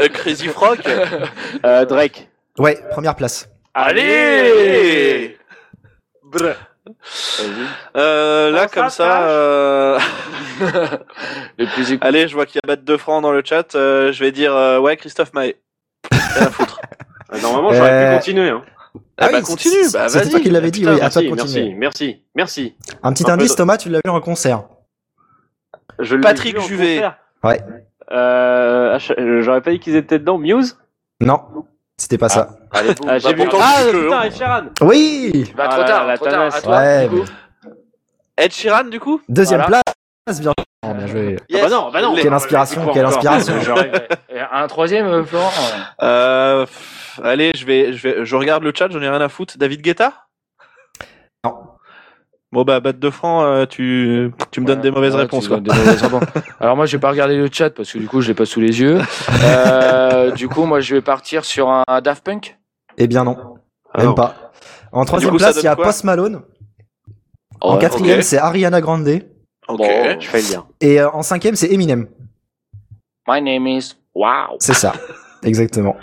Speaker 1: Euh, Crazy Frog.
Speaker 2: euh, Drake.
Speaker 4: Ouais, première place.
Speaker 1: Allez Euh, là,
Speaker 2: On
Speaker 1: comme
Speaker 2: s'attache.
Speaker 1: ça, euh,
Speaker 3: le plus écouté.
Speaker 1: allez, je vois qu'il y a Bat de Franc dans le chat. euh, je vais dire, euh, ouais, Christophe Maé. Rien à foutre.
Speaker 2: Euh, Normalement, j'aurais
Speaker 4: Euh,
Speaker 2: pu continuer. Hein.
Speaker 1: Ah, bah,
Speaker 4: oui,
Speaker 1: continue,
Speaker 4: c'est-
Speaker 1: bah,
Speaker 4: C'était
Speaker 1: vas-y.
Speaker 4: toi qui l'avais dit,
Speaker 2: Putain,
Speaker 4: oui, à toi
Speaker 2: merci,
Speaker 4: de continuer.
Speaker 2: merci, merci, merci.
Speaker 4: Un petit
Speaker 2: Un peu
Speaker 4: indice,
Speaker 2: de-
Speaker 4: Thomas, tu l'as vu en concert.
Speaker 2: Je l'ai
Speaker 1: Patrick
Speaker 2: vu en
Speaker 1: Juvet.
Speaker 2: concert.
Speaker 4: Ouais.
Speaker 2: Euh, ach- euh, j'aurais pas dit qu'ils étaient dedans. Muse
Speaker 4: Non, c'était pas ça.
Speaker 3: Allez, boum.
Speaker 2: Ah,
Speaker 3: Bah,
Speaker 2: j'ai vu.
Speaker 3: pourtant,
Speaker 2: Ah,
Speaker 1: tu peux,
Speaker 2: putain,
Speaker 1: hein.
Speaker 2: et Sharon.
Speaker 4: Oui
Speaker 3: Bah,
Speaker 2: Ah
Speaker 3: trop
Speaker 2: là
Speaker 3: tard,
Speaker 2: là,
Speaker 3: trop tard.
Speaker 2: Thanas.
Speaker 3: À toi,
Speaker 4: Ouais,
Speaker 3: Nico.
Speaker 1: Ed Sheeran, du coup
Speaker 4: Deuxième
Speaker 3: Voilà.
Speaker 4: place, bien joué. Bien joué.
Speaker 2: Ah, bah non, bah non.
Speaker 4: Quelle inspiration,
Speaker 2: Encore,
Speaker 4: quelle
Speaker 2: encore.
Speaker 4: inspiration.
Speaker 3: Et Un troisième, euh, Florent.
Speaker 1: Euh, pff, allez, je vais, je vais, je regarde le chat, j'en ai rien à foutre. David Guetta
Speaker 4: Non.
Speaker 1: Bon bah, Bat de Franc, euh, tu, tu me donnes des mauvaises
Speaker 3: Ouais,
Speaker 1: réponses,
Speaker 3: tu
Speaker 1: quoi.
Speaker 3: donnes des mauvaises réponses. Alors moi, j'ai pas regardé le chat parce que du coup, je l'ai pas sous les yeux. Euh, du coup, moi, je vais partir sur un Daft Punk.
Speaker 4: Eh bien non,
Speaker 2: Ah,
Speaker 4: même
Speaker 2: non.
Speaker 4: pas. En troisième
Speaker 1: coup, ça
Speaker 4: place, il y a
Speaker 1: donne quoi
Speaker 4: Post Malone. En quatrième, c'est Ariana Grande.
Speaker 1: Ok.
Speaker 2: Je
Speaker 3: Bon.
Speaker 2: hein. fais le lien.
Speaker 4: Et euh, en cinquième, c'est Eminem.
Speaker 3: My name is Wow.
Speaker 4: C'est ça. Exactement.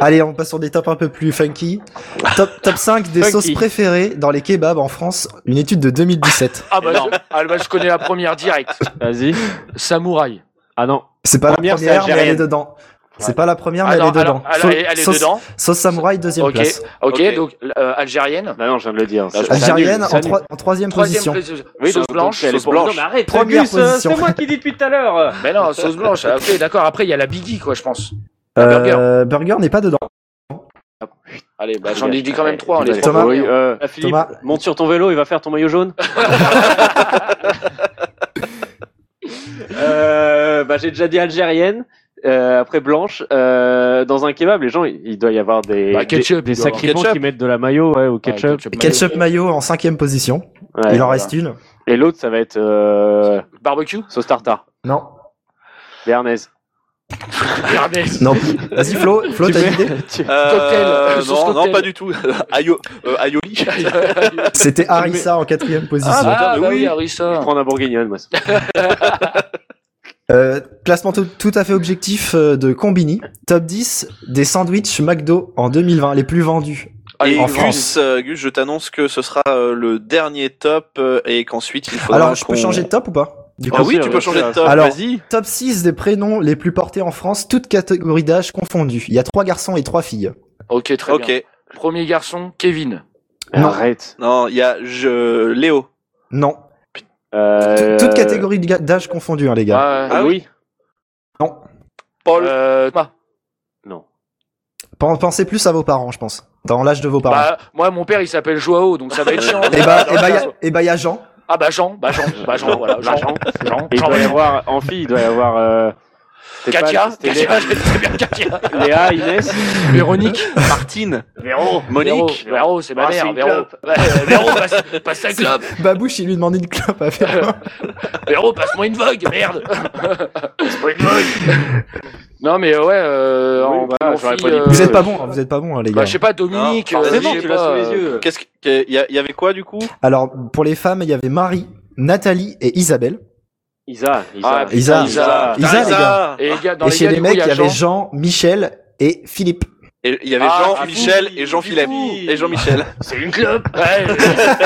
Speaker 4: Allez, on passe sur des tops un peu plus funky. Top, top 5 des
Speaker 2: Funky.
Speaker 4: sauces préférées dans les kebabs en France. Une étude de 2017.
Speaker 3: Ah bah, je, ah bah, je connais la première direct.
Speaker 2: Vas-y.
Speaker 3: Samouraï.
Speaker 2: Ah non.
Speaker 4: C'est pas
Speaker 2: Première,
Speaker 4: la
Speaker 2: c'est
Speaker 4: première, mais elle est
Speaker 2: algérienne.
Speaker 4: dedans. C'est pas la première, mais
Speaker 3: Ah non,
Speaker 4: elle est dedans.
Speaker 3: alors, alors,
Speaker 4: Sau-
Speaker 3: elle elle est
Speaker 4: sauce,
Speaker 3: dedans.
Speaker 4: sauce samouraï, deuxième
Speaker 3: Ok.
Speaker 4: place.
Speaker 3: Ok,
Speaker 1: Ok.
Speaker 3: donc euh, algérienne.
Speaker 2: Bah non, je viens de le dire.
Speaker 3: Ah, je-
Speaker 2: Ça
Speaker 4: Algérienne
Speaker 2: annule, ça
Speaker 4: en,
Speaker 2: annule.
Speaker 4: troi- en troisième
Speaker 3: Troisième
Speaker 4: position.
Speaker 3: position.
Speaker 2: Oui,
Speaker 3: sauce
Speaker 2: donc,
Speaker 3: blanche,
Speaker 2: donc, elle est
Speaker 3: sauce
Speaker 2: pour-
Speaker 3: blanche.
Speaker 2: Non, mais arrête,
Speaker 4: Première
Speaker 2: Gus, euh,
Speaker 4: position.
Speaker 2: c'est moi qui dis depuis tout à l'heure.
Speaker 3: Mais non, sauce blanche. Ah, Ok, d'accord. Après, il y a la Biggie, quoi, je pense.
Speaker 4: Euh, burger n'est pas dedans.
Speaker 3: Allez, bah, j'en ai dit quand même trois. On
Speaker 2: Allez,
Speaker 3: est
Speaker 4: Thomas.
Speaker 3: trois.
Speaker 2: oui, euh, Philippe,
Speaker 4: Thomas.
Speaker 2: monte sur ton vélo, il va faire ton maillot jaune. Euh, bah, j'ai déjà dit algérienne. euh, après blanche, euh, dans un kebab, les gens, il il doit y avoir des,
Speaker 3: Bah, ketchup,
Speaker 2: des,
Speaker 3: il
Speaker 2: des
Speaker 3: doit y avoir.
Speaker 2: sacriments
Speaker 1: Ketchup.
Speaker 2: qui mettent de la mayo ouais, au
Speaker 3: Ah,
Speaker 2: ketchup.
Speaker 4: Ketchup mayo en cinquième position.
Speaker 2: Ouais.
Speaker 4: Il en
Speaker 3: voilà.
Speaker 4: reste une.
Speaker 2: Et l'autre, ça va être euh,
Speaker 3: Bah, Barbecue.
Speaker 2: sauce tartare,
Speaker 4: Non.
Speaker 2: béarnaise.
Speaker 3: Regardez.
Speaker 4: Non. Vas-y Flo, Flo
Speaker 2: Tu
Speaker 4: t'as
Speaker 2: fais-
Speaker 4: une idée
Speaker 2: tu-
Speaker 1: Euh,
Speaker 3: Cocktail, sauce
Speaker 1: non, non,
Speaker 3: cocktail.
Speaker 1: pas du tout. Ayo, euh, Aioli.
Speaker 4: C'était Harissa en quatrième position.
Speaker 1: Ah,
Speaker 3: Ah,
Speaker 1: putain, mais
Speaker 3: bah oui,
Speaker 1: oui.
Speaker 2: Je
Speaker 3: Harissa.
Speaker 2: prends un bourguignonne, moi.
Speaker 4: Euh, classement tout, tout à fait objectif euh, de Combini. Top 10 des sandwichs McDo en 2020, les plus vendus.
Speaker 3: Allez,
Speaker 1: Et
Speaker 4: en
Speaker 1: Gus,
Speaker 4: France.
Speaker 1: euh, Gus, je t'annonce que ce sera euh, le dernier top euh, et qu'ensuite il faudra.
Speaker 4: Alors, je peux
Speaker 1: qu'on-
Speaker 4: changer de top ou pas Du
Speaker 1: Ah
Speaker 4: coup,
Speaker 1: oui, tu peux changer de
Speaker 2: Euh,
Speaker 1: top.
Speaker 4: Alors-
Speaker 1: Vas-y.
Speaker 4: Top 6 des prénoms les plus portés en France, toutes catégories d'âge confondues. Il y a trois garçons et trois filles.
Speaker 3: Ok, très
Speaker 1: Ok.
Speaker 3: bien. Premier garçon, Kevin.
Speaker 4: Ah, Non.
Speaker 2: Arrête.
Speaker 1: Non, il y a je... Léo.
Speaker 4: Non.
Speaker 2: Euh,
Speaker 4: Toutes catégories de ga- d'âge confondues, hein, les gars.
Speaker 3: Ah,
Speaker 2: Ah oui.
Speaker 3: Paul. Euh, Thomas.
Speaker 2: Non.
Speaker 4: Pen- Pensez plus à vos parents, je pense. Dans l'âge de vos parents.
Speaker 3: Bah, moi, mon père, il s'appelle Joao, donc ça va être chiant.
Speaker 4: et bah, et bah, y a- et bah, y a Jean.
Speaker 3: Ah bah Jean, bah Jean, bah Jean, voilà, Jean, Jean, Jean,
Speaker 2: Et il
Speaker 3: Jean,
Speaker 2: doit y
Speaker 3: Jean.
Speaker 2: avoir en fille, il doit y avoir. Euh, c'était pas-
Speaker 3: Katia,
Speaker 2: c'était
Speaker 3: Katia, je vais très bien Katia.
Speaker 2: Léa, Léa, Inès,
Speaker 3: Véronique,
Speaker 1: Martine.
Speaker 2: Véro,
Speaker 1: Monique.
Speaker 3: Véro, Véro, c'est ma
Speaker 2: Ah, c'est
Speaker 3: mère,
Speaker 2: une
Speaker 3: Véro.
Speaker 2: clope.
Speaker 3: Ouais, euh, Véro, passe, passe ta clope.
Speaker 4: Babouche, il lui demandait une clope à
Speaker 3: Euh,
Speaker 4: faire.
Speaker 3: Véro, passe-moi une vogue, merde. Passe-moi une vogue. Non mais ouais, euh,
Speaker 2: Oui,
Speaker 3: en
Speaker 2: voilà,
Speaker 3: prénom
Speaker 2: j'aurais
Speaker 3: fille,
Speaker 2: pas dit.
Speaker 3: euh,
Speaker 4: vous êtes pas bon, vous êtes pas bon, hein, les gars.
Speaker 3: Bah je sais pas, Dominique,
Speaker 1: Non,
Speaker 3: euh,
Speaker 1: forcément,
Speaker 3: je sais
Speaker 2: tu l'as
Speaker 3: pas,
Speaker 2: sous les
Speaker 3: euh,
Speaker 2: yeux.
Speaker 1: Qu'est-ce qu'il y, a- y avait quoi du coup
Speaker 4: Alors, pour les femmes, il y avait Marie, Nathalie et Isabelle.
Speaker 2: Isa, Isa.
Speaker 3: Ah, putain,
Speaker 4: Isa.
Speaker 3: Isa.
Speaker 4: Isa, les gars.
Speaker 3: Et les gars, dans
Speaker 4: Et
Speaker 3: les
Speaker 4: chez
Speaker 3: gars,
Speaker 4: les
Speaker 3: du coup,
Speaker 4: mecs,
Speaker 3: il y a Jean.
Speaker 4: avait Jean, Michel et Philippe.
Speaker 1: Et Il y avait
Speaker 3: Ah,
Speaker 1: Jean,
Speaker 3: du
Speaker 1: Michel
Speaker 2: coup,
Speaker 1: et Jean
Speaker 2: du
Speaker 1: Philippe.
Speaker 2: coup.
Speaker 1: Et Jean Michel.
Speaker 3: C'est une clope. Ouais.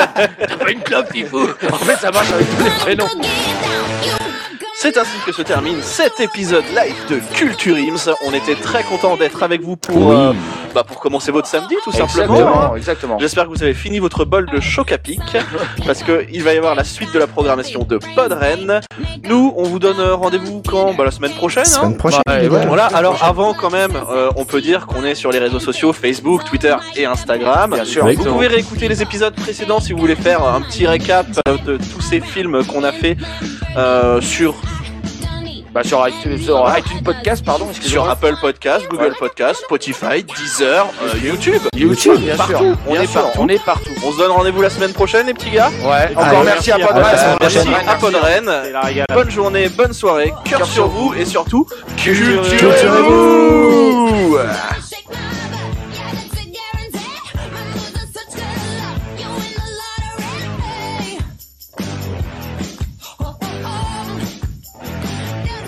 Speaker 3: T'as pas une clope, Fifou. En fait, ça marche avec tous les prénoms.
Speaker 1: C'est ainsi que se termine cet épisode live de Culture Ims. On était très content d'être avec vous pour,
Speaker 10: Oui.
Speaker 1: euh, bah, pour commencer votre samedi tout simplement.
Speaker 3: Exactement, exactement.
Speaker 1: J'espère que vous avez fini votre bol de choc à pic parce que il va y avoir la suite de la programmation de Podren. Nous, on vous donne euh, rendez-vous quand bah, La semaine prochaine. hein
Speaker 4: Semaine prochaine,
Speaker 3: Ouais,
Speaker 4: les gars.
Speaker 3: ouais.
Speaker 1: voilà, alors avant quand même, euh, on peut dire qu'on est sur les réseaux sociaux Facebook, Twitter et Instagram.
Speaker 3: Bien sûr.
Speaker 1: Vous pouvez réécouter les épisodes précédents si vous voulez faire un petit récap euh, de tous ces films qu'on a fait euh, sur
Speaker 3: Bah sur iTunes, sur iTunes Podcast, pardon,
Speaker 1: sur
Speaker 3: excusez-moi.
Speaker 1: Apple Podcast, Google Podcast, Spotify, Deezer, euh, YouTube.
Speaker 3: YouTube, bien sûr.
Speaker 1: partout. On
Speaker 3: Bien
Speaker 1: est
Speaker 3: sûr,
Speaker 1: partout.
Speaker 3: On est partout.
Speaker 1: On se donne rendez-vous la semaine prochaine les petits gars.
Speaker 3: Ouais. Eh, Encore
Speaker 4: Allez,
Speaker 3: merci à
Speaker 2: merci à
Speaker 3: Podren.
Speaker 4: Podren.
Speaker 1: Merci
Speaker 3: Merci à
Speaker 1: à
Speaker 3: Podren.
Speaker 1: Podren.
Speaker 2: C'est la régalade.
Speaker 1: Bonne journée, bonne soirée, cœur sur vous et surtout, culturez-vous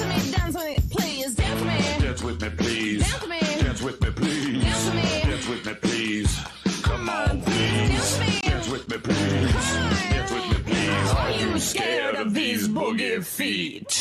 Speaker 6: Please dance with me.
Speaker 9: Dance with me, please.
Speaker 6: Dance with me.
Speaker 9: Dance with me, please.
Speaker 6: Dance with me.
Speaker 9: Dance with me, please. Come on,
Speaker 6: Dance
Speaker 9: please.
Speaker 6: with me.
Speaker 9: Dance with me, please. Dance with me, please. Are you scared of these boogie feet?